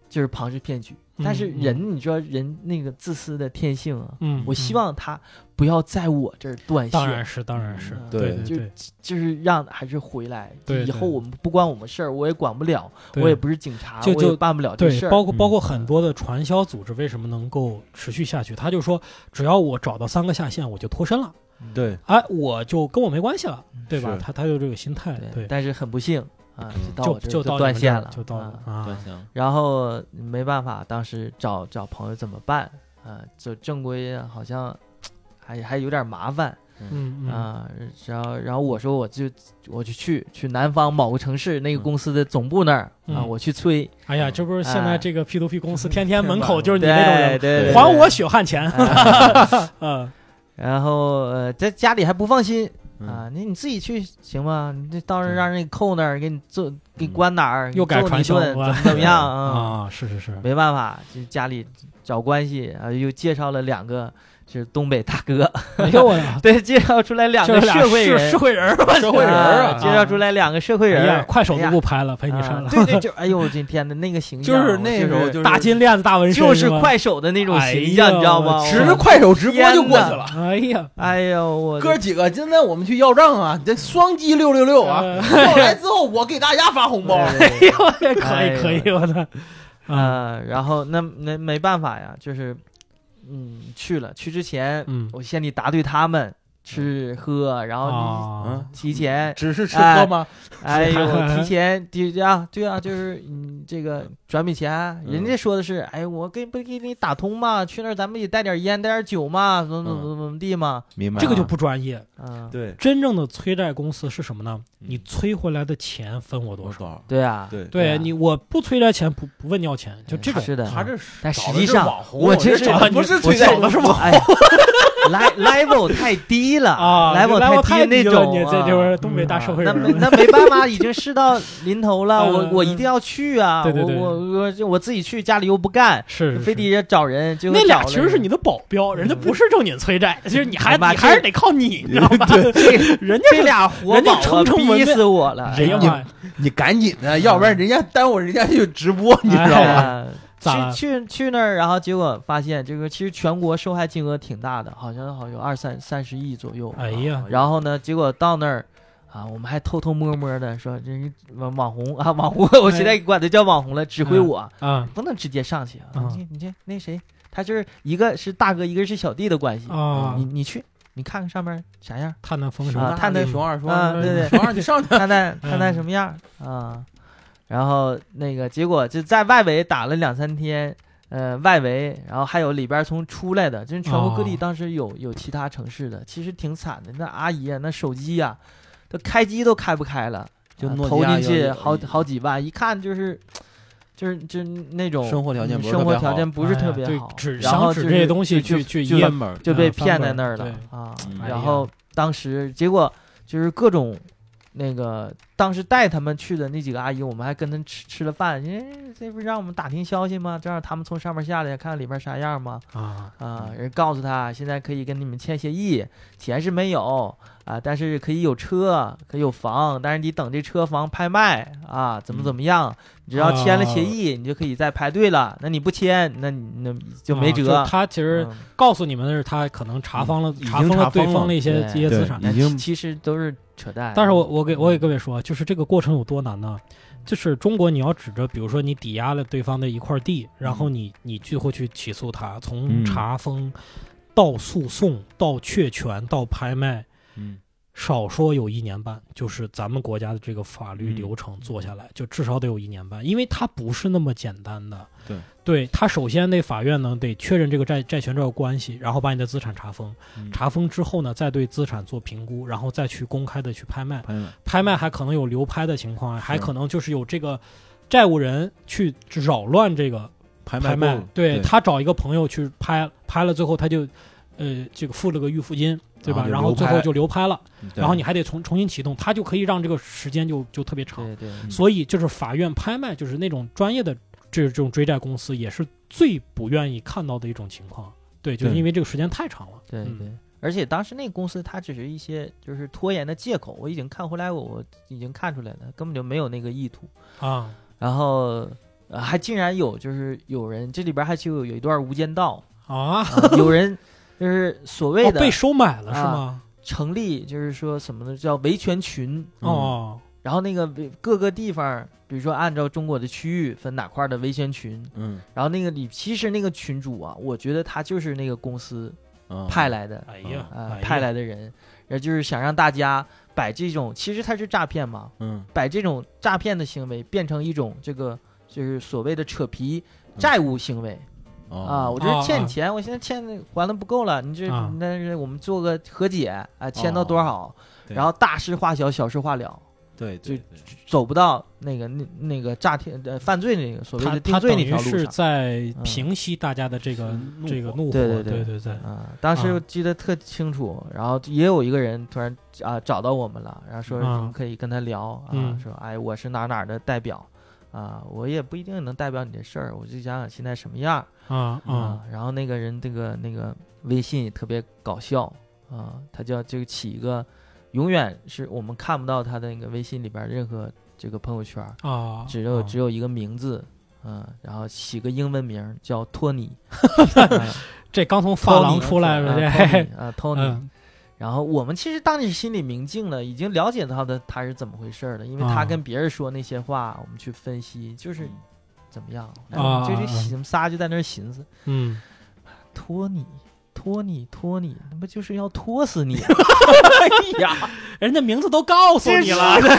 Speaker 3: 就是庞氏骗局，
Speaker 1: 嗯
Speaker 3: 但是
Speaker 1: 嗯
Speaker 3: 人你知道人那个自私的天性啊，
Speaker 1: 嗯，
Speaker 3: 我希望他不要在我这儿断
Speaker 1: 嗯当然
Speaker 3: 线，
Speaker 1: 是，当然是，
Speaker 2: 对
Speaker 1: 对
Speaker 3: 嗯就
Speaker 1: 对
Speaker 3: 就是让还是回来，
Speaker 1: 对
Speaker 3: 以
Speaker 1: 对
Speaker 3: 后我们不关我们事儿，我也管不了，
Speaker 1: 对，
Speaker 3: 我也不是警察，
Speaker 1: 就
Speaker 3: 我也
Speaker 1: 就
Speaker 3: 办不了这
Speaker 1: 对
Speaker 3: 事，儿。
Speaker 1: 包括
Speaker 2: 嗯
Speaker 1: 包括很多的传销组织为什么能够持续下去？他就说，只要我找到三个下线，我就脱身了，
Speaker 3: 嗯
Speaker 2: 对，
Speaker 1: 哎，我就跟我没关系了，对吧？
Speaker 2: 是
Speaker 1: 他他就这个心态，
Speaker 3: 对，
Speaker 1: 对，
Speaker 3: 但是很不幸啊，
Speaker 2: 嗯
Speaker 3: 到
Speaker 1: 就
Speaker 3: 我这儿就
Speaker 1: 到你
Speaker 3: 断
Speaker 1: 们
Speaker 3: 线
Speaker 1: 这儿
Speaker 3: 了，
Speaker 1: 就到
Speaker 3: 啊。
Speaker 1: 啊，
Speaker 2: 行，
Speaker 3: 然后没办法，当时找找朋友怎么办啊？就正规好像还还有点麻烦
Speaker 1: 嗯嗯
Speaker 3: 啊。然后然后我说我就我就去去南方某个城市那个公司的总部那儿啊，
Speaker 1: 嗯
Speaker 3: 我去催。
Speaker 1: 哎呀，这不是现
Speaker 3: 啊
Speaker 1: 在这个 P to P 公 司天天门口
Speaker 2: 哎
Speaker 1: 就是你
Speaker 3: 对
Speaker 1: 那种
Speaker 3: 对
Speaker 1: 人，
Speaker 3: 对，
Speaker 1: 还
Speaker 3: 对
Speaker 1: 我。血汗钱，
Speaker 3: 哎
Speaker 1: 嗯
Speaker 3: 然后呃，在家里还不放心
Speaker 2: 嗯
Speaker 3: 啊，那你自己去行吗？你这到时候让人给扣那儿，给你做给
Speaker 2: 嗯
Speaker 3: 关哪儿，
Speaker 1: 又
Speaker 3: 改
Speaker 1: 改
Speaker 3: 传
Speaker 1: 传
Speaker 3: 销，
Speaker 1: 销
Speaker 3: 怎
Speaker 1: 了
Speaker 3: 么怎么样 啊？
Speaker 1: 啊，是是 是，
Speaker 3: 没办法，就家里找关系啊，又介绍了两个就是东北大哥，
Speaker 1: 哎呦我的
Speaker 3: 对，介绍出来两
Speaker 1: 就
Speaker 3: 个
Speaker 1: 是俩
Speaker 3: 社会
Speaker 1: 社
Speaker 3: 人
Speaker 1: 社，会人儿吧，社
Speaker 2: 会人儿啊
Speaker 3: 介绍出来两个社会人
Speaker 1: 哎
Speaker 3: 儿
Speaker 1: 呀，快手都
Speaker 3: 哎
Speaker 1: 不
Speaker 3: 呀
Speaker 1: 拍了，陪你删
Speaker 3: 啊
Speaker 1: 了。
Speaker 3: 对对，就哎呦我的天呐，那个形象
Speaker 2: 就
Speaker 3: 啊，
Speaker 2: 是
Speaker 3: 我
Speaker 2: 那时候
Speaker 3: 就是
Speaker 1: 大金链子、大纹身，
Speaker 3: 就是是
Speaker 1: 吧。
Speaker 3: 快手的那种形
Speaker 1: 哎
Speaker 3: 象，
Speaker 1: 呀
Speaker 3: 你知道吗
Speaker 1: 我？
Speaker 2: 直
Speaker 1: 是
Speaker 2: 着快手直播就过去
Speaker 3: 天
Speaker 2: 了。
Speaker 1: 哎呀，
Speaker 3: 哎呦我的
Speaker 2: 啊哥几个，今天我们去要账啊！这双击六六
Speaker 3: 哎
Speaker 2: 六 啊！
Speaker 1: 呃
Speaker 2: 过来之后，我给大家发红包。啊
Speaker 1: 哎呦，我这可
Speaker 3: 哎
Speaker 1: 以
Speaker 3: 呀
Speaker 1: 可以，我操！
Speaker 2: 嗯
Speaker 1: 啊，
Speaker 3: 呃，然后那那没办法呀，就是嗯去了，去之前
Speaker 1: 嗯
Speaker 3: 我先得答对他们。吃喝，然
Speaker 2: 哦
Speaker 3: 后
Speaker 1: 啊，
Speaker 3: 你提前，
Speaker 2: 只是吃喝吗？
Speaker 3: 哎 呦，提前提这样，对啊，就是你这个转笔钱，啊
Speaker 2: 嗯
Speaker 3: 人家说的是，哎，我给不给你打通嘛？去那儿咱们也带点烟，带点酒嘛，
Speaker 2: 嗯
Speaker 3: 怎么怎么怎么怎么地嘛，
Speaker 2: 明白了，
Speaker 1: 这个就不专业。
Speaker 3: 啊，
Speaker 2: 对
Speaker 1: 真正的催债公司是什么呢？
Speaker 2: 嗯
Speaker 1: 你催回来的钱分我多
Speaker 2: 多
Speaker 1: 少？
Speaker 2: 少？
Speaker 3: 对啊，
Speaker 2: 对
Speaker 1: 对
Speaker 3: 对啊
Speaker 1: 你，我不催债钱，不不问要钱，就这种。
Speaker 3: 是的
Speaker 1: 啊
Speaker 2: 他这是
Speaker 3: 但
Speaker 2: 找
Speaker 3: 实
Speaker 2: 的
Speaker 3: 际
Speaker 2: 是
Speaker 3: 上
Speaker 2: 网红
Speaker 3: 我
Speaker 2: 这
Speaker 3: 这
Speaker 2: 找
Speaker 3: 是
Speaker 2: 的 不是
Speaker 1: 我
Speaker 2: 催债
Speaker 1: 找的是网
Speaker 3: 哎，le-，level 太低了
Speaker 1: 啊
Speaker 3: ，level
Speaker 1: ，level 太低
Speaker 3: 低那
Speaker 1: 了
Speaker 3: 种
Speaker 1: 你
Speaker 3: 啊，
Speaker 1: 这就是东北大社会
Speaker 3: 那
Speaker 1: 人
Speaker 3: 没那没办法，已经事到临头了，
Speaker 1: 嗯
Speaker 3: 我我一
Speaker 1: 嗯
Speaker 3: 定要去啊！
Speaker 1: 对对对
Speaker 3: 我我我这我自己去，家里又不干，
Speaker 1: 是是
Speaker 3: 非
Speaker 1: 是
Speaker 3: 得找人。就
Speaker 1: 那俩其实是你的保
Speaker 3: 嗯
Speaker 1: 镖，人家不是正经催债，就是你还
Speaker 3: 哎妈
Speaker 1: 你还是
Speaker 3: 这
Speaker 1: 得靠你，你知 道吧？
Speaker 3: 这
Speaker 1: 人
Speaker 3: 这
Speaker 1: 家
Speaker 3: 俩活
Speaker 1: 人家
Speaker 3: 宝啊
Speaker 1: 诚诚
Speaker 3: 逼
Speaker 1: 文
Speaker 3: 死我了！
Speaker 1: 是人家
Speaker 2: 哎呀
Speaker 1: 嘛，
Speaker 2: 你赶紧的，要不然人家耽误人家去直播，你知道
Speaker 1: 嗯哎
Speaker 2: 吗？
Speaker 1: 呀
Speaker 3: 哎
Speaker 1: 咋
Speaker 3: 去去去那儿，然后结果发现这个其实全国受害金额挺大的，好像好像有二三三十亿左右。
Speaker 1: 哎呀
Speaker 3: 然后呢，结果到那儿啊，我们还偷偷摸摸的说，这是网网红 啊，网红，我现在管他叫网红了，指挥我、
Speaker 1: 啊
Speaker 3: 不能直接上去啊！
Speaker 1: 啊
Speaker 3: 你你这那谁，他就是一个是大哥，一个是小弟的关系。
Speaker 1: 啊
Speaker 3: 你你去，你看看上面啥样，
Speaker 1: 探探风
Speaker 3: 是
Speaker 1: 什
Speaker 3: 吧
Speaker 1: 么
Speaker 3: 啊探探
Speaker 2: 熊二，熊
Speaker 3: 啊
Speaker 2: 二，
Speaker 3: 对对
Speaker 2: 熊二，你上 去。
Speaker 3: 看看
Speaker 1: 嗯
Speaker 3: 看看什么样啊？然后那个结果就在外围打了两三天，呃，外围，然后还有里边从出来的，就是全国各地
Speaker 1: 哦
Speaker 3: 当时有有其他城市的，其实挺惨的。那阿姨啊，那手机呀、都开机都开不开了，
Speaker 2: 就
Speaker 3: 啊
Speaker 2: 诺基
Speaker 3: 投
Speaker 2: 亚
Speaker 3: 进
Speaker 2: 有
Speaker 3: 去
Speaker 2: 有
Speaker 3: 好
Speaker 2: 有
Speaker 3: 好几万，一看就是。就是就是那种
Speaker 2: 生活条件不是
Speaker 3: 生
Speaker 2: 特别
Speaker 3: 活
Speaker 2: 好
Speaker 3: 条件不是
Speaker 1: 哎
Speaker 3: 特
Speaker 1: 呀
Speaker 3: 别
Speaker 1: 对
Speaker 3: 好，
Speaker 1: 只
Speaker 3: 然后
Speaker 1: 想指
Speaker 3: 就
Speaker 1: 这些
Speaker 3: 是
Speaker 1: 东西
Speaker 3: 就
Speaker 1: 去去
Speaker 3: 就
Speaker 1: 掖
Speaker 2: 门
Speaker 3: 就被
Speaker 1: 啊翻
Speaker 3: 骗
Speaker 1: 本
Speaker 3: 在
Speaker 1: 儿
Speaker 3: 那儿了
Speaker 1: 对
Speaker 3: 啊
Speaker 2: 嗯。
Speaker 1: 哎
Speaker 3: 然
Speaker 1: 呀
Speaker 3: 后当时结果就是各种那个，当时带他们去的那几个阿姨，我们还跟她吃吃了饭，因为这不是让我们打听消息吗？正好他们从上面下来，看看里边啥样吗？
Speaker 1: 啊
Speaker 3: 啊，人告诉他现在可以跟你们签协议，钱是没有啊，但是可以有车，可以有房，但是你等这车房拍卖啊，
Speaker 1: 嗯
Speaker 3: 怎么怎么样？你只要签了
Speaker 1: 啊
Speaker 3: 协议，你就可以再排队了。那你不签，那你那就没
Speaker 1: 啊
Speaker 3: 辙。
Speaker 1: 他其实
Speaker 3: 嗯
Speaker 1: 告诉你们的是，他可能查封了
Speaker 2: 已经
Speaker 1: 封
Speaker 2: 查
Speaker 1: 了对
Speaker 2: 封
Speaker 1: 方
Speaker 2: 了
Speaker 1: 的一些
Speaker 3: 对
Speaker 1: 一些资
Speaker 2: 对
Speaker 1: 产，
Speaker 2: 已
Speaker 3: 那
Speaker 2: 经
Speaker 3: 其其实都是扯淡。啊
Speaker 1: 但是
Speaker 2: 哦
Speaker 1: 我我给我给各位说，啊就是这个过程有多难呢？就是中国你要指着，比如说你抵押了对方的一块地，然后你你最后去起诉他，从
Speaker 2: 嗯
Speaker 1: 查封到诉讼到确权到拍卖，
Speaker 2: 嗯
Speaker 1: 少说有一年半，就是咱们国家的这个法律
Speaker 2: 嗯
Speaker 1: 流程做下来，就至少得有一年半，因为它不是那么简单的。
Speaker 2: 对，
Speaker 1: 对，它首先得法院呢得确认这个债债权这个关系，然后把你的资产查封，
Speaker 2: 嗯
Speaker 1: 查封之后呢，再对资产做评估，然后再去公开的去拍卖。
Speaker 2: 朋友们，
Speaker 1: 拍卖还可能有流拍的情况，还可能就是有这个债务人去扰乱这个
Speaker 2: 拍
Speaker 1: 拍
Speaker 2: 卖
Speaker 1: 卖
Speaker 2: 部，
Speaker 1: 对
Speaker 2: 对
Speaker 1: 他找一个朋友去拍，拍了最后他就，呃，这个付了个预付金，对吧？然
Speaker 2: 然
Speaker 1: 后
Speaker 2: 啊后就流
Speaker 1: 最
Speaker 2: 拍
Speaker 1: 后就流拍了，
Speaker 2: 对
Speaker 1: 然后你还得重重新启动，他就可以让这个时间就就特别长。
Speaker 3: 对对
Speaker 2: 嗯
Speaker 1: 所以就是法院拍卖，就是那种专业的这这种追债公司，也是最不愿意看到的一种情况。对，就是
Speaker 2: 对
Speaker 1: 因为这个时间太长了。
Speaker 3: 对
Speaker 1: 嗯
Speaker 3: 对，而且当时那个公司它只是一些就是拖延的借口，我已经看回来我我已经看出来了，根本就没有那个意图。
Speaker 1: 啊，
Speaker 3: 然后。呃还竟然有，就是有人这里边还就有有一段《无间 道，
Speaker 1: 啊》
Speaker 3: 啊有人就是所谓
Speaker 1: 哦，
Speaker 3: 的
Speaker 1: 被收买了是
Speaker 3: 啊
Speaker 1: 吗？
Speaker 3: 成立，就是说什么呢，叫维权群，
Speaker 2: 嗯
Speaker 1: 哦，
Speaker 3: 然后那个维各个地方，比如说按照中国的区域分哪块儿的维权群，
Speaker 2: 嗯
Speaker 3: 然后那个里其实那个群主啊，我觉得他就是那个公司
Speaker 2: 嗯
Speaker 3: 派来的，
Speaker 1: 哎呀，
Speaker 3: 呃
Speaker 1: 哎，呀
Speaker 3: 派来的人，呃，就是想让大家把这种，其实它是诈骗嘛，
Speaker 2: 嗯
Speaker 3: 把这种诈骗的行为变成一种这个就是所谓的扯皮
Speaker 2: 嗯
Speaker 3: 债务行为、啊，
Speaker 2: 哦
Speaker 3: 我就是
Speaker 1: 啊
Speaker 3: 欠
Speaker 1: 啊
Speaker 3: 钱，我现在欠的还的不够了，你这、
Speaker 1: 啊
Speaker 3: 那是我们做个和解啊、签到
Speaker 2: 哦
Speaker 3: 多少，
Speaker 2: 对
Speaker 3: 然后大事化小，小事化了，
Speaker 2: 对对对
Speaker 3: 走不到那个那那个诈骗呃犯罪那个所谓
Speaker 1: 他
Speaker 3: 的
Speaker 1: 他
Speaker 3: 定罪
Speaker 1: 等
Speaker 3: 那
Speaker 1: 于
Speaker 3: 条路
Speaker 1: 是
Speaker 3: 上。嗯
Speaker 1: 在平息大家的这个、
Speaker 2: 嗯
Speaker 1: 这个
Speaker 2: 怒火
Speaker 1: 怒火，
Speaker 3: 对对对
Speaker 1: 对对，
Speaker 3: 啊，当时我记得特清楚，然后也有一个人突然啊找到我们了，然后说
Speaker 1: 啊
Speaker 3: 我们可以跟他聊啊，
Speaker 1: 嗯
Speaker 3: 说哎我是哪儿哪儿的代表啊，我也不一定能代表你的事儿，我就想想现在什么样
Speaker 1: 啊啊
Speaker 3: 啊。然后那个人这个那个微信也特别搞笑啊，他叫就起一个永远是我们看不到他的那个微信里边任何这个朋友圈，
Speaker 1: 啊！
Speaker 3: 只有
Speaker 1: 啊
Speaker 3: 只有一个名字。嗯，然后起个英文名儿叫托尼，
Speaker 1: 这刚从发廊出来
Speaker 3: 了
Speaker 1: 了，这 嘿，
Speaker 3: 啊，托尼，
Speaker 1: 哎嗯
Speaker 3: 然后我们其实当时心里明镜了，已经了解到的他是怎么回事儿了，因为
Speaker 1: 啊嗯
Speaker 3: 他跟别人说那些话，我们去分析就是怎么样，
Speaker 1: 啊
Speaker 3: 就是我们仨就在那儿寻思，
Speaker 1: 嗯，
Speaker 3: 托你拖你拖你，那不就是要拖死你？
Speaker 1: 哎呀，人家名字都告诉你
Speaker 3: 啊
Speaker 1: 了，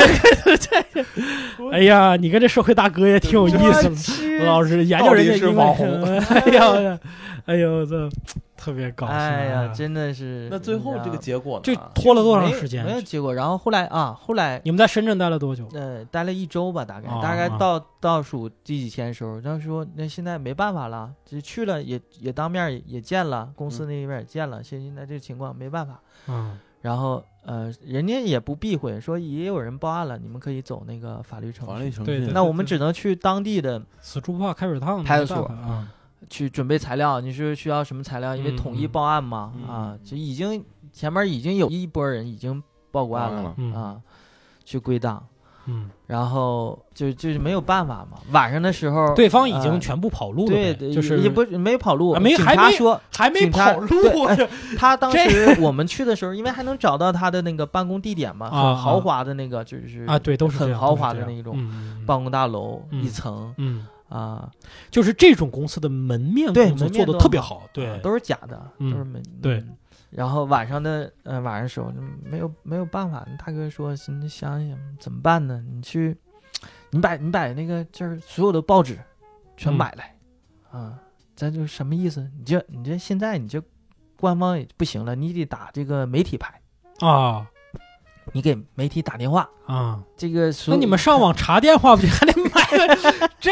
Speaker 1: 哎呀，你跟这社会大哥也挺 有意思的，
Speaker 3: 思
Speaker 1: 老是研究人家英
Speaker 2: 到底
Speaker 1: 文。 哎呀，哎呦，这特别搞笑。啊
Speaker 3: 哎呀，真的是。
Speaker 2: 那最后这个
Speaker 3: 你知
Speaker 2: 结果呢？
Speaker 1: 这拖了多
Speaker 3: 道
Speaker 1: 长
Speaker 3: 没有
Speaker 1: 时间
Speaker 3: 没？有结果。然后后来啊，后来
Speaker 1: 你们在深圳待了多久？
Speaker 3: 呃待了一周吧，大概
Speaker 1: 哦
Speaker 2: 啊
Speaker 3: 大概
Speaker 1: 哦
Speaker 3: 到倒数第几天的时候，当时说那现在没办法了，就去了也也当面也也见了，公
Speaker 2: 嗯
Speaker 3: 司那边也见了，现现在这个情况没办法。
Speaker 1: 嗯
Speaker 3: 然后呃，人家也不避讳，说也有人报案了，你们可以走那个法律程
Speaker 2: 法律
Speaker 3: 序。
Speaker 2: 程
Speaker 1: 对
Speaker 2: 序
Speaker 1: 对
Speaker 3: 那我 们只能去当地的
Speaker 1: 死猪不怕开水烫，
Speaker 3: 派出所
Speaker 1: 没办法啊，
Speaker 3: 去准备材料，你是需要什么材料？因为
Speaker 1: 嗯
Speaker 3: 统
Speaker 1: 嗯
Speaker 3: 一报案嘛，
Speaker 2: 嗯
Speaker 3: 啊，就已经前面已经有一波人已经报过案
Speaker 2: 报案
Speaker 3: 了
Speaker 2: 了、
Speaker 1: 嗯
Speaker 3: 啊，去归档，
Speaker 1: 嗯，
Speaker 3: 然后就就是没有办法嘛。晚上的时候，
Speaker 1: 对方已经
Speaker 3: 呃
Speaker 1: 全部跑路了
Speaker 3: 对
Speaker 1: 呗，
Speaker 3: 对，
Speaker 1: 就是
Speaker 3: 也不没跑路，
Speaker 1: 啊没
Speaker 3: 警
Speaker 1: 还
Speaker 3: 察
Speaker 1: 没
Speaker 3: 说
Speaker 1: 还没
Speaker 3: 警察
Speaker 1: 跑路
Speaker 3: 对 哎他当
Speaker 1: 这
Speaker 3: 时我们去的时候，因为还能找到他的那个办公地点嘛，
Speaker 1: 啊
Speaker 3: 很豪华的那个就是
Speaker 1: 啊，对，都是这
Speaker 3: 很
Speaker 1: 样
Speaker 3: 豪华
Speaker 1: 都
Speaker 3: 的
Speaker 1: 是这
Speaker 3: 那
Speaker 1: 样
Speaker 3: 种
Speaker 1: 嗯嗯
Speaker 3: 办公大楼
Speaker 1: 嗯
Speaker 3: 一层
Speaker 1: 嗯，
Speaker 3: 啊，
Speaker 1: 就是这种公司的门面
Speaker 3: 对
Speaker 1: 工作
Speaker 3: 门
Speaker 1: 做
Speaker 3: 面
Speaker 1: 的
Speaker 3: 都
Speaker 1: 特别
Speaker 3: 很啊
Speaker 1: 好，对，
Speaker 3: 都是假的，
Speaker 1: 嗯
Speaker 3: 都是没
Speaker 1: 对
Speaker 3: 嗯然后晚上的呃晚上时候嗯没有没有办法，大哥说你想想怎么办呢？你去，你把你把那个就是所有的报纸全
Speaker 1: 嗯
Speaker 3: 买来、啊，咱就什么意思？你这你这现在你这官方也不行了，你得打这个媒体牌，
Speaker 1: 啊
Speaker 3: 你给媒体打电话。
Speaker 1: 啊，
Speaker 3: 这个所
Speaker 1: 那
Speaker 3: 有
Speaker 1: 你们上网查电话不就还得买个这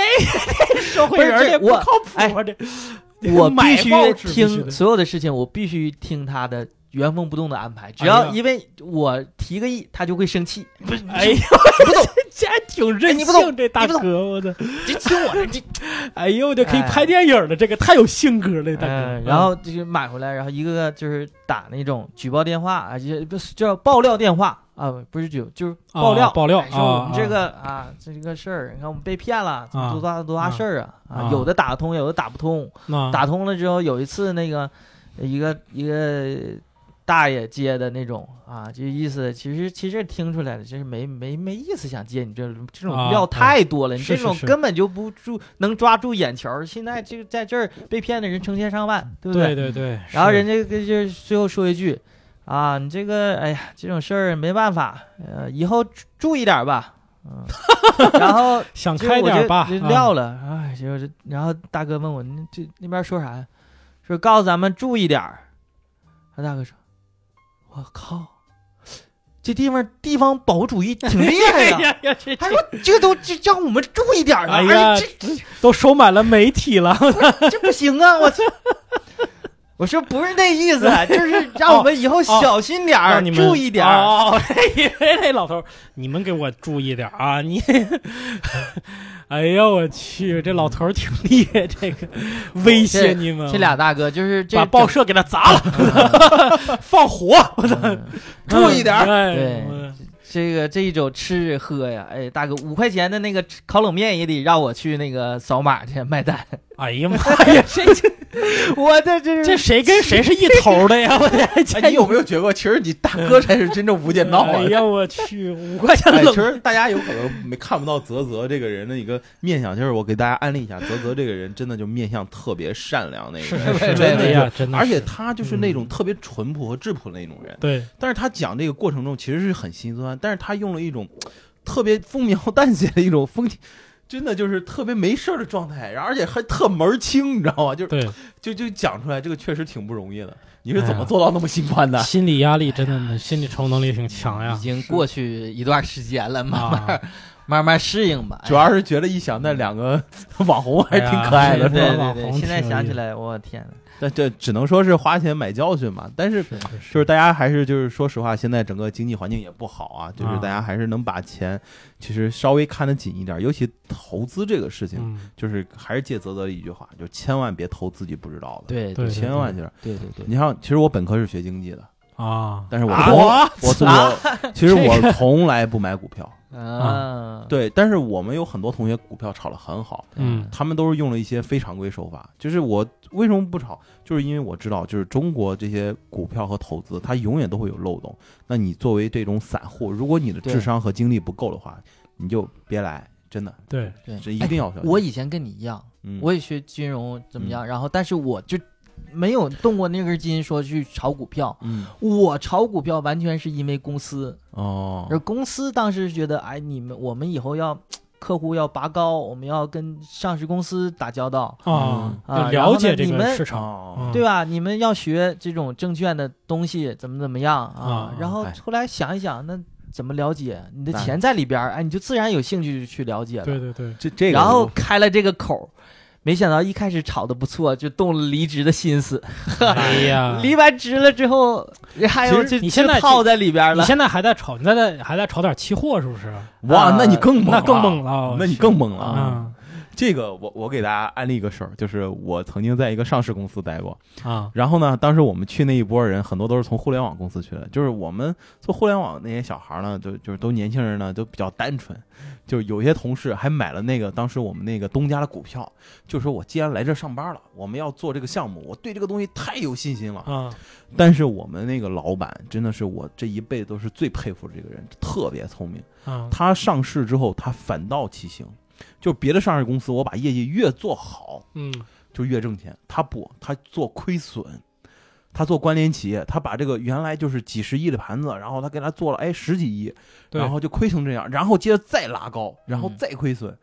Speaker 1: 这社会人
Speaker 3: 不是
Speaker 1: 这
Speaker 3: 这
Speaker 1: 不
Speaker 3: 我哎
Speaker 1: 靠谱啊，这
Speaker 3: 我必
Speaker 1: 买
Speaker 3: 须
Speaker 1: 报纸必须
Speaker 3: 听
Speaker 1: 得
Speaker 3: 所有的事情，我必须听他的原封不动的安排。只
Speaker 1: 哎
Speaker 3: 要
Speaker 1: 呀
Speaker 3: 因为我提个议，他就会生气。不是，
Speaker 1: 哎呀，
Speaker 3: 不 懂，哎
Speaker 1: 这还挺任
Speaker 3: 你不懂
Speaker 1: 性，这大
Speaker 3: 你不懂
Speaker 1: 哥，我的，
Speaker 3: 你听我的， 你
Speaker 1: 哎呦，这可以
Speaker 3: 哎
Speaker 1: 拍电影了，这个太有性格了，大哥啊
Speaker 3: 嗯，。然后就是买回来，然后一个个就是打那种举报电话啊，就不是叫爆料电话啊，不是举就是
Speaker 1: 啊
Speaker 3: 爆料、
Speaker 1: 爆料
Speaker 3: 哎说我们
Speaker 1: 啊
Speaker 3: 这个啊这个事儿，你看我们被骗了，怎么
Speaker 1: 啊
Speaker 3: 多大多大事儿啊
Speaker 1: 啊
Speaker 3: 有的打得通，有的打不通，
Speaker 1: 那
Speaker 3: 打通了之后有一次那个一个一个大爷接的那种啊，这意思其实其实听出来了，就是没没没意思想接你这种这种
Speaker 1: 啊
Speaker 3: 料太多了，你
Speaker 1: 是
Speaker 3: 这
Speaker 1: 是
Speaker 3: 种
Speaker 1: 是
Speaker 3: 根本就不住能抓住眼球儿。现在这个在这儿被骗的人成千上万，对
Speaker 1: 嗯
Speaker 3: 不
Speaker 1: 对对对，
Speaker 3: 然后
Speaker 1: 是
Speaker 3: 人家跟就是最后说一句。啊，你这个，哎呀，这种事儿没办法，呃，以后注注意点儿吧， 嗯，然后
Speaker 1: 想
Speaker 3: 就
Speaker 1: 开点
Speaker 3: 我
Speaker 1: 儿
Speaker 3: 就
Speaker 1: 吧，
Speaker 3: 就
Speaker 1: 啊
Speaker 3: 撂了。哎，就是然后大哥问我，你这那边说啥呀？说告诉咱们注意点儿。他大哥说，我靠，这地方地方保护主义挺厉 害
Speaker 1: 哎
Speaker 3: 的。
Speaker 1: 呀呀，这这
Speaker 3: 还说这都这让我们注意点儿啊！
Speaker 1: 哎呀
Speaker 3: 而且
Speaker 1: 都收买了媒体了，
Speaker 3: 这这不行啊！我操！我说不是那意思，啊就是让我们以后小心点
Speaker 1: 哦
Speaker 3: 儿，
Speaker 1: 让你们
Speaker 3: 注意点儿。
Speaker 1: 哦， 嘿嘿嘿，老头儿，你们给我注意点儿啊！ 你，哎呀，我去，这老头儿挺厉害，这个威胁你们，啊
Speaker 3: 这俩大哥就是这
Speaker 1: 哦把报社给他砸了，放火，
Speaker 3: 嗯
Speaker 2: 注意点儿
Speaker 1: 哎
Speaker 3: 对
Speaker 1: 我
Speaker 3: 这个这一周吃喝呀，哎，大哥，五块钱的那个吃烤冷面也得让我去那个扫码去买单。
Speaker 1: 哎呀妈 呀，这
Speaker 3: 我这这
Speaker 1: 这谁跟谁是一头儿的呀？我这
Speaker 2: 哎，你有没有 觉得，其实你大哥才是真正无间道啊
Speaker 1: 哎！ 呀，我去，五块钱
Speaker 2: 哎，
Speaker 1: 冷
Speaker 2: 其实大家有可能没看不到泽泽这个人的一个面相，就是我给大家安利一下，泽泽这个人真的就面相特别善良那个
Speaker 1: 是
Speaker 2: 人，
Speaker 1: 是是，
Speaker 2: 真的
Speaker 1: 哎
Speaker 2: 是
Speaker 1: 呀，真的是，
Speaker 2: 而且他就是那种
Speaker 1: 嗯
Speaker 2: 特别淳朴和质朴的那种人。
Speaker 1: 对，
Speaker 2: 但是他讲这个过程中其实是很心酸，但是他用了一种特别轻描 淡写的一种风情。真的就是特别没事儿的状态，然后而且还特门儿清，你知道吗？就是
Speaker 1: 对，
Speaker 2: 就就讲出来，这个确实挺不容易的。你是怎么做到那么心宽的？
Speaker 1: 心理压力真的，心理承受能力挺强呀
Speaker 3: 已。经过去一段时间了，慢慢、
Speaker 1: 啊，
Speaker 3: 慢慢适应吧。哎
Speaker 2: 主要是觉得一想那两个 网红还挺可
Speaker 1: 哎
Speaker 2: 爱
Speaker 1: 呀
Speaker 2: 的，
Speaker 3: 对
Speaker 1: 是
Speaker 3: 对
Speaker 1: 网
Speaker 3: 对
Speaker 1: 红
Speaker 3: 对，现在
Speaker 1: 挺有
Speaker 3: 想
Speaker 1: 意
Speaker 3: 起
Speaker 1: 思
Speaker 3: 来，我天呐，
Speaker 2: 但这只能说是花钱买教训嘛。但是
Speaker 1: 是是
Speaker 2: 就是大家还是就是说实话，现在整个经济环境也不好啊，就是
Speaker 1: 啊
Speaker 2: 大家还是能把钱其实稍微看得紧一点，尤其投资这个事情，
Speaker 1: 嗯，
Speaker 2: 就是还是借泽泽的一句话，就千万别投自己不知道的。
Speaker 3: 对
Speaker 1: 对
Speaker 2: 千万就是，
Speaker 3: 对对对
Speaker 2: 你像，其实我本科是学经济的，
Speaker 1: 啊，
Speaker 2: 但是我
Speaker 1: 啊
Speaker 2: 从
Speaker 1: 我
Speaker 2: 我从我其实我从来不买股票，
Speaker 3: 对，啊，
Speaker 2: 对，但是我们有很多同学股票炒得很好，
Speaker 1: 嗯
Speaker 2: 他们都是用了一些非常规手法。就是我为什么不炒，就是因为我知道，就是中国这些股票和投资，它永远都会有漏洞。那你作为这种散户，如果你的
Speaker 3: 对
Speaker 2: 智商和精力不够的话，你就别来，真的，
Speaker 1: 对，
Speaker 3: 对哎
Speaker 2: 这一定要小心。
Speaker 3: 我以前跟你一样，
Speaker 2: 嗯
Speaker 3: 我也学金融怎么样，然后但是我就没有动过那根筋说去炒股票。
Speaker 2: 嗯
Speaker 3: 我炒股票完全是因为公司，
Speaker 2: 哦
Speaker 3: 而公司当时觉得，哎，你们我们以后要客户要拔高，我们要跟上市公司打交道，
Speaker 1: 啊，
Speaker 3: 嗯
Speaker 1: 要
Speaker 3: 啊然后
Speaker 1: 了
Speaker 3: 呢
Speaker 1: 解这
Speaker 3: 你
Speaker 1: 个
Speaker 3: 们
Speaker 1: 市场，嗯
Speaker 2: 哦
Speaker 3: 对吧？你们要学这种证券的东西，怎么怎么样
Speaker 1: 啊
Speaker 3: 啊？然后
Speaker 2: 哎
Speaker 3: 后来想一想，那怎么了解？你的
Speaker 2: 那
Speaker 3: 钱在里边儿，哎，你就自然有兴趣去了解了。
Speaker 1: 对对 对，
Speaker 2: 这这个
Speaker 3: 然后开了这个口儿，没想到一开始炒的不错，就动了离职的心思。
Speaker 1: 哎呀，
Speaker 3: 离完职了之后，还有
Speaker 1: 其实
Speaker 3: 就
Speaker 1: 你现在
Speaker 3: 就泡在里边
Speaker 1: 你
Speaker 3: 了。
Speaker 1: 现在还在炒，你在在还在炒点期货是不是？
Speaker 2: 哇，
Speaker 3: 呃
Speaker 2: 那你更猛，
Speaker 1: 那更猛，了，
Speaker 2: 那你更猛了。
Speaker 1: 啊
Speaker 2: 这个我我给大家安利一个事儿，就是我曾经在一个上市公司待过，
Speaker 1: 啊
Speaker 2: 然后呢，当时我们去那一波人，很多都是从互联网公司去的，就是我们做互联网那些小孩儿呢，就就是都年轻人呢，都比较单纯，就有些同事还买了那个当时我们那个东家的股票，就说我既然来这上班了，我们要做这个项目，我对这个东西太有信心了。
Speaker 1: 啊！
Speaker 2: 但是我们那个老板真的是我这一辈子都是最佩服的这个人，特别聪明。
Speaker 1: 啊，
Speaker 2: 他上市之后，他反倒骑行，就别的上市公司，我把业绩越做好，
Speaker 1: 嗯
Speaker 2: 就越挣钱。他不，他做亏损，他做关联企业，他把这个原来就是几十亿的盘子，然后他给他做了哎十几亿，
Speaker 1: 对
Speaker 2: 然后就亏成这样，然后接着再拉高，然后
Speaker 3: 嗯
Speaker 2: 再亏损。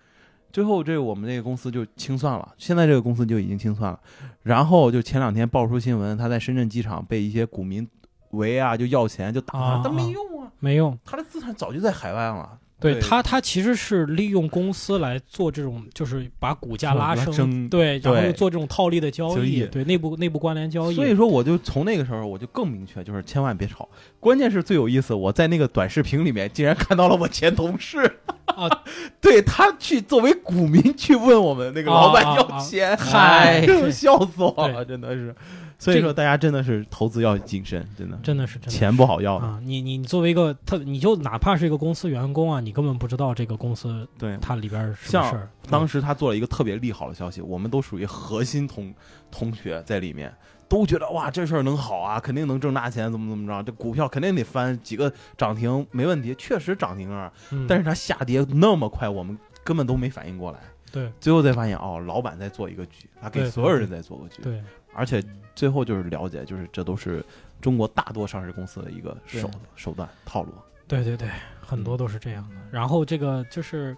Speaker 2: 最后，这个我们这个公司就清算了，现在这个公司就已经清算了。然后就前两天爆出新闻，他在深圳机场被一些股民围啊，就要钱，就打
Speaker 1: 啊
Speaker 2: 他，但没用啊，
Speaker 1: 没用。
Speaker 2: 他的资产早就在海外了。
Speaker 1: 对他，他其实是利用公司来做这种，就是把股价
Speaker 2: 嗯
Speaker 1: 拉
Speaker 2: 拉
Speaker 1: 升，
Speaker 2: 升
Speaker 1: 对，然后
Speaker 2: 对
Speaker 1: 又做这种套利的交
Speaker 2: 交
Speaker 1: 易，
Speaker 2: 易
Speaker 1: 对内部内部关联交易。
Speaker 2: 所以说，我就从那个时候我就更明确，就是千万别炒。关键是最有意思，我在那个短视频里面竟然看到了我前同事
Speaker 1: 啊，
Speaker 2: 对他去作为股民去问我们那个老板
Speaker 1: 啊啊啊
Speaker 2: 要钱，
Speaker 1: 嗨
Speaker 2: 这种笑死我了，
Speaker 1: 对
Speaker 2: 真的是。所以说，大家真的是投资要谨慎，真的
Speaker 1: 真的是真的是
Speaker 2: 钱不好要的。
Speaker 1: 啊，你你你作为一个特，你就哪怕是一个公司员工啊，你根本不知道这个公司
Speaker 2: 对，
Speaker 1: 它里边儿是什么
Speaker 2: 像
Speaker 1: 事儿。
Speaker 2: 当时他做了一个特别利好的消息，我们都属于核心同同学在里面，都觉得哇这事儿能好啊，肯定能挣大钱，怎么怎么着，这股票肯定得翻几个涨停，没问题，确实涨停啊。
Speaker 1: 嗯，
Speaker 2: 但是它下跌那么快，我们根本都没反应过来，
Speaker 1: 对
Speaker 2: 最后才发现哦，老板在做一个局，他给
Speaker 1: 对
Speaker 2: 所有人在做个局，
Speaker 1: 对
Speaker 2: 而且最后就是了解，就是这都是中国大多上市公司的一个手手段套路。
Speaker 1: 对对对，很
Speaker 2: 嗯
Speaker 1: 多都是这样的。然后这个就是，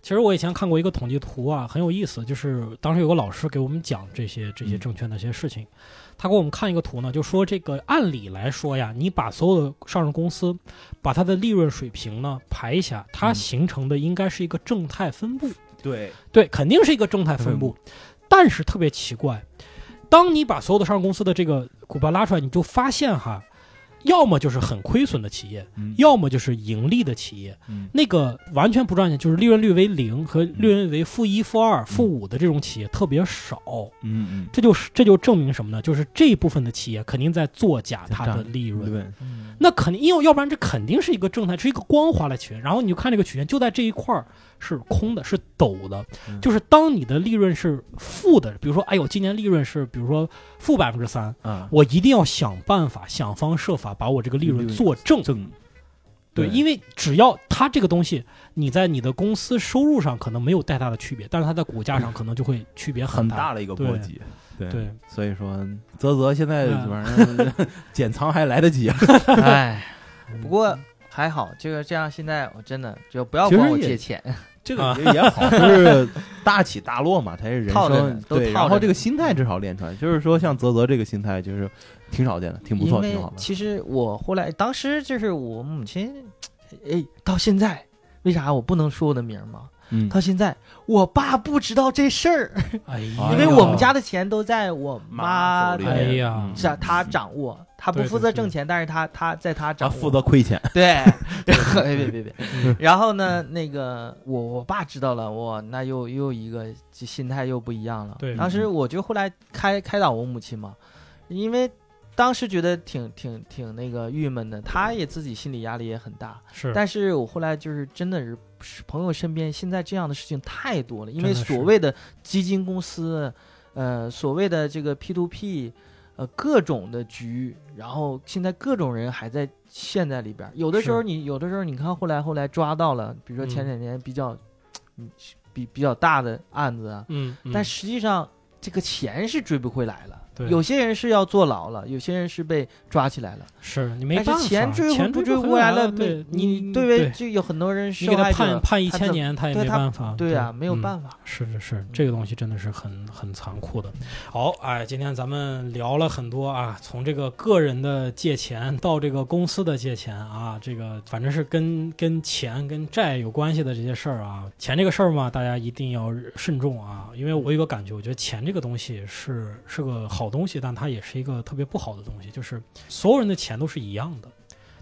Speaker 1: 其实我以前看过一个统计图啊，很有意思，就是当时有个老师给我们讲这些这些
Speaker 2: 嗯
Speaker 1: 证券的一些事情，他给我们看一个图呢，就说这个按理来说呀，你把所有的上市公司把它的利润水平呢排一下，它
Speaker 2: 嗯
Speaker 1: 形成的应该是一个正态分布，
Speaker 2: 对，
Speaker 1: 对，肯定是一个正态分布，但是特别奇怪，当你把所有的上市公司的这个股票拉出来，你就发现哈，要么就是很亏损的企业，
Speaker 2: 嗯
Speaker 1: 要么就是盈利的企业，
Speaker 2: 嗯
Speaker 1: 那个完全不赚钱，就是利润率为零和利润率为负一、负二、负五的这种企业特别少。
Speaker 2: 嗯
Speaker 1: 这就是这就证明什么呢？就是这部分的企业肯定在作假它
Speaker 2: 在
Speaker 1: 的
Speaker 2: 占
Speaker 1: 利
Speaker 2: 嗯，
Speaker 1: 润。
Speaker 2: 对，
Speaker 3: 嗯
Speaker 1: 那肯定，因为要不然这肯定是一个正态，是一个光滑的曲线。然后你就看这个曲线，就在这一块儿是空的，是陡的。
Speaker 2: 嗯
Speaker 1: 就是当你的利润是负的，比如说，哎呦，今年利润是比如说负百分之三，
Speaker 2: 啊，
Speaker 1: 我一定要想办法、想方设法把我这个利润
Speaker 2: 利润
Speaker 1: 做正。
Speaker 2: 正
Speaker 1: 对，因为只要它这个东西，你在你的公司收入上可能没有太大的区别，但是它在股价上可能就会区别
Speaker 2: 很
Speaker 1: 大。
Speaker 2: 大的一个
Speaker 1: 对
Speaker 2: 波及，对
Speaker 1: 对，
Speaker 2: 所以说，啧啧，现在
Speaker 1: 嗯
Speaker 2: 反正 减仓还来得及啊。
Speaker 3: 哎，不过还好，这个这样现在我真的就不要
Speaker 2: 其实
Speaker 3: 管我
Speaker 2: 也
Speaker 3: 借钱，
Speaker 2: 这
Speaker 1: 啊
Speaker 2: 个 也也好，就是大起大落嘛，才是人
Speaker 3: 套着呢
Speaker 2: 生。
Speaker 3: 都
Speaker 2: 对，
Speaker 3: 套着
Speaker 2: 然后这个
Speaker 3: 呢
Speaker 2: 心态至少练出来，就是说像泽泽这个心态，就是挺少见的，挺不
Speaker 3: 因
Speaker 2: 错，
Speaker 3: 为
Speaker 2: 挺好的。
Speaker 3: 其实我后来当时就是我母亲，哎，到现在为啥我不能说我的名儿吗？
Speaker 2: 嗯
Speaker 3: 到现在我爸不知道这事儿，
Speaker 1: 哎呀，
Speaker 2: 因
Speaker 3: 因为我们家的钱都在我妈
Speaker 2: 手里
Speaker 1: 哎
Speaker 2: 面
Speaker 1: 呀
Speaker 2: 嗯
Speaker 3: 是啊，他掌握，他不
Speaker 1: 对对
Speaker 3: 负责
Speaker 1: 对
Speaker 3: 挣钱，但是他他在他
Speaker 2: 他
Speaker 3: 掌握，
Speaker 2: 啊负责亏钱，
Speaker 3: 对， 哎别别别，然后呢，那个我我爸知道了，我那又又一个这心态又不一样了。
Speaker 1: 对
Speaker 3: 当时
Speaker 2: 嗯
Speaker 3: 我就后来开开导我母亲嘛，因为当时觉得挺挺挺那个郁闷的，她也自己心理压力也很大。
Speaker 1: 是，
Speaker 3: 但是我后来就是真的是是朋友身边现在这样的事情太多了，因为
Speaker 1: 真的是
Speaker 3: 所谓的基金公司，呃，所谓的这个 P to P，呃，各种的局，然后现在各种人还在陷在里边儿。有的时候
Speaker 1: 是
Speaker 3: 你有的时候你看后来后来抓到了，比如说前
Speaker 1: 嗯
Speaker 3: 两年比较，嗯比比较大的案子啊，
Speaker 1: 嗯，嗯
Speaker 3: 但实际上这个钱是追不回来了。
Speaker 1: 对，
Speaker 3: 有些人是要坐牢了，有些人是被抓起来了，
Speaker 1: 是你没
Speaker 3: 但
Speaker 1: 办法，
Speaker 3: 是钱追
Speaker 1: 钱
Speaker 3: 不
Speaker 1: 追
Speaker 3: 追
Speaker 1: 不
Speaker 3: 回来了，
Speaker 1: 对
Speaker 3: 没，你对
Speaker 1: 对
Speaker 3: 为，就有很多人
Speaker 1: 你
Speaker 3: 受
Speaker 1: 给他
Speaker 3: 害者
Speaker 1: 判，嗯判一
Speaker 3: 他
Speaker 1: 千
Speaker 3: 怎
Speaker 1: 年，他也
Speaker 3: 对
Speaker 1: 没
Speaker 3: 他
Speaker 1: 办法，
Speaker 3: 对啊，没有
Speaker 1: 法。
Speaker 3: 办法，
Speaker 1: 是是是，这个东西真的是很很残酷的。好，哎，今天咱们聊了很多啊，从这个个人的借钱到这个公司的借钱啊，这个反正是跟跟钱跟债有关系的这些事儿啊。钱这个事儿嘛，大家一定要慎重啊，因为我有一个感觉，我觉得钱这个东西是是个好东西，但它也是一个特别不好的东西，就是所有人的钱都是一样的，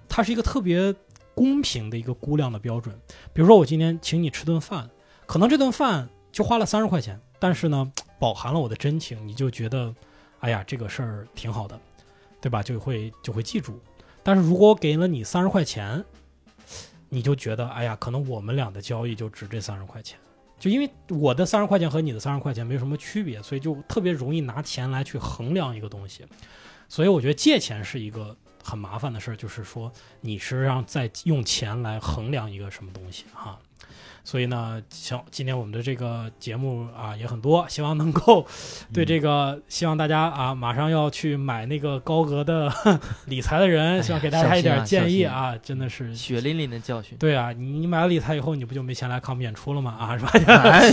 Speaker 1: 它是一个特别公平的一个估量的标准。比如说，我今天请你吃顿饭。可能这顿饭就花了三十块钱，但是呢，饱含了我的真情，你就觉得，哎呀，这个事儿挺好的，对吧？就会就会记住。但是如果我给了你三十块钱，你就觉得，哎呀，可能我们俩的交易就值这三十块钱，就因为我的三十块钱和你的三十块钱没什么区别，所以就特别容易拿钱来去衡量一个东西。所以我觉得借钱是一个很麻烦的事儿，就是说你是让在用钱来衡量一个什么东西哈、所以呢，像今天我们的这个节目啊也很多，希望能够
Speaker 3: 嗯
Speaker 1: 对这个，希望大家啊马上要去买那个高额的 理财的人，
Speaker 3: 哎呀
Speaker 1: 希望给大家一点
Speaker 3: 小心啊
Speaker 1: 建议啊，真的是。
Speaker 3: 血淋淋的教训。
Speaker 1: 对啊，你你买了理财以后，你不就没钱来看我们演出了吗？啊，是 吧？
Speaker 2: 哎，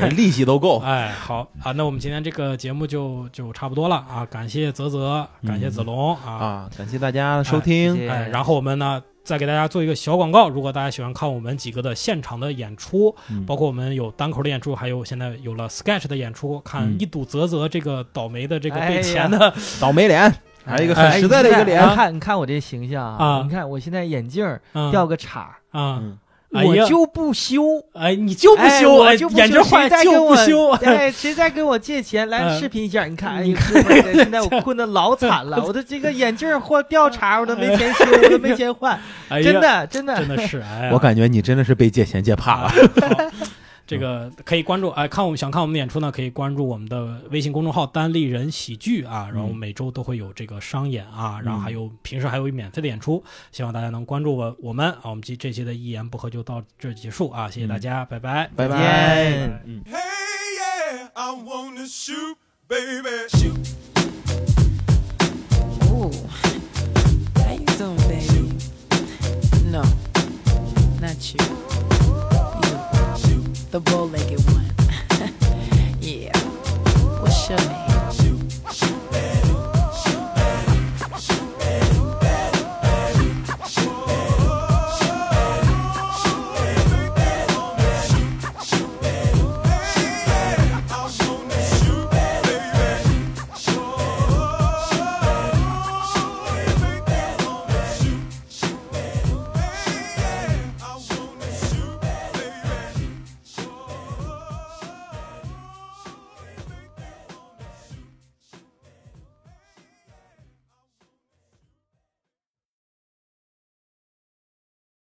Speaker 2: 人利息都够。
Speaker 1: 哎，好啊，那我们今天这个节目就就差不多了啊，感谢泽泽，感谢子龙啊，
Speaker 2: 啊，感谢大家的收听，
Speaker 3: 嗯谢谢
Speaker 1: 哎，然后我们呢再给大家做一个小广告，如果大家喜欢看我们几个的现场的演出，
Speaker 2: 嗯
Speaker 1: 包括我们有单口的演出，还有现在有了 sketch 的演出，看
Speaker 2: 嗯
Speaker 1: 一睹泽泽这个倒霉的这个
Speaker 3: 哎
Speaker 1: 被
Speaker 3: 呀
Speaker 1: 钱的，
Speaker 2: 倒霉脸，还有一个很
Speaker 1: 哎
Speaker 2: 实在的一个脸
Speaker 3: 你。看，你看我这形象
Speaker 1: 啊
Speaker 3: 你看我现在眼镜儿
Speaker 1: 嗯
Speaker 3: 掉哎个叉儿，
Speaker 1: 啊，
Speaker 2: 嗯
Speaker 1: 哎
Speaker 3: 我
Speaker 1: 呀
Speaker 3: 就不修，
Speaker 1: 哎，你就不
Speaker 3: 哎
Speaker 1: 修，
Speaker 3: 我
Speaker 1: 哎
Speaker 3: 就不
Speaker 1: 眼
Speaker 3: 修
Speaker 1: 睛坏
Speaker 3: 谁再跟
Speaker 1: 就不
Speaker 3: 我
Speaker 1: 修，
Speaker 3: 哎，谁再给我借钱来
Speaker 1: 嗯
Speaker 3: 视频一下？你看，哎
Speaker 1: 你
Speaker 3: 呦， 现在我困得老惨了，我的这个眼镜儿或掉茬儿，我都没钱修，我都没钱换，
Speaker 1: 哎呀
Speaker 3: 真的，真的
Speaker 1: 真，的是，哎呀，
Speaker 2: 我感觉你真的是被借钱借怕了。
Speaker 1: 好这个可以关注，哎，看我们想看我们的演出呢，可以关注我们的微信公众号“单立人喜剧”啊，然后每周都会有这个商演啊，然后还有平时还有免费的演出，希望大家能关注我我们啊，我们这这期的一言不合就到这儿结束啊，谢谢大家，拜拜，
Speaker 2: 拜嗯拜
Speaker 3: 耶。
Speaker 4: Hey, yeah, I wanna shoot, baby, shoot.